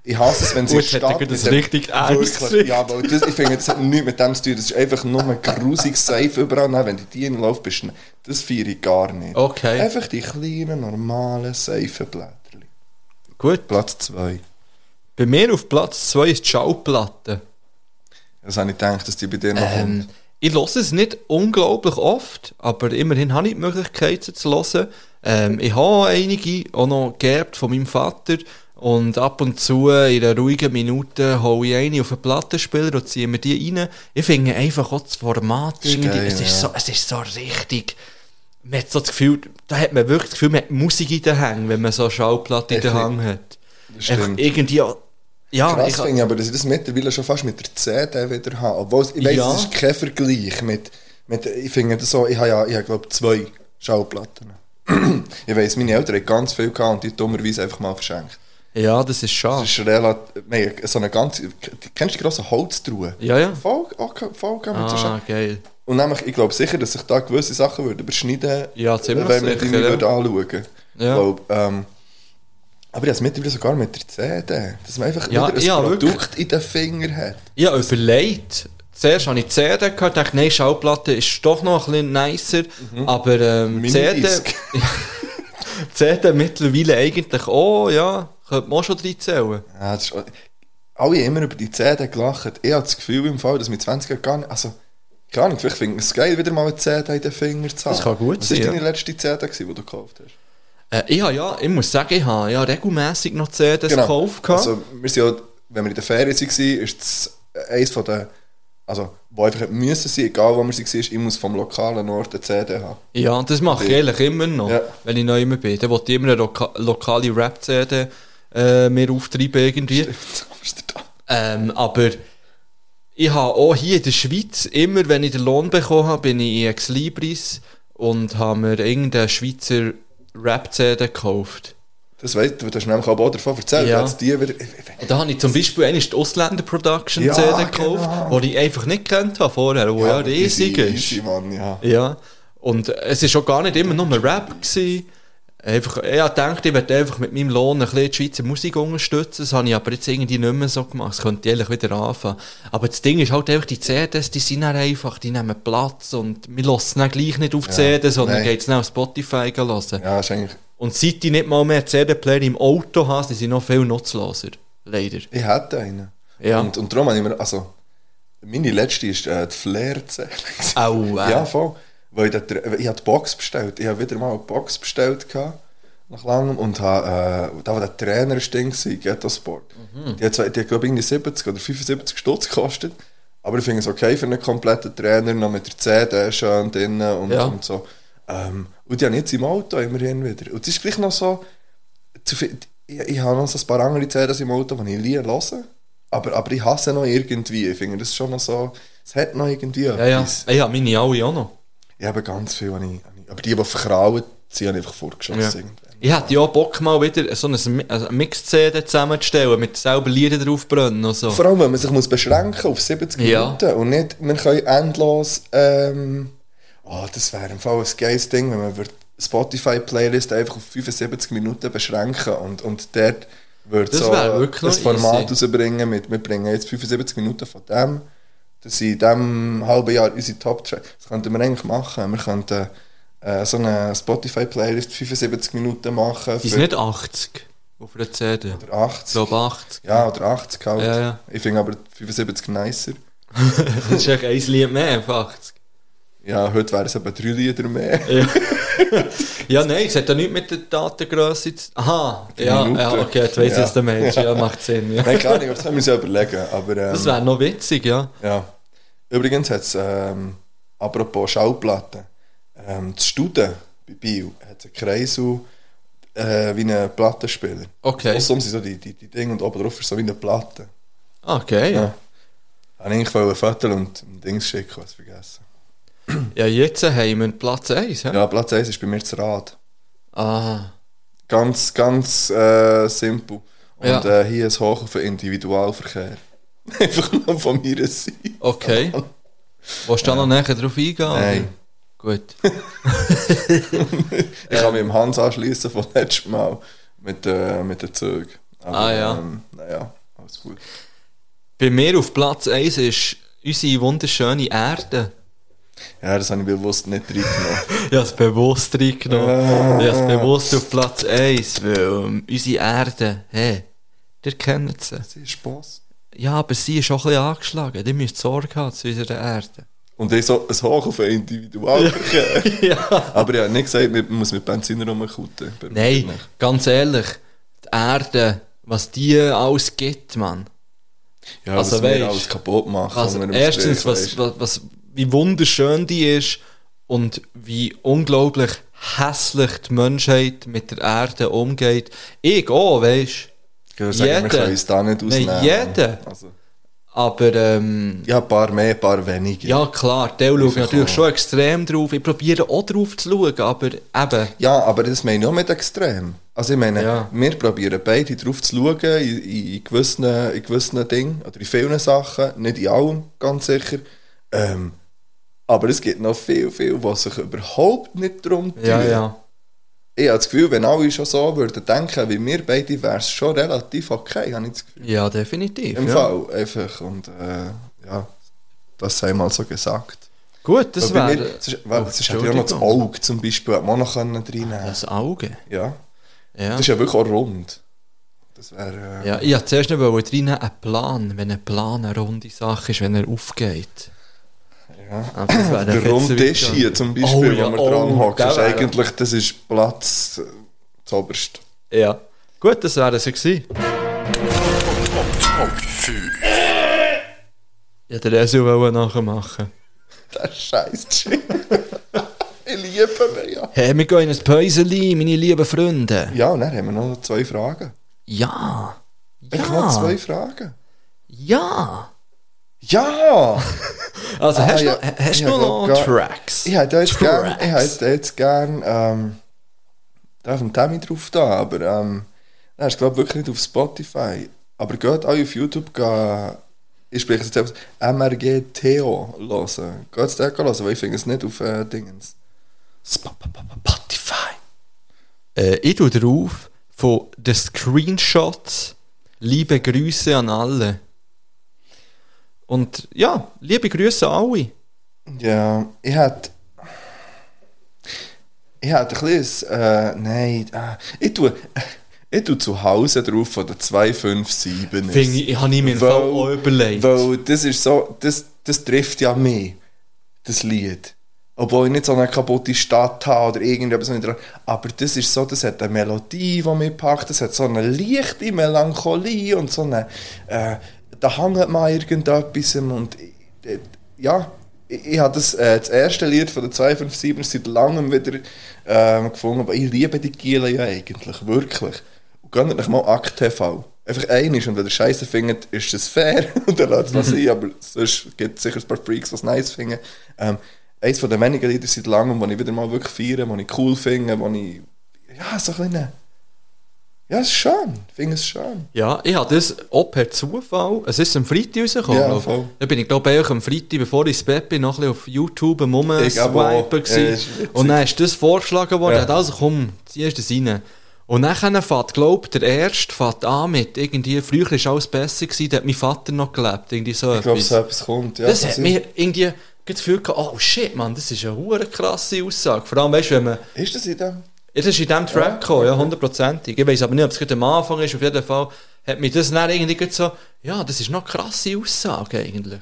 A: Ich hasse es, wenn sie
D: Gut, hätte ich das richtig ernst
A: Wirklich, ja, weil das, ich finde, das hat nichts mit dem zu tun. Das ist einfach nur ein grusiges Seife überall. Nein, wenn du die in den Lauf bist, das feiere ich gar nicht.
D: Okay.
A: Einfach die kleinen, normalen Seifenblätterli.
D: Gut.
A: Platz 2.
D: Bei mir auf Platz 2 ist die Schallplatte.
A: Das habe ich gedacht, dass die bei dir noch
D: Ähm,
A: kommt.
D: ich höre es nicht unglaublich oft, aber immerhin habe ich die Möglichkeit, sie zu hören. Ähm, ich habe auch einige, auch noch geerbt von meinem Vater. Und ab und zu, in einer ruhigen Minute, hole ich eine auf einen Plattenspieler und ziehe mir die rein. Ich finde einfach auch das Format
A: ist
D: irgendwie,
A: geil,
D: es, ist
A: ja.
D: so, es ist so richtig... Man hat so das Gefühl, da hat man wirklich das Gefühl, man hat Musik in den Hängen, wenn man so eine Schallplatte in den
A: Definitiv.
D: Hängen hat.
A: Das stimmt.
D: Einfach Irgendwie auch... Ja,
A: Krass
D: Ah, ich-
A: finde ich aber, dass ich das mittlerweile schon fast mit der CD wieder habe. Obwohl, es- ich weiss,
D: Ja.
A: es ist kein Vergleich mit, mit ich finde das so, ich habe ja, ich habe, glaube zwei Schallplatten. <clears throat> ich weiss, meine Eltern hatten ganz viel gehabt und die dummerweise einfach mal verschenkt.
D: ja, das ist schade.
A: Das ist relativ, nein, so eine ganze, kennst du die grossen Holztruhe?
D: Ja, ja.
A: Voll, okay, voll geil mit so
D: Ah,
A: Schen-
D: geil.
A: Und nämlich, ich glaube sicher, dass sich da gewisse Sachen würden überschneiden
D: Ja, ziemlich
A: wenn wir die
D: sicher,
A: nicht
D: ja.
A: würden anschauen
D: Ja.
A: Ich glaub, ähm, aber ich habe es mittlerweile sogar mit der CD, dass man einfach
D: Ja,
A: wieder ein
D: ja,
A: Produkt
D: wirklich.
A: in den Finger hat.
D: Ich habe überlegt. Zuerst habe ich die CD gehört, dachte, nein, Schallplatte ist doch noch ein bisschen nicer. Aber ähm,
A: Mhm.
D: CD, <laughs>
A: Minidisc.
D: CD mittlerweile eigentlich, oh ja, könnte man auch schon reinzählen.
A: Ja, das ist, alle haben immer über die CD gelacht. Ich habe das Gefühl im Fall, dass mit 20 Jahren gar nicht. Also, gar nicht. Vielleicht finden sie es geil, wieder mal eine CD in den Finger zu haben.
D: Das kann gut
A: Was
D: sein,
A: war
D: ja.
A: deine letzte CD, gewesen, die du gekauft hast?
D: Äh, ich habe ja, ich muss sagen, ich habe ja regelmässig noch
A: Genau.
D: CDs gekauft. gehabt.
A: Also, wir sind ja, wenn wir in der Ferien waren, ist das eines von den also, wo einfach hat müssen sein, egal wo man sie war, ich muss vom lokalen Ort eine CD haben.
D: Ja, und das mache ich
A: Ja.
D: eigentlich immer noch,
A: Ja.
D: wenn ich noch immer bin. Dann wollte ich immer eine loka lokale Rap-CD äh, mir auftreiben irgendwie.
A: Amsterdam.
D: Ähm, aber ich habe auch hier in der Schweiz, immer wenn ich den Lohn bekommen habe, bin ich in Ex Libris und habe mir irgendeine Schweizer Rap-CD gekauft.
A: Das weißt du, du hast nämlich auch davon erzählt,
D: Ja.
A: ja. jetzt die wieder... Ich- ich-
D: Und da habe ich zum Beispiel eine die Ausländer Production
A: Ja,
D: CD gekauft,
A: genau.
D: die ich einfach nicht kennt habe vorher, wo ja, riesig
A: easy,
D: ist.
A: Easy, Mann, ja.
D: Ja. Und es war schon gar nicht immer nur Rap. Gewesen. Einfach, ich hab gedacht, ich werde einfach mit meinem Lohn ein bisschen die Schweizer Musik unterstützen. Das habe ich aber jetzt irgendwie nicht mehr so gemacht. Das könnte ich eigentlich wieder anfangen. Aber das Ding ist halt einfach, die CDs, die sind dann einfach, die nehmen Platz und wir hören sie dann gleich nicht auf CDs, sondern
A: nein.
D: gehen es auf Spotify gehen hören.
A: Ja, ist eigentlich...
D: Und seit ich nicht mal mehr CD-Player im Auto habe, die sind noch viel nutzloser. Leider.
A: Ich hätte einen.
D: Ja.
A: Und, und darum habe ich mir... Also, meine letzte ist äh, die Flair-CD.
D: Aua.
A: Ja, voll. Weil ich, dort- ich habe die Box bestellt. Ich habe wieder mal eine Box bestellt. Gehabt, nach langem. Und habe, äh, da war der Trainer Ding, war, Ghetto Sport.
D: Mhm.
A: Die hat, zwei- die hat glaube ich, irgendwie 70 oder 75 Stutz gekostet. Aber ich finde es okay für einen kompletten Trainer, noch mit der CD schön drinnen und,
D: Ja.
A: und so. Ähm, und die habe ich jetzt im Auto immerhin wieder. Und es ist gleich noch so, zu viel, ich, ich habe noch so ein paar andere CDs im Auto, die ich lieber höre. Aber, aber ich hasse noch irgendwie. Ich finde das ist schon noch so, es hat noch irgendwie
D: Ja, ja. Ich habe meine alle auch noch.
A: ich habe ganz viel, habe ich, habe ich, aber die, die verkrauen, sie habe ich einfach
D: Ja.
A: vorgeschossen. Ja.
D: Ich hätte ja auch Bock, mal wieder so ein Mi- also eine Mix-CD zusammenzustellen, mit selber Lieder draufbrennen und so.
A: Vor allem, wenn man sich muss beschränken auf 70
D: Ja.
A: Minuten und nicht, wir können endlos, ähm, oh, das wäre im Fall ein geiles Ding, wenn man würde Spotify-Playlist einfach auf 75 Minuten beschränken und, und dort würde
D: Das
A: so
D: wäre wirklich
A: ein
D: noch
A: Format
D: easy.
A: rausbringen mit, wir bringen jetzt 75 Minuten von dem, das sind in diesem halben Jahr unsere Top-Track. Das könnten wir eigentlich machen, wir könnten äh, so eine Spotify-Playlist 75 Minuten machen
D: Die sind nicht 80 auf einer CD.
A: oder
D: Ich
A: 80.
D: glaube 80.
A: Ja, oder 80 halt.
D: Ja, ja.
A: Ich finde aber 75 nicer.
D: <laughs> Das ist echt ein Lied mehr auf 80.
A: Ja, heute wären es eben drei Lieder mehr.
D: Ja, nein, es hat ja nichts mit der Datengröße zu Aha, ja,
A: Minute.
D: ja, okay, jetzt weiss ich,
A: Ja.
D: was du
A: <laughs>
D: meinst. Ja, macht Sinn. Ja.
A: Nein, klar nicht, aber das haben wir uns ja überlegen. Aber, ähm,
D: Das wäre noch witzig, ja.
A: ja. Übrigens hat es, ähm, apropos Schallplatten, ähm, das Studen bei Bio hat einen Kreisel äh, wie einen Plattenspieler.
D: Okay.
A: Außerdem sind so die, die, die Dinge und oben drauf ist so wie eine Platte.
D: Okay. Ja,
A: Ja. Habe ich eigentlich ein Viertel und ein Dings schicken, was vergessen.
D: jetzt haben wir Platz 1. Ja.
A: Ja, Platz 1 ist bei mir das Rad.
D: Ah,
A: Ganz, ganz äh, simpel. Und
D: Ja.
A: äh, hier ist hoch auf den Individualverkehr. <laughs> Einfach nur von mir sein. <laughs>
D: okay. Willst du da noch näher drauf eingehen?
A: Nein.
D: Gut.
A: Ich
D: Ähm.
A: kann mich dem Hans anschließen von letztem Mal mit, äh, mit dem Zug. Aber,
D: Ah, ja.
A: Ähm, naja, alles gut.
D: Bei mir auf Platz 1 ist unsere wunderschöne Erde.
A: Ja, das habe ich bewusst nicht
D: <laughs>
A: reingenommen.
D: Ich habe es bewusst reingenommen. Ich habe es bewusst auf Platz 1, weil ähm, unsere Erde, hey, ihr kennt sie.
A: das ist Spaß.
D: Ja, aber sie ist auch ein bisschen angeschlagen. Ihr müsst Sorge haben zu unserer Erde.
A: Und ich so ein Hoch auf den Individualverkehr.
D: ja.
A: Aber ja, nicht gesagt, man muss mit Benziner rumkutten.
D: Nein, ganz ehrlich, die Erde, was die alles gibt, Mann.
A: Ja,
D: also
A: also, was wir
D: weisst-
A: alles kaputt machen.
D: Also
A: unter dem
D: erstens,
A: Strich,
D: was,
A: weisst.
D: was, was, wie wunderschön die ist und wie unglaublich hässlich die Menschheit mit der Erde umgeht. Ich auch, weißt
A: Ich würde sagen,
D: jeder-
A: wir können uns da nicht
D: Nein,
A: ausnehmen.
D: jeder.
A: Also,
D: Aber ähm,
A: ja, ein paar mehr, ein paar weniger.
D: ja klar, der schaut
A: verstehe.
D: natürlich schon extrem drauf. Ich probiere auch drauf zu schauen, aber eben.
A: Ja, aber das meine ich auch mit extrem. Also ich meine,
D: Ja.
A: wir probieren beide drauf zu schauen, in, in, in, gewissen, in gewissen Dingen, oder in vielen Sachen, nicht in allem, ganz sicher. Ähm, aber es gibt noch viel, viel, was sich überhaupt nicht darum tun.
D: Ja, ja.
A: Ich habe das Gefühl, wenn alle schon so würden denken wie wir beide, wäre es schon relativ okay, habe ich das Gefühl.
D: Ja, definitiv.
A: Im
D: Ja.
A: Fall einfach. Und äh, ja, das sei mal so gesagt.
D: Gut, das Oh,
A: Weil bei mir-
D: wäre.
A: Es ist- weil es ist halt ja noch das Auge zum Beispiel, hat man auch noch reinnehmen können.
D: Das Auge.
A: Ja.
D: Ja.
A: Das ist ja wirklich auch rund. Das wäre. Äh,
D: ja, ich wollte zuerst nicht drin einen Plan, wenn ein Plan eine runde Sache ist, wenn er aufgeht. Ja, das
A: <laughs>
D: wäre
A: Der
D: jetzt
A: runde
D: wieder-
A: Tisch hier zum Beispiel,
D: Oh ja,
A: wo man
D: oh,
A: dran hockt,
D: der
A: ist
D: wäre-
A: eigentlich das ist Platz äh, zoberst.
D: Ja. Gut, das wäre es gewesen. Ja, der Esil wollte nachmachen.
A: Der scheiß <laughs> Jim. ich liebe ihn, ja.
D: Hey, wir gehen in ein Päuseli, meine lieben Freunde.
A: Ja, und dann haben wir noch zwei Fragen.
D: Ja.
A: Ich habe noch
D: Ja.
A: zwei Fragen.
D: Ja.
A: Ja!
D: Also, hast du
A: Ah, ja.
D: noch, hast
A: Ich
D: du
A: hab
D: noch
A: grad-
D: Tracks?
A: Ich hätte jetzt gern,
D: Tracks.
A: ich hätte jetzt gern, ähm, da auf dem Temi drauf da, aber, ähm, nein, ich glaube wirklich nicht auf Spotify. Aber geht auch auf YouTube, gehen, ich spreche es jetzt selbst, MRG Theo hören. Geht es den hören, weil ich finde es nicht auf äh, Dingens.
D: Spotify. Äh, ich tue drauf von den Screenshots. Liebe Grüße an alle. Und ja, liebe Grüße an alle.
A: Ja, ich hätte, ich hätte ein bisschen, äh, nein, ah, ich tue, ich tue zu Hause drauf von der 257.
D: Finde ich, habe ich mir im Fall auch überlegt.
A: Weil das ist so, das, das trifft ja mich, das Lied. Obwohl ich nicht so eine kaputte Stadt habe oder irgendetwas. was ich dran- Aber das ist so, das hat eine Melodie, die mich packt, das hat so eine leichte Melancholie und so eine, äh, da hängt mal irgendetwas und ich- äh, ja, ich, ich habe das, äh, das erste Lied von der 257 seit langem wieder ähm, gefunden, aber ich liebe die Giele ja eigentlich, wirklich. Und gönnt euch mal Akt TV. Einfach einig und wenn ihr Scheiße findet, ist das fair <laughs> und dann lasst
D: Mhm.
A: es sein, aber sonst gibt es sicher ein paar Freaks, die es nice finden. Ähm, eines von den wenigen Lieder seit langem, die ich wieder mal wirklich feiere, die ich cool finde, die ich... Ja, so ein bisschen... Ja, es ist schön. Ich finde es schön.
D: Ja, ich habe das auch per Zufall. Es ist am Freitag rausgekommen.
A: Ja,
D: glaub ich.
A: voll.
D: Da bin ich, glaube ich, am Freitag, bevor ich ins Bett bin, noch ein bisschen auf YouTube am
A: Ich aber auch.
D: Rumswipen.
A: Ja,
D: Ja,
A: ist witzig.
D: und dann ist das vorgeschlagen worden.
A: Ja.
D: Ja. Also komm, ziehst das rein. Und dann fährt, glaube ich, der Erste fährt an mit irgendwie, früher war alles besser, gewesen, da hat mein Vater noch gelebt. Irgendwie so
A: Ich glaube, so etwas kommt. Ja,
D: das hat
A: ist-
D: mir irgendwie gerade das Gefühl gehabt, oh shit, Mann, das ist eine hure krasse Aussage. Vor allem, weißt du, wenn man
A: Ist das in dem?
D: ja, das ist in diesem Track gekommen, ja, hundertprozentig. Ich weiß aber nicht, ob es gerade am Anfang ist. Auf jeden Fall hat mich das dann irgendwie gerade so, ja, das ist noch eine krasse Aussage eigentlich.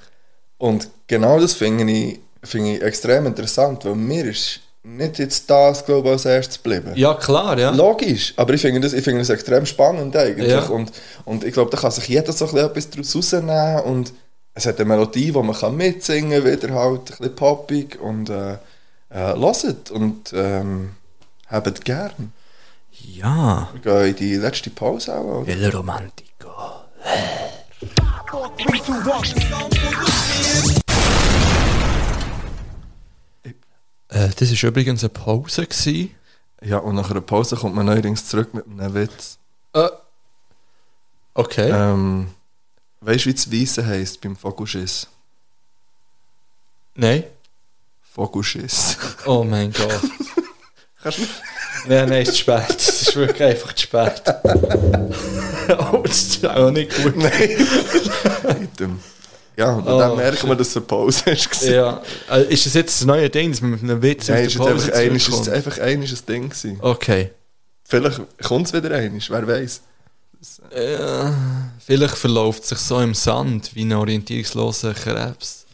A: Und genau das finde ich, finde ich extrem interessant, weil mir ist nicht jetzt das, glaube ich, als erstes geblieben.
D: Ja, klar, ja.
A: Logisch, aber ich finde das, ich finde das extrem spannend eigentlich.
D: Ja.
A: Und, und ich glaube, da kann sich jeder so ein bisschen etwas daraus rausnehmen und es hat eine Melodie, die man kann mitsingen kann, wieder halt ein bisschen poppig und äh, äh, hört und ähm, habt gern.
D: Ja,
A: Wir gehen in die letzte Pause auch, oder?
D: El Romantico. Äh, das war übrigens eine Pause. Gewesen.
A: Ja, und nach einer Pause kommt man neuerdings zurück mit einem Witz.
D: Äh, okay.
A: Ähm, weißt du, wie das Weisse heisst beim Vogelschiss?
D: Nein.
A: <laughs> Vogelschiss.
D: Oh mein Gott. <laughs>
A: Kannst du
D: Nein, nein, es ist zu spät. Es ist wirklich einfach zu spät. <laughs> oh, das ist auch nicht gut.
A: <laughs> mit dem. Ja, und
D: Oh,
A: dann merken wir, dass es eine Pause ist.
D: Ja. Äh, Ist das jetzt das neue Ding, dass man mit einem Witz
A: Nein, es war
D: Pause
A: einfach ein es ist
D: zurückkommt?
A: einfach einiges Ding. Gewesen.
D: Okay.
A: Vielleicht kommt es wieder einiges, wer weiß.
D: Äh, vielleicht verläuft sich so im Sand wie ein orientierungsloser Krebs.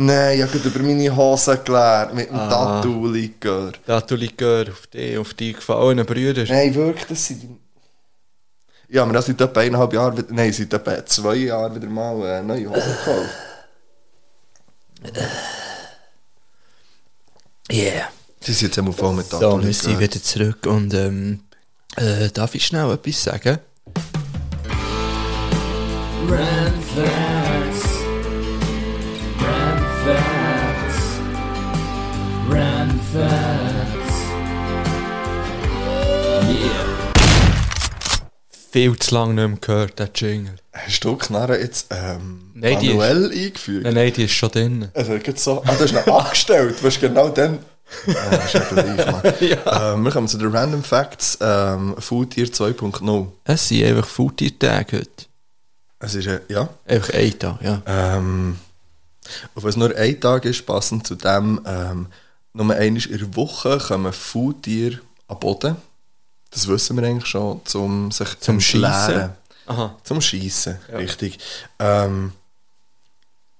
A: Nein, ich habe gerade über meine Hose gelernt, mit dem
D: Ah.
A: Tattoo liegen.
D: Da tu ich gehör auf dich, auf die gefallenen Brüder.
A: Nein, wirklich, das sind... Ja, aber das seit etwa eineinhalb Jahren, wieder- nein, seit etwa zwei Jahren wieder mal eine neue Hose gekauft.
D: Yeah.
A: Sie sind jetzt einmal voll mit Tattoo
D: So, wir sind
A: liegen.
D: wieder zurück und ähm, äh, darf ich schnell etwas sagen? Viel zu lange nicht mehr gehört, der Jingle.
A: Hast du die Knarre jetzt ähm,
D: Nein, die ist-
A: manuell eingefügt?
D: Nein, nein, die ist schon drin.
A: Also, ich hätte so, ah, du hast ihn angestellt, weißt genau dann. Ah, das ist ja gleich, Mann. <laughs> ähm, wir kommen zu den Random Facts ähm, Food Tier 2.0.
D: Es sind einfach Foodie-Tage heute.
A: Es ist, äh, ja.
D: Einfach ein Tag, ja.
A: Ähm, auf was nur ein Tag ist, passend zu dem, ähm, nur einmal in der Woche kommen Foodtiere an den Boden. Das wissen wir eigentlich schon, um sich
D: Zum Schiessen?
A: entleeren.
D: Aha.
A: Zum Schiessen, richtig. Ähm,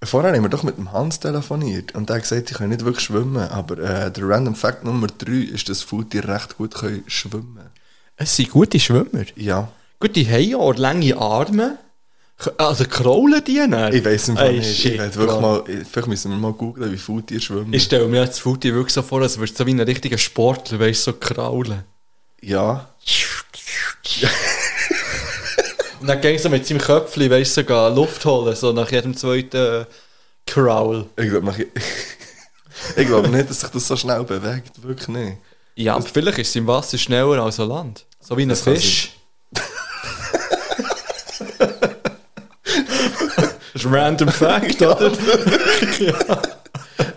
A: vorher haben wir doch mit dem Hans telefoniert und der hat gesagt, sie können nicht wirklich schwimmen, aber äh, der Random Fact Nummer 3 ist, dass Foodtiere recht gut können schwimmen
D: Es sind gute Schwimmer.
A: Ja.
D: Gute Hände und lange Arme. Also kraulen die dann?
A: Ich weiß
D: Ey,
A: nicht.
D: shit,
A: ich will wirklich
D: Mann.
A: mal, vielleicht müssen wir mal googeln, wie Faultiere schwimmen.
D: Ich stelle mir jetzt Futi wirklich so vor, als würdest du so wie ein richtiger Sportler, weißt du, so kraulen.
A: ja.
D: Und dann ging so mit seinem Köpfchen, weißt du, sogar Luft holen, so nach jedem zweiten äh, Crawl.
A: Ich glaube <laughs> ich glaub nicht, dass sich das so schnell bewegt. Wirklich nicht.
D: Ja, aber Also vielleicht ist es im Wasser schneller als an Land. So wie ein
A: kann
D: Fisch. <laughs> das ist ein random Fact, oder?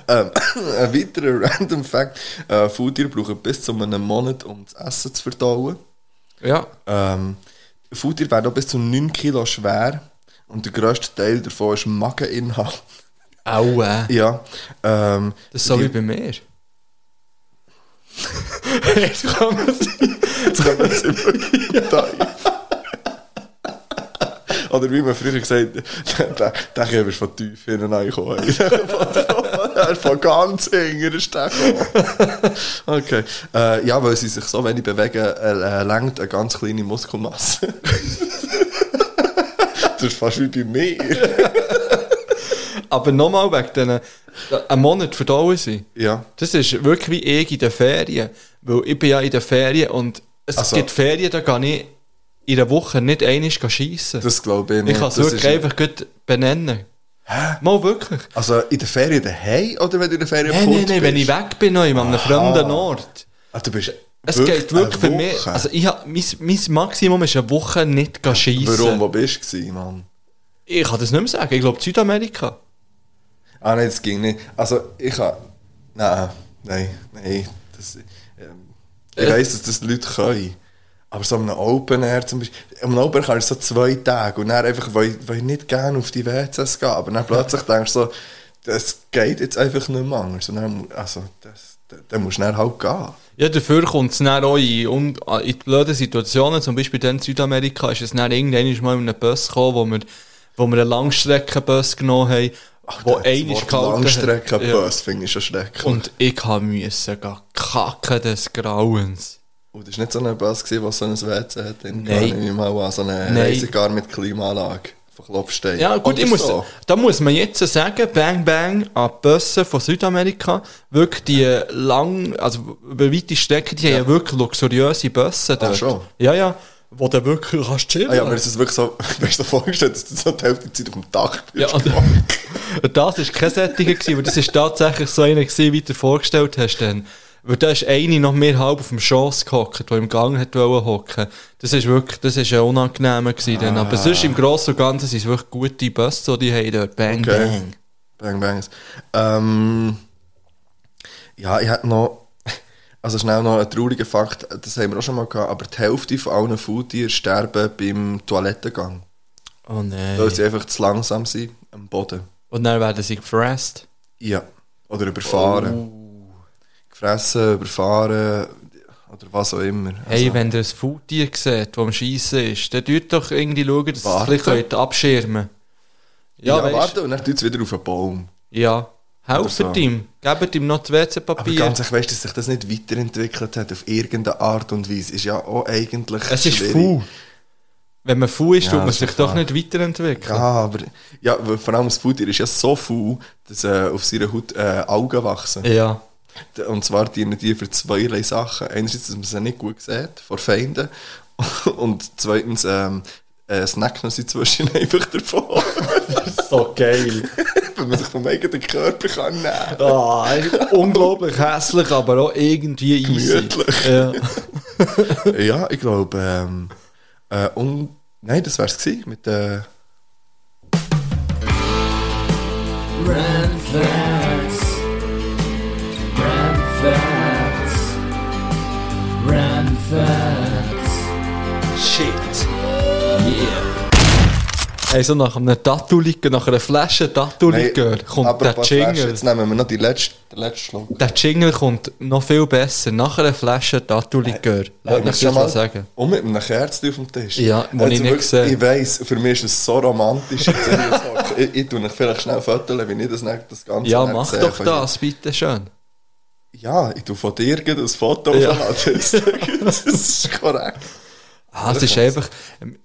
A: Ein weiterer <laughs> random Fact: äh, Faultiere brauchen bis zu einem Monat, um das Essen zu verdauen.
D: Ja.
A: Ähm, Faultiere werden auch bis zu 9 Kilo schwer und der grösste Teil davon ist Mageninhalt. <laughs>
D: Aua.
A: Ja. Ähm,
D: äh, Das ist so
A: die-
D: wie bei mir. <laughs> Jetzt kommt es.
A: Jetzt kommen sie wirklich da rein. Oder wie man früher gesagt hat, der, der Käfer ist von tief hinten reingekommen. er ist von ganz hinten ist der gekommen. Okay. Äh, ja, weil sie sich so wenig bewegen, äh, äh, lenkt eine ganz kleine Muskelmasse. das ist fast wie bei mir.
D: Aber nochmal wegen diesen... äh, Einen Monat verdauen sie.
A: Ja.
D: Das ist wirklich wie ich in den Ferien. Weil ich bin ja in den Ferien und es
A: Also-
D: gibt Ferien, da kann ich in der Woche nicht einmal schiessen.
A: Das glaube ich nicht.
D: ich kann es
A: Das
D: wirklich
A: ist-
D: einfach gut benennen. Hä? Mal wirklich.
A: Also in der Ferien daheim oder wenn du in der Ferien
D: Nein, nein,
A: fort
D: nein, wenn ich
A: bist?
D: weg bin, noch an einem fremden Ort.
A: Ah, du bist
D: Es geht wirklich für
A: eine
D: mich.
A: Woche.
D: Also ich hab, mein, mein Maximum ist eine Woche nicht schiessen.
A: Warum? Wo bist du, gewesen, Mann?
D: Ich kann das nicht mehr sagen. Ich glaube Südamerika.
A: Ah nein, das ging nicht. Also ich habe... Nein, nein, nein. Das, ähm, ich
D: Äh.
A: weiss, dass das Leute können. Aber so an einem Open Air zum Beispiel... Am Open Air kannst du so zwei Tage und dann einfach, weil weil ich nicht gerne auf die WCs gehen, aber dann plötzlich denkst du so, das geht jetzt einfach nicht mehr anders. Und dann, mu- also, das, dann- dann musst du dann halt gehen.
D: Ja, dafür kommt es dann auch in, un- in die blöden Situationen. Zum Beispiel dann in Südamerika ist es dann irgendwann mal in einem Bus gekommen, wo wir, wo wir einen Langstreckenbus genommen haben, wo
A: Das
D: einer
A: Wort
D: gehalten hat.
A: Langstreckenbus
D: Ja.
A: finde ich schon schrecklich. Und,
D: Und ich musste gehen kacken des Grauens.
A: das war nicht so ein Bus, gewesen, der so ein WC hat. Nein.
D: Nein.
A: Ich nehme mal an, so eine
D: Nein.
A: Reisegar mit Klimaanlage von Klopfstein.
D: Ja, gut,
A: Oder
D: ich muss,
A: so.
D: da muss man jetzt sagen, Bang Bang an die Busse von Südamerika, wirklich die lang, also über weite Strecken, die haben ja wirklich luxuriöse Busse dort.
A: schon?
D: Ja, ja, wo du wirklich kannst chillen.
A: Ah ja, aber es ist wirklich so, <laughs> weißt du, so vorgestellt, dass du so die Hälfte der Zeit auf dem Dach bist.
D: Ja, also, <laughs> das war kein Sättiger, gewesen, weil das war tatsächlich so einer, gewesen, wie du dir vorgestellt hast. Dann. Weil da ist einer noch mehr halb auf dem Schoss gehockt, der im Gang hat wollen hocken. Das ist wirklich, das ist ja unangenehm gewesen. Dann.
A: Ah.
D: Aber sonst im Großen und Ganzen sind es wirklich gute Busse, die die haben dort. Bang,
A: Okay. <laughs> Bang,
D: bang.
A: bang. Ähm, ja, ich hätte noch, <laughs> also schnell noch einen traurigen Fakt, das haben wir auch schon mal gehabt, aber die Hälfte von allen Faultieren sterben beim Toilettengang.
D: Oh nein.
A: Weil sie einfach zu langsam sind am Boden.
D: Und dann werden sie gefressen.
A: Ja. Oder überfahren.
D: Oh.
A: Gefressen, überfahren, oder was auch immer.
D: Hey,
A: Also-
D: wenn ihr ein Faultier seht, das am Scheissen ist, dann tut doch irgendwie schauen, dass ihr es
A: Warte.
D: ein bisschen abschirmen könnt.
A: ja,
D: Ja, ja weißt
A: warte, und dann tut es wieder auf den Baum.
D: Ja. Helft
A: so.
D: ihm. Gebt ihm noch das
A: Aber
D: WC-Papier.
A: ganz ehrlich, weißt du, dass sich das nicht weiterentwickelt hat auf irgendeine Art und Weise, ist ja auch eigentlich.
D: Es ist
A: schwierig.
D: faul. Wenn man faul ist,
A: Ja,
D: tut man
A: das
D: sich
A: ist
D: doch
A: wahr.
D: nicht weiterentwickeln.
A: Ja, aber ja, weil vor allem das Foodtier ist ja so faul, dass äh, auf seiner Haut äh, Augen wachsen.
D: Ja.
A: D- Und zwar dienen die für zweierlei Sachen. Einerseits, dass man sie nicht gut sieht, vor Feinden. <laughs> Und zweitens, ähm, äh, snacken sie zwischen <laughs> einfach davon,
D: So geil.
A: wenn man sich vom eigenen Körper kann nehmen kann.
D: nou. <laughs> unglaublich hässlich, aber auch irgendwie easy.
A: Gemütlich.
D: Ja.
A: Ja, ich glaube, ähm, äh, und, nein, das wär's gewesen mit äh,
D: Shit. Yeah. Hey, so nach einem tattoo liegen, nach einer Flasche tattoo liegen, kommt der
A: apropos Flasche,
D: Jingle.
A: Jetzt nehmen wir noch die letzte, den letzten Schluck.
D: Der Jingle kommt noch viel besser. Nach einer Flasche tattoo liegen. Lass mich das mal sagen.
A: Und mit einem Kerzchen auf dem Tisch.
D: Ja, wo ich nicht
A: wirklich-
D: sehe.
A: Ich weiss, für mich ist es so romantisch. Jetzt hier zu hocken. ich, ich tue euch vielleicht schnell fotografieren, wenn ich das, nicht- das Ganze
D: Ja,
A: nicht
D: mach
A: sehe
D: doch
A: von
D: das, bitte schön.
A: <laughs> hier. Ja, ich tue von dir gerade ein Foto
D: Ja.
A: auf das ist korrekt.
D: Ah, es ist einfach,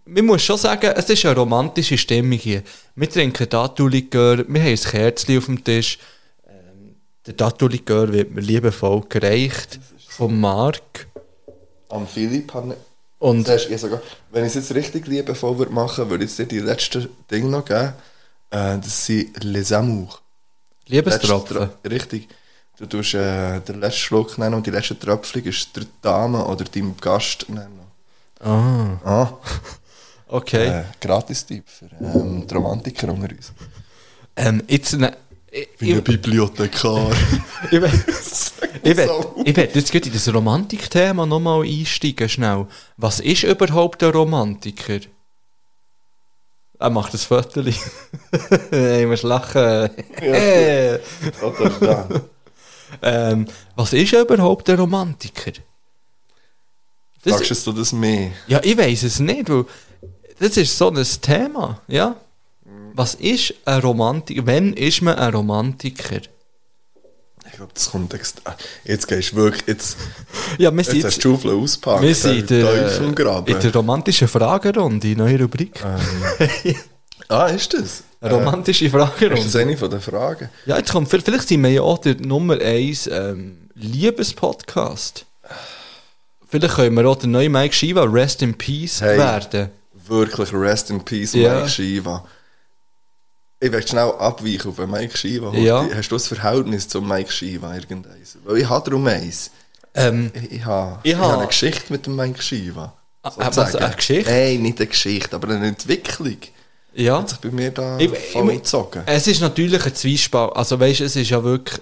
D: man muss schon sagen, es ist eine romantische Stimmung hier. Wir trinken Dattulikör, wir haben ein Kerzchen auf dem Tisch. Ähm, der Dattulikör wird mir liebevoll gereicht vom Marc.
A: Am Philipp habe ich...
D: Und
A: Das hast du sogar, wenn ich es jetzt richtig liebevoll würde machen, würde ich jetzt dir die letzten Dinge noch geben. Äh, das sind Les Amours. Letzte
D: Liebestropfen.
A: Tro- Richtig. Du tust äh, den letzten Schluck nehmen und die letzte Tröpfchen ist der Dame oder deinem Gast nennen.
D: Ah,
A: Ah,
D: okay.
A: äh, Gratis-Tipp für ähm, die Romantiker unter uns.
D: Ähm, jetzt ne, ich,
A: Ich bin ein <laughs>
D: ich,
A: Bibliothekar.
D: ich, we- <laughs> ich, we- ich werde jetzt gut in das Romantikthema nochmal einsteigen, schnell. Was ist überhaupt ein Romantiker? Er macht ein Viertel. <laughs> ich muss lachen.
A: oder da.
D: <laughs> ähm, was ist überhaupt ein Romantiker? Das,
A: Sagst du das mehr?
D: Ja, ich weiß es nicht, weil das ist so ein Thema, ja.
A: Mhm.
D: Was ist ein Romantiker? Wann ist man ein Romantiker?
A: Ich glaube, das kommt extra. Jetzt gehst du wirklich. Jetzt,
D: Ja, wir
A: jetzt
D: sind,
A: hast du die Schaufel auspackt.
D: wir sind in
A: der
D: der,
A: Teufelgraben.
D: in der romantischen Fragerunde, neue Rubrik.
A: Ah, ist das?
D: Eine romantische
A: Äh, ist das
D: Fragerunde.
A: eine von den Fragen?
D: Ja, jetzt kommt, vielleicht sind wir ja auch der Nummer 1 ähm, Liebespodcast. Vielleicht können wir auch der neue Mike Shiva Rest in Peace
A: Hey.
D: werden.
A: Wirklich Rest in Peace,
D: Ja.
A: Mike Shiva. Ich möchte schnell abweichen auf den Mike Shiva.
D: Ja.
A: Hast du ein Verhältnis zum Mike Shiva irgendeins? Weil ich habe darum eins.
D: Ähm,
A: Ich, ich, habe,
D: Ich
A: ich, habe
D: habe-
A: eine Geschichte mit dem Mike Shiva.
D: Ah,
A: sozusagen.
D: was, eine Geschichte?
A: Nein, nicht eine Geschichte, aber eine Entwicklung.
D: ja.
A: Hat sich bei mir da
D: Ich-
A: voll
D: ich-
A: gezogen.
D: Es ist natürlich ein Zwiespalt. Also weißt, es ist ja wirklich...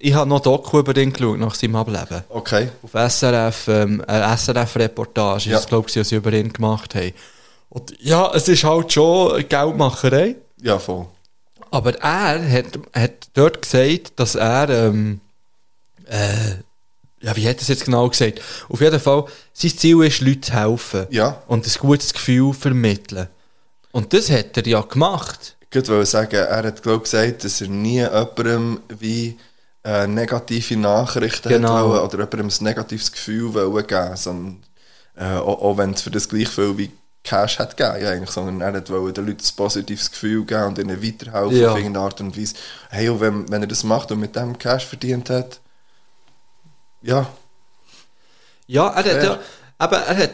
D: Ich habe noch Doku über ihn geschaut, nach seinem Ableben.
A: Okay.
D: Auf SRF, ähm, eine SRF-Reportage,
A: Ja.
D: ich glaube, sie, was sie über ihn gemacht haben. Und ja, es ist halt schon Geldmacherei.
A: Ja, voll.
D: Aber er hat, hat dort gesagt, dass er, ähm, äh, ja, wie hat er es jetzt genau gesagt? Auf jeden Fall, sein Ziel ist, Leuten zu helfen.
A: Ja.
D: Und ein gutes Gefühl vermitteln. Und das hat er ja gemacht.
A: Ich wollte sagen, er hat glaub, gesagt, dass er nie jemandem wie äh, negative Nachrichten hat
D: Genau.
A: wollen, oder jemandem ein negatives Gefühl wollen geben sondern, äh, auch, auch wenn es für das gleich viel wie Cash hat gegeben ja, eigentlich, sondern er hat wollen den Leuten ein positives Gefühl geben und ihnen weiterhelfen
D: Ja.
A: auf irgendeine Art und Weise. Hey, und wenn, wenn er das dus macht und mit dem Cash verdient hat, ja,
D: Ja, er hat
A: Fair.
D: ja, aber er hat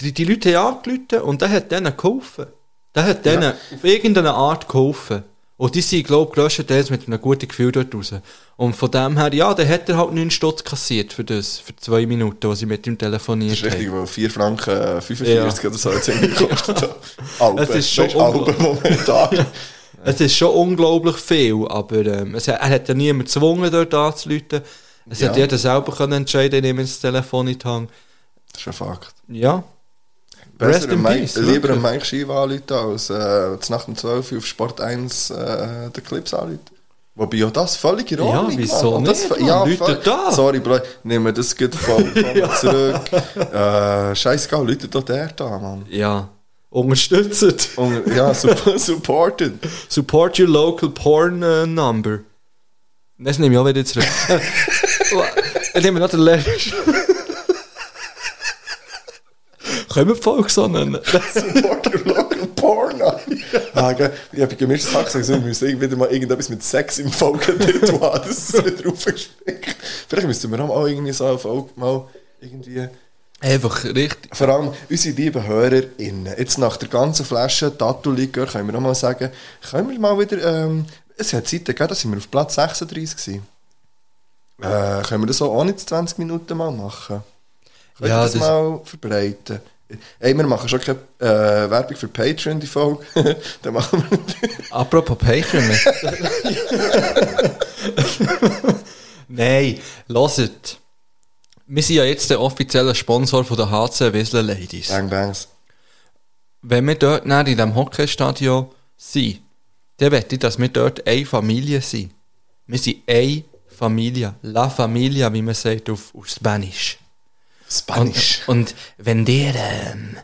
D: die, die Leute haben angerufen und er hat denen geholfen. Der hat denen auf irgendeine Art geholfen. Und die sind, glaube ich, grösstenteils mit einem guten Gefühl dort raus. Und von dem her, ja, dann hat er halt 9 Stutz kassiert für das, für zwei Minuten, die sie mit ihm
A: das ist
D: telefoniert
A: richtig,
D: haben.
A: weil 4 Franken äh, 45
D: Ja.
A: oder so jetzt irgendwie
D: <laughs>
A: gekostet hat. Alpen,
D: Es ist schon
A: Weisst, Alpen
D: <laughs>
A: momentan.
D: Es ist schon unglaublich viel, aber ähm, es, hat- er hat ja niemand gezwungen, dort anzuleuten. Es
A: Ja.
D: hat jeder selber können entscheiden, indem er das Telefon in die Hand.
A: Das ist ein Fakt.
D: Ja. Rest
A: Besser
D: in
A: im Mike,
D: peace,
A: lieber
D: wirklich.
A: einen Mike Shiva anrufen als äh, zu Nacht um 12 Uhr auf Sport 1 äh, den Clips anrufen. Wobei ja das völlig in Ordnung
D: Ja, wieso
A: Mann. Und Das,
D: nicht,
A: voll-
D: Mann?
A: ja,
D: Leute
A: voll-
D: da.
A: Sorry, Bro, nehmen wir das gut
D: <laughs>
A: voll voll zurück. äh, Scheißegal, Leute da der da, Mann.
D: Ja. <laughs> Unterstützt.
A: Und, ja, sup- <laughs> supported.
D: Support your local porn äh, number. Das nehme ich auch wieder zurück. <laughs> Äh, Dann nehmen wir noch den letzten. Können wir die Folge so nennen?
A: Support your local porno. <laughs> ah, gell. ich habe gemischt Sachen gesagt, wir müssen irgendwie wieder mal irgendetwas mit Sex im <laughs> Folgentitel haben, dass es wieder aufgespickt. Vielleicht müssten wir auch irgendwie so eine Folge mal irgendwie...
D: Einfach richtig.
A: Vor allem unsere lieben HörerInnen. Jetzt nach der ganzen Flasche Tattoo-Likör können wir noch mal sagen, können wir mal wieder, ähm, es hat Zeiten gegeben, da sind wir auf Platz 36 gewesen. Äh, können wir das auch ohne 20 Minuten mal machen? Können
D: Ja,
A: wir das,
D: das-
A: mal verbreiten? Ey, wir machen schon keine äh, Werbung für Patreon, die Folge. <laughs> Dann machen wir
D: Apropos Patreon. <laughs> Nein, hört. Wir sind ja jetzt der offizielle Sponsor von der HC Wiesler Ladies.
A: Bang Bangs.
D: wenn wir dort dann in diesem Hockeystadion sind, dann möchte ich, dass wir dort eine Familie sind. Wir sind eine Familie. La Familia, wie man sagt auf, auf Spanisch.
A: Spanisch.
D: Und, und wenn ihr, ähm,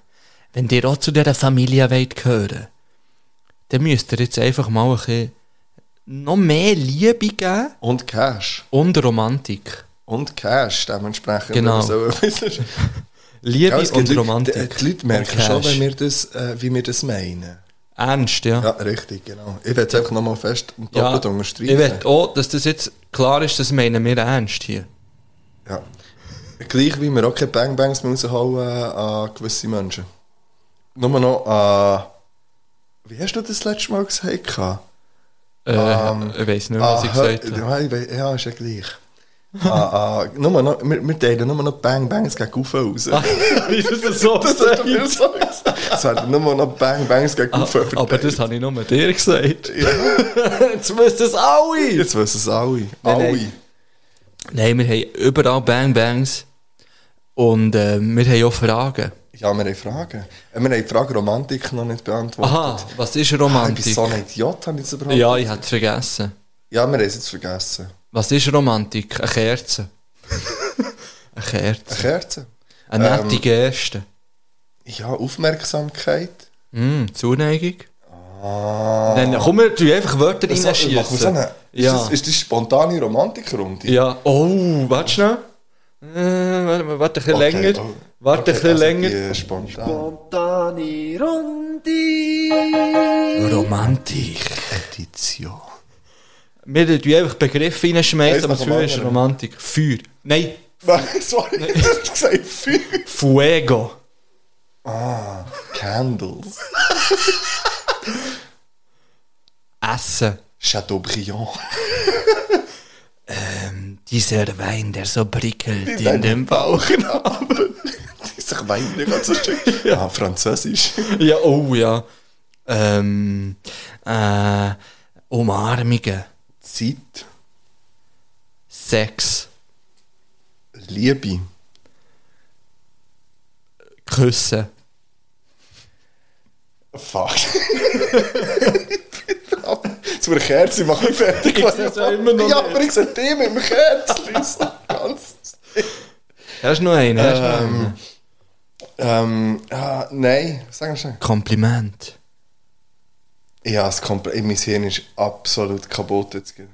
D: wenn ihr auch zu dieser Familie wollt gehören dann müsst ihr jetzt einfach mal ein bisschen noch mehr Liebe geben
A: Und Cash.
D: und Romantik.
A: Und Cash dementsprechend. Also, <laughs> wenn
D: Genau.
A: wir So
D: Liebe
A: Gell, es gibt
D: und
A: Leute-
D: Romantik.
A: genau, Die, die Leute merken
D: Und
A: schon,
D: Cash.
A: wenn wir das, äh, wie wir das meinen.
D: Ernst, ja.
A: Ja, richtig, genau. Ich werde es einfach nochmal fest und
D: Ja,
A: doppelt
D: ich will
A: unterstreichen.
D: auch, dass das jetzt klar ist, das meinen wir ernst hier.
A: Ja. Gleich wie wir auch keine Bang-Bangs mehr raushauen an gewisse Menschen. Nur noch an... Wie hast du das letzte Mal gesagt? gehabt?
D: Äh,
A: Ehm,
D: ich weiß
A: ah,
D: nicht, was ich
A: hör-
D: gesagt habe.
A: ja, ich wei- ja, ist ja gleich. ah, ah, nur noch, wir, wir teilen nur noch Bang-Bangs gegen Ufer raus.
D: Ah, <laughs> Wie ist das so?
A: <laughs> Das hat er mir so gesagt. Es werden nur noch Bang-Bangs gegen <laughs>
D: Ah,
A: Ufer
D: aber
A: verteilt.
D: das habe ich nur dir gesagt.
A: Ja.
D: Jetzt müssen es alle!
A: Jetzt wissen es alle. alle.
D: nein. Nein, wir haben überall Bang-Bangs. Und äh, wir haben auch Fragen.
A: Ja, wir haben Fragen. Äh, Wir haben die Frage Romantik noch nicht beantwortet.
D: Aha, was
A: Ah, ich
D: ist
A: bin
D: Romantik?
A: so ein Idiot, habe ich es überhaupt.
D: Ja, ich hätte es vergessen.
A: ja, wir haben es jetzt vergessen.
D: Was ist Romantik? Eine Kerze. Eine Kerze.
A: Eine Kerze.
D: Eine nette
A: Ähm.
D: Geste.
A: Ja, Aufmerksamkeit.
D: Mm, Zuneigung.
A: Ah.
D: Dann komm, wir tun einfach Wörter
A: So,
D: reinschießen.
A: machen wir so eine,
D: ja.
A: ist, das, ist das spontane Romantikrunde?
D: ja. Oh, warte schnell. Äh, warte, warte ein bisschen
A: Okay,
D: länger.
A: oh,
D: Warte
A: okay,
D: ein bisschen
A: also
D: länger.
A: Die, äh, spontan.
D: Romantik.
A: Edition.
D: Wir tun einfach Begriffe
A: Eins
D: reinschmeißen, aber
A: nach dem
D: dafür ist
A: anderen.
D: Romantik. Feuer. Nein,
A: Nein, sorry, ich habe gesagt Feuer.
D: Fuego.
A: Candles.
D: Essen.
A: Chateaubriand. <laughs>
D: Dieser Wein, der so prickelt
A: Dein
D: in dem Bauch. <laughs>
A: Ich weint nicht ganz so schön. Ja, Ah, Französisch.
D: Ja, oh ja. Ähm, äh, Umarmungen.
A: Zeit.
D: Sex.
A: Liebe.
D: Küssen.
A: Fuck. Zu einer Kerze mache ich fertig.
D: Ich sehe es ja immer noch
A: Ja,
D: nicht.
A: aber ich sehe die mit dem Kerzchen. So ganz.
D: Hast du noch einen? Hast du noch einen?
A: Ähm, ah, nein, sag mal schnell.
D: Kompliment.
A: Ja, es kommt, mein Hirn ist absolut kaputt jetzt. gerade.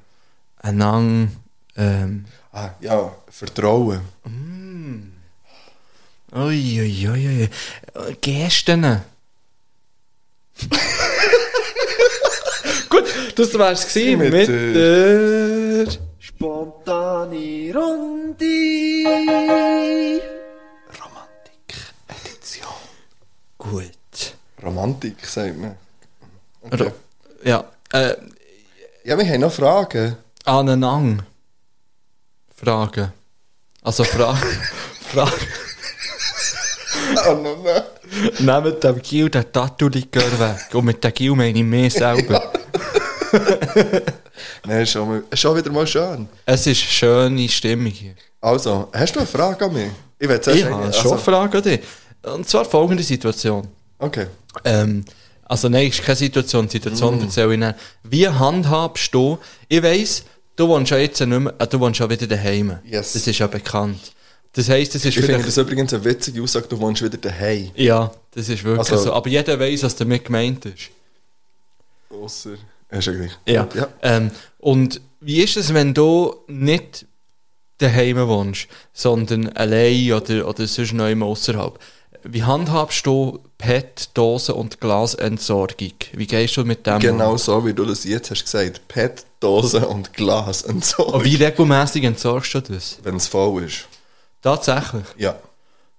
D: Anang. Ähm,
A: Ah, ja, Vertrauen.
D: ui, ui, ui, ui. Äh, Gesten. Gut, das wär's gewesen
A: Mit
D: mit, äh, der...
A: Romantik. Edition.
D: Gut.
A: Romantik, sagt man.
D: Ro- Ja. Äh,
A: Ja, wir haben noch Fragen.
D: Anenang. Fragen. Also
A: <laughs>
D: Fragen. Fragen.
A: Ah, no, no.
D: Nehmt dem Gil den Tattoo-Likör weg. Und mit dem Gil meine ich mich selber.
A: Nein, schon, mal, schon wieder mal schön.
D: Es ist schöne Stimmung hier.
A: Also, hast du eine Frage an mich? Ich will
D: Ich habe
A: also
D: schon eine Frage an dich. Und zwar folgende Situation.
A: Okay.
D: Ähm, also nein, ist keine Situation. Die Situation
A: Mm.
D: erzähle ich nicht. Wie handhabst du... Ich weiss, du wohnst ja jetzt nicht mehr... Äh, du wohnst ja wieder daheim.
A: Yes.
D: Das ist ja bekannt. Das heisst, das ist
A: Ich finde
D: vielleicht...
A: das übrigens eine witzige Aussage, du wohnst wieder daheim.
D: Ja, das ist wirklich
A: Also-
D: so. Aber jeder weiss, was damit gemeint ist.
A: Ausser. Ist ja gleich.
D: Ja.
A: ja.
D: Ähm, und wie ist es, wenn du nicht daheim wohnst, sondern allein oder, oder sonst noch immer außerhalb? Wie handhabst du PET, Dosen und Glasentsorgung? Wie gehst du mit dem? um?
A: Genau so, wie du das jetzt hast gesagt. Pet, Dose und Glas und so.
D: Und Oh, wie regelmäßig entsorgst du das?
A: Wenn es voll ist.
D: Tatsächlich.
A: Ja.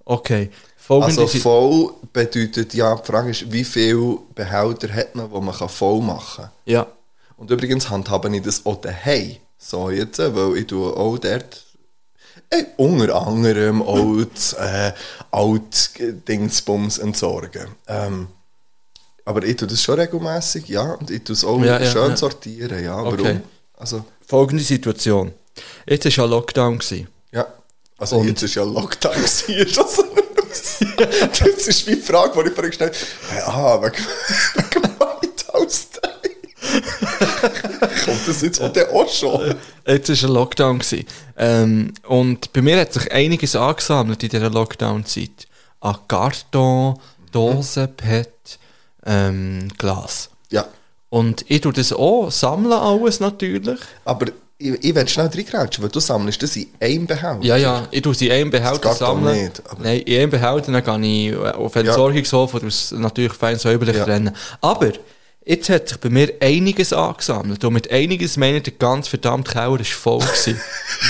D: Okay. Folgende
A: Also
D: Si-
A: voll bedeutet ja, die Frage ist, wie viele Behälter hat man, die man kann voll machen kann.
D: Ja.
A: Und übrigens handhabe ich das auch daheim. So jetzt, äh, weil ich tue auch dort äh, unter anderem auch das, äh, alt Dingsbums entsorgen. Ähm, aber ich tue das schon regelmäßig, ja. Und ich tue es auch
D: Ja, ja,
A: schön
D: ja.
A: sortieren, ja.
D: Okay.
A: Warum? Also,
D: Folgende Situation. Jetzt war ja Lockdown. Gewesen.
A: ja. Also
D: Und-
A: jetzt ist ja Lockdown gewesen, ist das so <laughs> Das ist wie die Frage, die ich vorhin gestellt habe. Hey, ah, wegen wegen Whitehouse-Day. Kommt das jetzt auch, der auch schon?
D: Jetzt war ein Lockdown. gewesen. Ähm, und bei mir hat sich einiges angesammelt in dieser Lockdown-Zeit. An Karton, Dosen, Pet, ähm, Glas.
A: Ja.
D: Und ich tue das auch, sammle alles natürlich.
A: Aber ich, ich will schnell reingrätschen, weil du sammelst das in einem Behälter.
D: Ja, ja, ich tue sie in einem Behälter
A: Das geht doch
D: sammeln.
A: nicht, aber-
D: Nein, in einem Behälter dann kann ich äh, auf den
A: Ja.
D: Entsorgungshof oder aus natürlich fein säuberlich
A: Ja.
D: trennen. Aber jetzt hat sich bei mir einiges angesammelt. Und mit einiges meine ich, der ganz verdammte Keller ist
A: <laughs>
D: voll gewesen.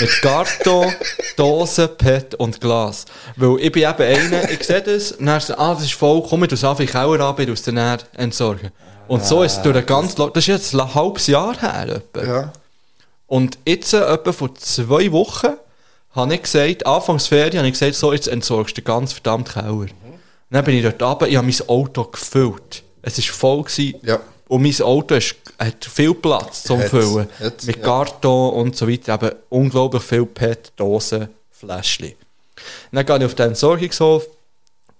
D: mit Karton, Dosen, Pet und Glas. Weil ich bin eben einer, ich sehe das, und dann ist es, ah, das ist voll, komm, ich tue es auf in den Keller ab, ich tue es dann näher entsorgen. Und so ist es durch ein ganz, lo- das ist jetzt ein halbes Jahr her, etwa.
A: Ah, Ja.
D: Und jetzt, äh, etwa vor zwei Wochen, habe ich gesagt, Anfangsferien, habe ich gesagt, so, jetzt entsorgst du den ganz verdammt Keller.
A: Mhm.
D: Dann bin ich dort runter, ich habe mein Auto gefüllt. Es war voll. Gewesen,
A: Ja.
D: Und mein Auto ist, hat viel Platz zum
A: Hat's,
D: Füllen.
A: hat's,
D: Mit
A: ja.
D: Karton und so weiter. Eben unglaublich viel PET, Dosen, Fläschchen. Dann gehe ich auf den Entsorgungshof,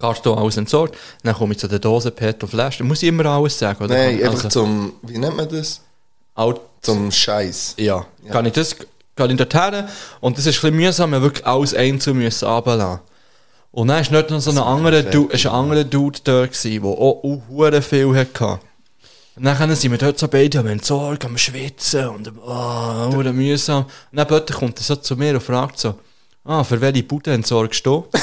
D: Karton alles entsorgt. Dann komme ich zu den Dosen, PET und Fläschchen. Muss ich immer alles sagen? Oder? Also,
A: Nein,
D: Kann-
A: einfach zum, wie nennt man das?
D: Alt-
A: Zum Scheiß.
D: ja, kann ich das, kann ich dorthin. Und das ist ein bisschen mühsam, wenn wirklich alles einzeln müssen runterlassen. Und dann ist nicht noch so ein anderer Dude, ist ein anderer Dude da gewesen, der auch uh, hure viel hatte. Und dann sind wir dort so beide am Entsorgen, am Schwitzen und am, oh, hure mühsam. Und dann plötzlich kommt er so zu mir und fragt so, ah, für welche Bude entsorgst <laughs> du? das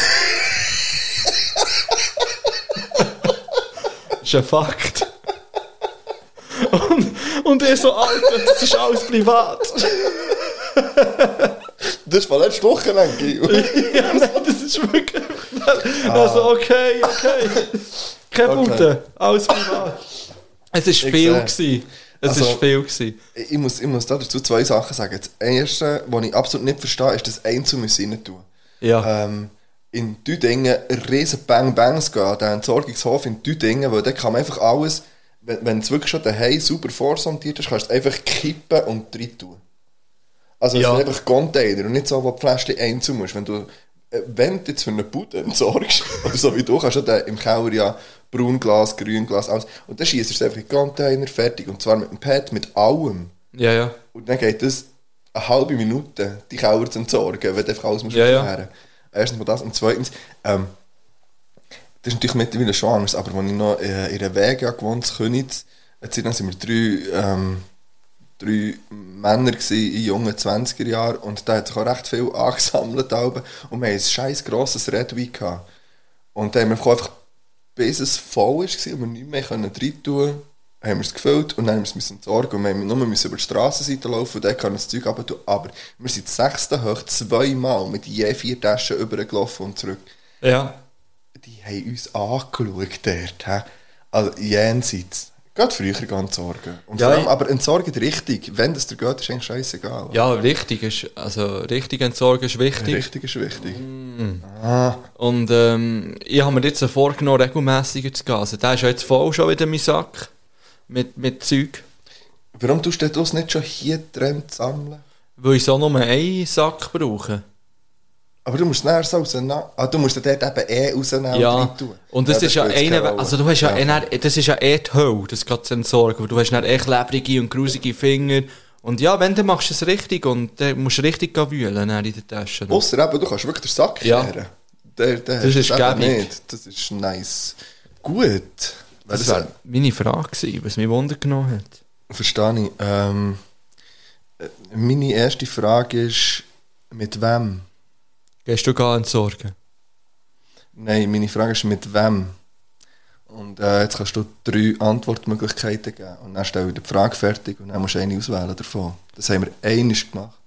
D: ist ein Fakt. Und, und er so, Alter, das ist alles privat.
A: Das war letzte Woche lang, Gio.
D: <laughs> ja, nein, das ist wirklich. Also, okay, okay. Keine
A: Okay.
D: Punkte, alles privat. Es war viel.
A: sehe.
D: Gewesen. Es
A: Also-
D: war viel. Gewesen.
A: Ich muss, ich muss dazu zwei Sachen sagen. Das erste, was ich absolut nicht verstehe, ist, dass einzeln rein tun.
D: Ja.
A: Ähm, in Düdingen riesen Bang Bangs gehen, an den Entsorgungshof in Düdingen, weil dort kann man einfach alles, wenn, wenn es wirklich schon daheim super vorsortiert ist, kannst du es einfach kippen und rein tun. Also
D: Ja.
A: es sind einfach Container und nicht so, wo die Fläschchen einzeln musst. Wenn du, äh, wenn du jetzt für eine Bude entsorgst, <laughs> oder so wie du, kannst du den im Keller ja Braunglas, Grünglas, alles. Und dann schießt du es einfach in den Container, fertig. Und zwar mit dem Pad, mit allem.
D: Ja, ja.
A: Und dann geht es eine halbe Minute, die Kauer zu entsorgen, wenn du einfach alles musst
D: Ja, ja.
A: aufklären. Erstens mal das und zweitens, ähm, das ist natürlich mittlerweile schon anders, aber als ich noch äh, in einer Wege gewohnt habe, in Königs, eine Zeit lang sind wir drei, ähm, drei Männer gewesen, in jungen 20er Jahren und da hat sich auch recht viel <laughs> angesammelt. Alben. Und wir hatten ein scheiß grosses Redwein. gehabt. Und dann haben wir einfach, bis es voll war und wir nicht mehr rein tun konnten, haben wir es gefüllt und dann haben wir es entsorgen und wir haben nur müssen über die Straßenseite laufen und dann kann das Zeug runter tun. Aber wir sind sechsten hoch zweimal mit je vier Taschen übergelaufen und zurück.
D: Ja.
A: Die haben uns angeschaut dort. hä? Also jenseits. Geht früher ganz sorgen. Und
D: Ja,
A: vor allem,
D: ich-
A: aber entsorgt richtig. Wenn das dir geht, ist eigentlich scheißegal.
D: Ja, richtig ist, also richtig entsorgen ist wichtig.
A: Richtig ist wichtig.
D: Und ähm, ich habe mir jetzt vorgenommen, regelmäßiger zu gehen. Also, der ist ja jetzt voll schon wieder mein Sack. Mit, mit Zeug.
A: Warum tust du das nicht schon hier drin sammeln?
D: Weil ich so nur einen Sack brauche.
A: Aber du musst es nachher so auseinander... Ah, du musst dort eben eh auseinander
D: Ja,
A: reintun.
D: und das ist ja
A: spielt keine
D: eine,
A: Rolle.
D: also du hast ja, eh dann- das ist ja eh die Hölle, das geht zu entsorgen, weil du hast dann eh klebrige und grusige Finger und ja, wenn, dann machst du es richtig und dann musst du richtig gehen wühlen dann in der Tasche.
A: Ausser eben, du kannst wirklich den Sack
D: Ja.
A: kehren. Der, der
D: Das
A: hast
D: ist
A: eben
D: gäbig.
A: nicht. Das ist nice. Gut. Also,
D: Das war meine Frage gewesen, was mich Wunder genommen hat.
A: Verstehe ich. Ähm, äh, meine erste Frage ist, mit wem?
D: Gehst du gar entsorgen?
A: Nein, meine Frage ist, mit wem? Und äh, jetzt kannst du drei Antwortmöglichkeiten geben. Und dann stelle ich dir die Frage fertig und dann musst du eine auswählen davon. Das haben wir einmal gemacht.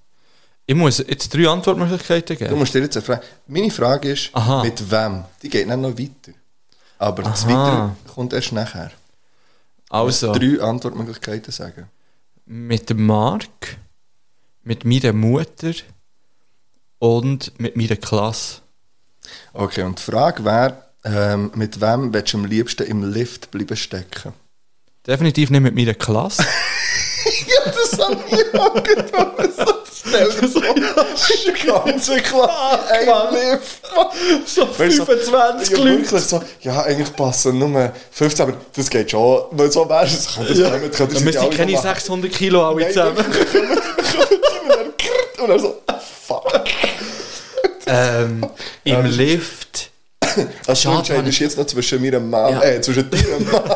D: Ich muss jetzt drei Antwortmöglichkeiten
A: Du
D: geben.
A: musst dir jetzt eine Frage... Meine Frage ist,
D: Aha.
A: mit wem? Die geht dann noch weiter. Aber das
D: Aha.
A: Weiter kommt erst nachher.
D: Also,
A: Drei Antwortmöglichkeiten sagen.
D: mit dem Mark, mit meiner Mutter und mit meiner Klasse.
A: Okay, und die Frage wäre, ähm, mit wem willst du am liebsten im Lift bleiben stecken? <laughs>
D: Definitiv nicht mit meiner Klasse.
A: Ja, das habe ich auch gedacht. Das ist so ganz klar. Ein Lift.
D: so
A: Weißt du, ja, wirklich so, ja, eigentlich passen nur 15, aber das geht schon. Weil so wäre es. Könnte das nehmen, könnte
D: Dann
A: das
D: müsste
A: nicht
D: ich keine
A: alle machen.
D: 600 Kilo alle
A: Nein,
D: zusammen.
A: wirklich, Und dann krrt, und dann so, ah, fuck.
D: Ähm, Im Lift.
A: Also
D: Schade, <laughs>
A: du entscheidest jetzt noch zwischen mir äh, und Mann,
D: Ja.
A: äh, zwischen dir und Mann.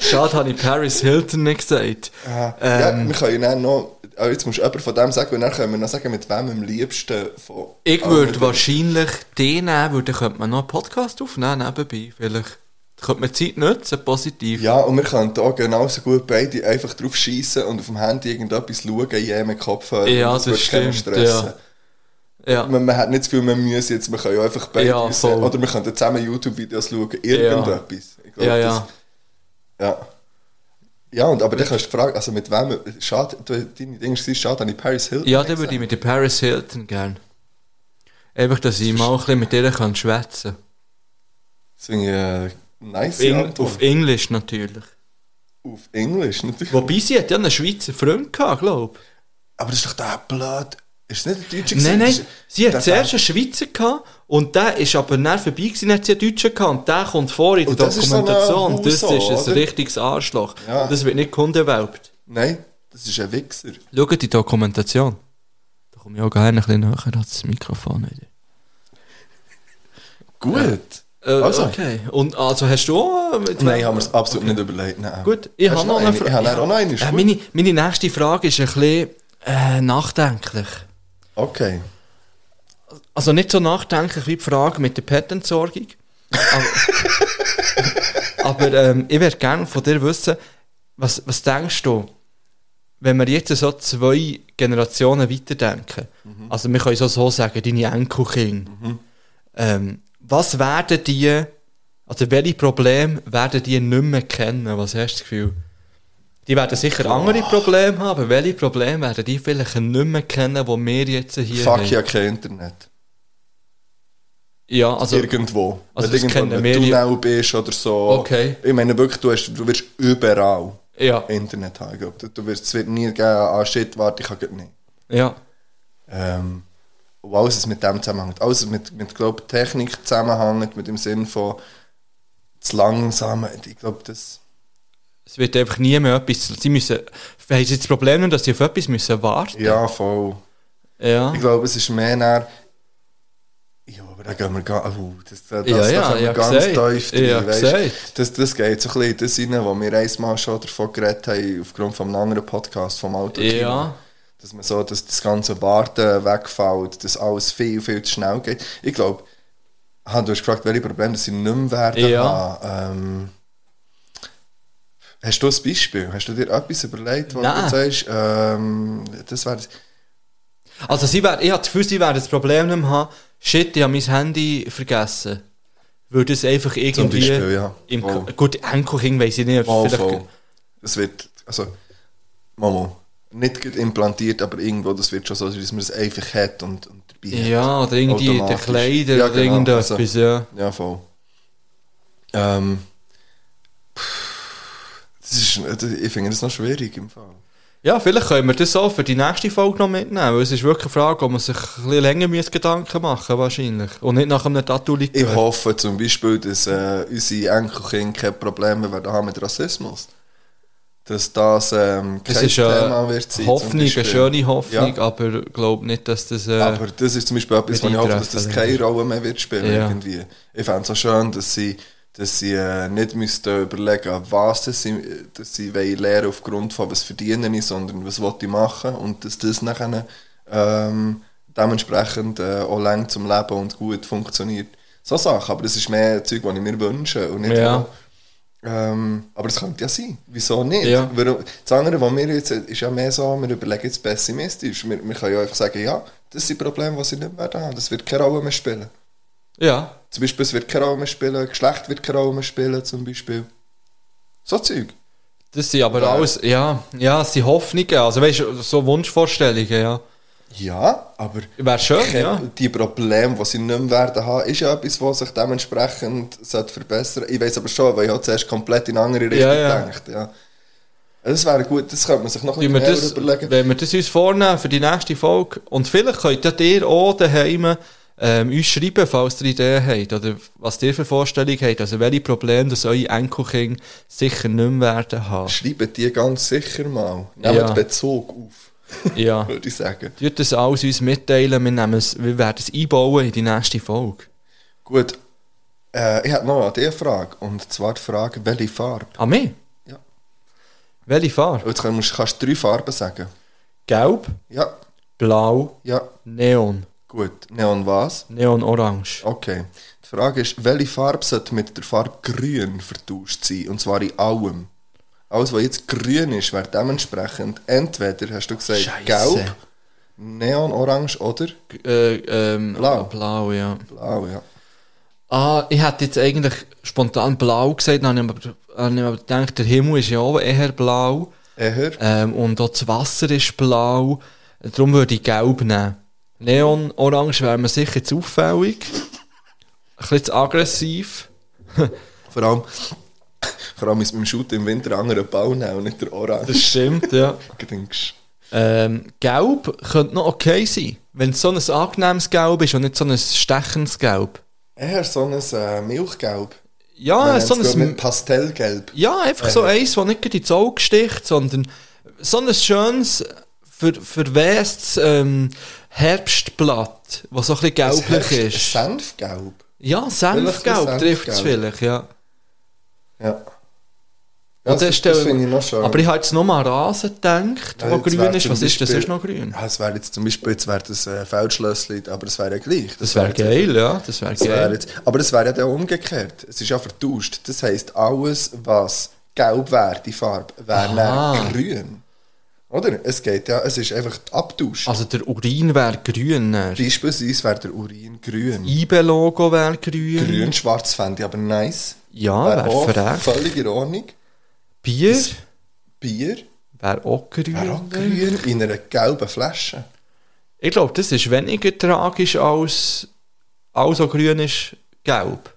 D: Schade, habe ich Paris Hilton nicht gesagt.
A: Ah. Ja,
D: Ähm.
A: wir können ja dann noch. Oh, jetzt musst du jemand von dem sagen und dann können wir noch sagen, mit wem am liebsten von. Ah,
D: Ich
A: allen
D: würde
A: drei.
D: wahrscheinlich den nehmen, weil dann könnte man noch einen Podcast aufnehmen nebenbei. Vielleicht Dann könnte man die Zeit nutzen, positiv.
A: Ja, und wir könnten auch genauso gut beide einfach drauf schießen und auf dem Handy irgendetwas schauen, jedem mit Kopfhörer.
D: Ja,
A: Und es
D: das
A: würde keinen
D: stimmt,
A: stressen.
D: Ja.
A: Man, man hat nicht das Gefühl, man muss jetzt, man kann ja einfach beide.
D: Ja,
A: raus-
D: voll.
A: oder wir könnten zusammen YouTube-Videos schauen, irgendetwas. Ich glaub,
D: Ja,
A: das-
D: ja.
A: Ja. Ja, und, aber dann kannst du fragen, also mit wem, schade, du, deine Dinge sind schade, habe ich Paris Hilton
D: Ja, dann
A: gesagt?
D: würde ich mit der Paris Hilton gerne. Einfach, dass ich mal ein bisschen mit ihr kann schwätzen
A: Das finde ich äh, nice
D: kann.
A: Antwort.
D: Auf Englisch natürlich.
A: Auf Englisch, natürlich.
D: Wobei sie hat ja einen Schweizer Freund gehabt, glaube ich.
A: Aber das ist doch der blöd. Ist es nicht der Deutsche
D: Nein,
A: Das
D: nein,
A: ist-
D: sie
A: der-
D: hat zuerst einen Schweizer gehabt und der ist aber näher vorbei gewesen, hat sie einen Deutschen gehabt und der kommt vor in der
A: Und das ist so ein
D: Dokumentation. Das ist,
A: Huso,
D: ein
A: oder?
D: richtiges Arschloch.
A: Ja.
D: Das wird nicht kundenwelbt.
A: Nein, das ist ein Wichser.
D: Schaut die Dokumentation. Da komme ich auch gerne ein bisschen näher an das Mikrofon wieder.
A: Gut.
D: Äh,
A: Also.
D: Okay, und also hast du auch... Mit
A: Nein, haben wir es absolut nicht überlegt. Nein.
D: Gut, ich
A: Hast
D: habe
A: du
D: noch eine
A: Ich habe
D: Frage.
A: dann auch noch eine. ist
D: Äh,
A: gut.
D: meine, meine nächste Frage ist ein bisschen äh, nachdenklich.
A: Okay.
D: Also nicht so nachdenklich wie die Frage mit der Patentsorgung. Aber, aber ähm, ich würde gerne von dir wissen, was, was denkst du, wenn wir jetzt so zwei Generationen weiterdenken, also wir können so, so sagen, deine Enkelkinder, ähm, was werden die, also welche Probleme werden die nicht mehr kennen? Was hast du das Gefühl? Die werden sicher andere Probleme haben, aber welche Probleme werden die vielleicht nicht mehr kennen, die wir jetzt hier
A: Fuck,
D: haben?
A: ich habe kein Internet.
D: Ja, also,
A: irgendwo.
D: also das
A: Wenn du
D: kennen
A: irgendwo
D: wir
A: in
D: ja.
A: einem Tunnel bist oder so.
D: Okay.
A: Ich meine wirklich, du, hast, du wirst überall
D: ja,
A: Internet haben. glaub. Du, du wirst, es wird nie geben, ah shit, warte, ich kann grad nicht.
D: ja,
A: Ähm, und alles, was mit dem zusammenhängt. Alles, was mit, mit glaub, Technik zusammenhängt, mit dem Sinn von zu langsam. Ich glaube, das...
D: es wird einfach nie mehr etwas, sie müssen, haben sie das Problem nicht, dass sie auf etwas müssen warten?
A: Ja, voll.
D: Ja,
A: Ich glaube, es ist mehr näher... Ja, aber da gehen wir gar... Oh, das, das,
D: Ja,
A: das
D: ja,
A: da gehen wir
D: ja,
A: ganz
D: gesagt.
A: tief drin,
D: Ja,
A: weisst.
D: gesagt.
A: das, das geht so ein bisschen in das hinein, wo wir einmal schon davon geredet haben, aufgrund von einem anderen Podcast, vom Auto.
D: Ja.
A: Dass man so, dass das ganze Warten wegfällt, dass alles viel, viel zu schnell geht. Ich glaube, ah, du hast gefragt, welche Probleme das sie nicht mehr werden
D: Ja.
A: haben. Ähm, hast du ein Beispiel? Hast du dir etwas überlegt, wo du
D: Nein.
A: sagst, ähm, das wäre...
D: also sie werden, ich habe das Gefühl, sie werden das Problem nicht mehr haben, shit, ich habe mein Handy vergessen. Weil das einfach irgendwie
A: Beispiel, ja.
D: im
A: Voll.
D: gut, Enkelkind weiss ich nicht,
A: Mal
D: vielleicht-
A: voll. Das wird, also, mal, mal. Nicht gerade implantiert, aber irgendwo, das wird schon so sein, dass man es einfach hat und, und dabei hat.
D: Ja, oder irgendwie in den
A: Automatisch.
D: Kleider
A: Ja,
D: oder
A: genau,
D: irgendetwas,
A: also-
D: ja.
A: Ja, voll. Ähm, das ist, äh, ich finde das noch schwierig im Fall.
D: Ja, vielleicht können wir das auch für die nächste Folge noch mitnehmen, weil es ist wirklich eine Frage, wo man sich ein bisschen länger muss Gedanken machen muss, wahrscheinlich. Und nicht nach einem tattoo
A: Ich hoffe zum Beispiel, dass äh, unsere Enkelkinder keine Probleme werden haben mit Rassismus. Dass das ähm, kein
D: Das ist
A: Thema
D: eine
A: wird sein. zum
D: Hoffnung, eine
A: Beispiel.
D: schöne Hoffnung,
A: Ja.
D: aber ich glaube nicht, dass das... Äh,
A: Aber das ist zum Beispiel etwas,
D: mit
A: wo ich hoffe, dass das
D: eintreffen,
A: keine Rolle mehr wird spielen
D: Ja.
A: irgendwie. Ich fände es auch schön, dass sie, dass sie äh, nicht müssten überlegen, was das sie, dass sie wollen lernen aufgrund von was verdienen ich, sondern was will ich machen und dass das nachher ähm, dementsprechend äh, auch lang zum Leben und gut funktioniert. So Sachen, aber das ist mehr Zeug, was ich mir wünsche und nicht
D: Ja.
A: auch, ähm, aber es könnte ja sein. Wieso nicht?
D: Ja.
A: Warum- Das andere, was wir jetzt, ist ja mehr so, wir überlegen jetzt pessimistisch. Wir, wir können ja einfach sagen, ja, das sind Probleme, die sie nicht werden haben. Das wird keine Rolle mehr spielen.
D: ja,
A: Zum Beispiel, es wird keine Rolle mehr spielen, Geschlecht wird keine Rolle mehr spielen, zum Beispiel. So Zeug.
D: das sind aber alles... Ja, ja, es sind Hoffnungen, also weißt du, so Wunschvorstellungen, ja.
A: Ja, aber
D: Wäre schön,
A: ke-
D: ja.
A: die Probleme, die sie nicht mehr werden haben, ist ja etwas, was sich dementsprechend sollte verbessern sollte. Ich weiß aber schon, weil ich habe zuerst komplett in eine andere Richtung
D: Ja, ja.
A: gedacht. Ja. Also, Das wäre gut, das könnte man sich noch ein
D: Wenn
A: bisschen
D: wir,
A: mehr
D: das,
A: überlegen.
D: wenn wir das uns vornehmen für die nächste Folge und vielleicht könnt ihr dir auch daheim ähm, uns schreiben, falls ihr Ideen habt oder was ihr für Vorstellungen habt, also welche Probleme das eure Enkelkinder sicher nicht mehr
A: <laughs>
D: werden haben.
A: Schreiben die ganz sicher mal. Nehmt
D: Ja. Ah.
A: Bezug auf,
D: Ja.
A: würde ich sagen.
D: Tut das alles uns mitteilen, wir, nehmen es, wir werden es einbauen in die nächste Folge.
A: Gut, äh, ich habe noch eine Frage. Und zwar die Frage, welche Farbe?
D: An mich?
A: Ja.
D: Welche Farbe?
A: Jetzt kannst du kannst drei Farben sagen.
D: Gelb,
A: Ja,
D: Blau,
A: ja,
D: Neon.
A: gut. Neon was?
D: Neon-Orange.
A: Okay. Die Frage ist, welche Farbe sollte mit der Farbe grün vertauscht sein? Und zwar in allem. Alles, was jetzt grün ist, wäre dementsprechend entweder, hast du gesagt,
D: Scheisse.
A: gelb, neon, orange oder
D: G- Äh, ähm,
A: Blau.
D: Blau, ja.
A: blau, ja.
D: Ah, ich hätte jetzt eigentlich spontan blau gesagt, dann habe ich mir aber- habe ich mir aber gedacht, der Himmel ist ja auch eher blau
A: Eher?
D: ähm, und auch das Wasser ist blau. Darum würde ich gelb nehmen. Neon, orange wäre mir sicher zu auffällig. Ein bisschen zu aggressiv.
A: Vor allem, <coughs> vor allem ist beim Shoot im Winter einen anderen Bau nehmen und nicht der
D: Das
A: orange.
D: stimmt, ja.
A: Du denkst,
D: Ähm, gelb könnte noch okay sein, wenn es so ein angenehmes Gelb ist und nicht so ein stechendes Gelb.
A: Eher so ein äh, Milchgelb.
D: Ja,
A: Wir
D: Ah, so
A: nennen es, Äh. glaub ich,
D: ein...
A: Pastellgelb.
D: Ja, einfach so eins, das nicht gerade ins Auge sticht, sondern so ein schönes, ver verwestes ähm, Herbstblatt, das so ein bisschen gelblich
A: Ein
D: ist.
A: Senfgelb.
D: ja,
A: Vielleicht
D: Senfgelb
A: ein
D: trifft es
A: Senfgelb.
D: vielleicht, ja.
A: Ja. ja
D: Und das stell-
A: finde ich noch schön.
D: Aber ich habe jetzt nur mal Rasen gedacht,
A: Ja,
D: wo
A: jetzt
D: grün
A: wär
D: ist.
A: zum
D: Was ist denn
A: Beispiel-
D: sonst noch grün?
A: Ja, es wäre jetzt zum Beispiel jetzt wär das äh, Feldschlössli, aber es wäre ja gleich.
D: Das wäre
A: jetzt-
D: geil, ja, das wäre
A: Das wär
D: geil.
A: jetzt, aber es wäre ja dann umgekehrt. Es ist ja vertauscht. Das heisst, alles, was gelb wäre, die Farbe, wäre
D: Aha.
A: dann grün. Oder? Es geht ja, es ist einfach abtauscht.
D: Also der Urin wäre grün. dann.
A: Beispielsweise wäre der Urin grün.
D: IBE-Logo wäre grün.
A: Grün-schwarz fände ich aber nice.
D: Ja,
A: auch
D: wäre frech.
A: Völlig in Ordnung.
D: Bier
A: Bier
D: wäre auch grün.
A: wäre auch grün in einer gelben Flasche.
D: Ich glaube, das ist weniger tragisch als alles, was grün ist, gelb.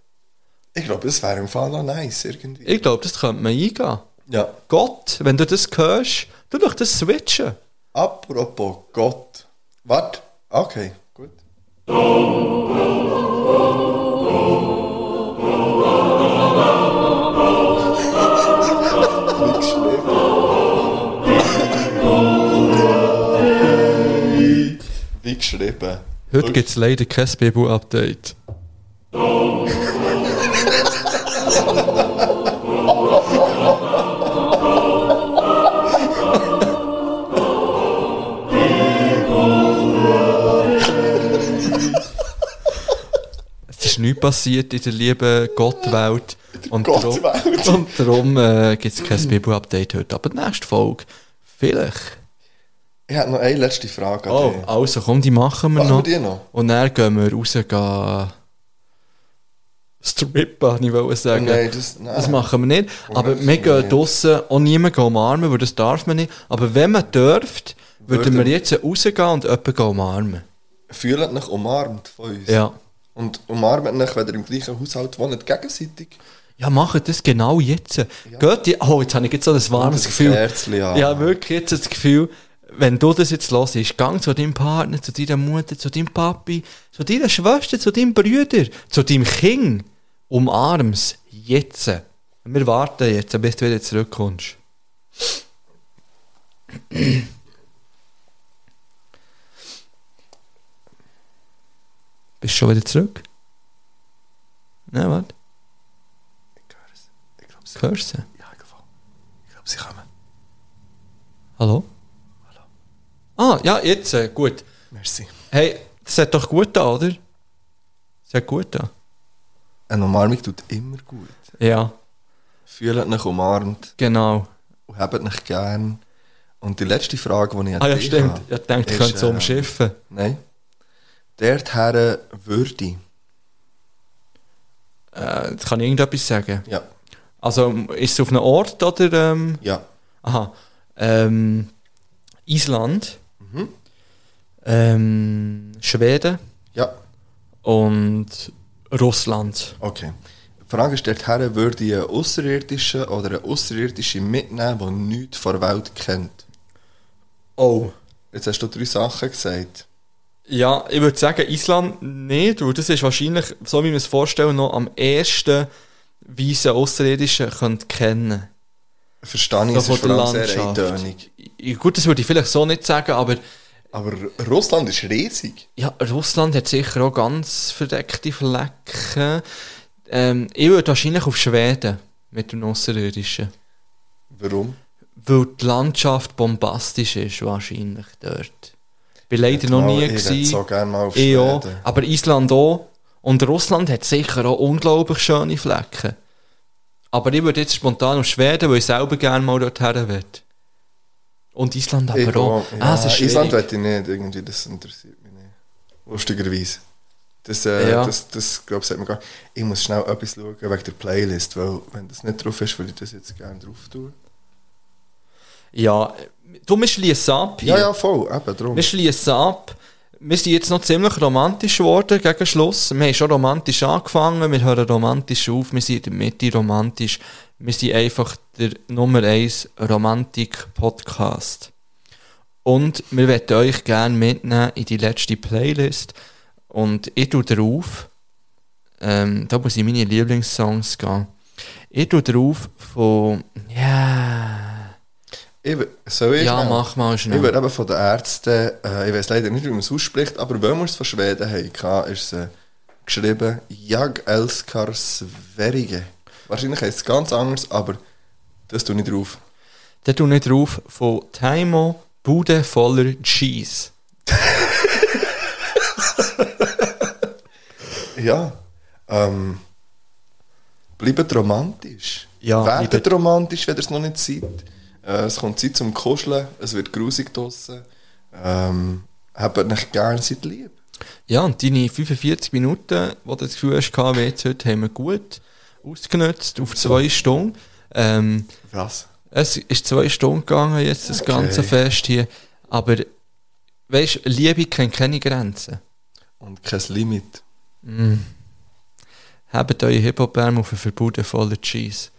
A: Ich glaube, das wäre im Fall noch nice irgendwie.
D: Ich glaube, das könnte man eingehen.
A: ja.
D: Gott, wenn du das hörst, tu doch das switchen.
A: Apropos Gott. Warte. Okay, gut. Nicht schlimm. Wie geschrieben.
D: Heute gibt es leider kein Bibu-Update. es ist nichts passiert in der lieben Gottwelt. Und
A: Gottwelt.
D: Drum, und darum äh, gibt es kein Bibu-Update heute. Aber die nächste Folge, vielleicht.
A: Ich habe noch eine letzte Frage an
D: Oh,
A: dich.
D: also komm, die machen wir
A: Machen wir
D: noch.
A: die noch?
D: Und dann gehen wir raus, gehen strippen, ich wollte sagen.
A: Nein, das- nein.
D: das machen wir nicht. Aber
A: das
D: wir gehen
A: nicht.
D: draussen Oh, auch niemanden umarmen, weil das darf man nicht. Aber wenn man dürft, würden
A: Würden-
D: wir jetzt rausgehen und jemanden umarmen.
A: Fühlt euch umarmt von uns.
D: Ja.
A: Und umarmt euch, wenn ihr im gleichen Haushalt wohnt, gegenseitig.
D: Ja, macht das genau jetzt. Geht die, oh, jetzt habe ich jetzt so ein warmes
A: Und ein
D: Gefühl.
A: Kerzchen an.
D: Ja, wirklich jetzt das Gefühl, wenn du das jetzt hörst, geh zu deinem Partner, zu deiner Mutter, zu deinem Papi, zu deiner Schwester, zu deinem Brüder, zu deinem Kind. Umarms. Jetzt. Wir warten jetzt, bis du wieder zurückkommst. Bist du schon wieder zurück? Nein, warte.
A: Ich glaube, sie,
D: Hörst du? sie?
A: ja, ich glaub, sie kommen.
D: Hallo? Hallo. Ah, ja, jetzt, äh, gut.
A: Merci.
D: Hey, das hat doch gut da, oder? Das hat gut da.
A: Eine Umarmung tut immer gut.
D: Ja,
A: Fühlt euch umarmt
D: genau.
A: und habt euch gern. Und die letzte Frage, die ich an
D: Ah ja,
A: dich
D: stimmt.
A: habe,
D: Ich denke, ich
A: ist,
D: könnte es
A: äh,
D: umschiffen.
A: Nein. Dorthin würde ich.
D: Äh, kann ich irgendetwas sagen?
A: Ja.
D: Also, ist es auf einem Ort, oder? Ähm,
A: Ja.
D: aha. Ähm, Island. Ähm, Schweden.
A: Ja.
D: Und Russland.
A: Okay. Die Frage ist, dorthin würde ich einen Außerirdischen oder eine Außerirdische mitnehmen, die nichts von der Welt kennt.
D: Oh.
A: Jetzt hast du drei Sachen gesagt.
D: Ja, ich würde sagen, Island nicht, weil das ist wahrscheinlich, so wie wir es vorstellen, noch am ersten, wie es einen Außerirdischen könnte kennen
A: Verstehe ich,
D: So
A: es ist
D: von
A: vor
D: der
A: allem sehr
D: Landschaft.
A: eintönig.
D: könnte. Gut, das würde ich vielleicht so nicht sagen, aber
A: Aber Russland ist riesig.
D: ja, Russland hat sicher auch ganz verdeckte Flecken. Ähm, ich würde wahrscheinlich auf Schweden mit dem Außerirdischen.
A: Warum?
D: Weil die Landschaft bombastisch ist, wahrscheinlich dort. Ich bin leider noch
A: Mal,
D: nie
A: Ich hätte
D: gewesen.
A: so gerne mal auf
D: Ich auch,
A: Schweden.
D: Eh aber Island auch. Und Russland hat sicher auch unglaublich schöne Flecken. Aber ich würde jetzt spontan auf Schweden, weil ich selber gerne mal dorthin will. Und Island aber
A: Ich
D: auch.
A: auch.
D: ah, es ist
A: Eh Island
D: schwierig.
A: wollte ich nicht, irgendwie, das interessiert mich nicht. Lustigerweise. Das, äh,
D: Ja.
A: das, das glaube ich, sagt man gar Ich muss schnell etwas schauen wegen der Playlist, weil wenn das nicht drauf ist, würde ich das jetzt gerne drauf tun.
D: Ja, du, wir schließen ab.
A: Ja,
D: hier.
A: ja, voll, eben drum.
D: Wir schließen ab. Wir sind jetzt noch ziemlich romantisch geworden gegen Schluss. Wir haben schon romantisch angefangen, wir hören romantisch auf, wir sind in der Mitte romantisch. Wir sind einfach der Nummer 1 Romantik-Podcast. Und wir möchten euch gerne mitnehmen in die letzte Playlist. Und ich tue drauf, ähm, da muss ich meine Lieblingssongs gehen. Ich tue drauf von, ja,
A: Ich wür- soll ich
D: ja,
A: schnell?
D: mach mal
A: Ich
D: schnell.
A: würde eben von den Ärzten, äh, ich weiß leider nicht, wie man es ausspricht, aber wenn wir es von Schweden hatten, ist es äh, geschrieben Jag Elskar Sverige. Wahrscheinlich heißt es ganz anders, aber das tue ich drauf.
D: Dann tue ich drauf von Taimo Bude voller Cheese.
A: Ja. Ähm, bleibt romantisch.
D: Ja,
A: Werdet
D: bleibt-
A: romantisch, wenn ihr es noch nicht seid. Äh, es kommt Zeit zum Kuscheln, es wird grusig draussen. Ähm, habt nicht gern, seid lieb.
D: Ja, und deine 45 Minuten, die du das Gefühl hast, gehabt, wie jetzt heute, haben wir gut ausgenutzt auf zwei Stunden. Ähm,
A: Was?
D: es ist zwei Stunden gegangen, jetzt das ganze Fest hier. Aber weißt Liebe kennt keine Grenzen.
A: Und kein Limit.
D: Habt eure Hip-Hop-Arm auf einen Verboden voller Cheese.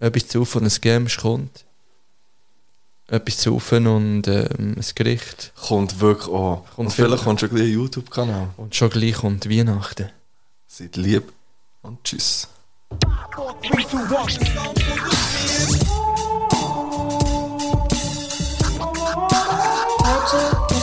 D: Etwas zu von einem Games kommt. Etwas zu Saufen und ähm, ein Gericht.
A: Kommt wirklich an. und
D: vielleicht.
A: vielleicht kommt schon gleich ein YouTube-Kanal.
D: Und schon gleich kommt Weihnachten.
A: Seid lieb und tschüss.
C: Heute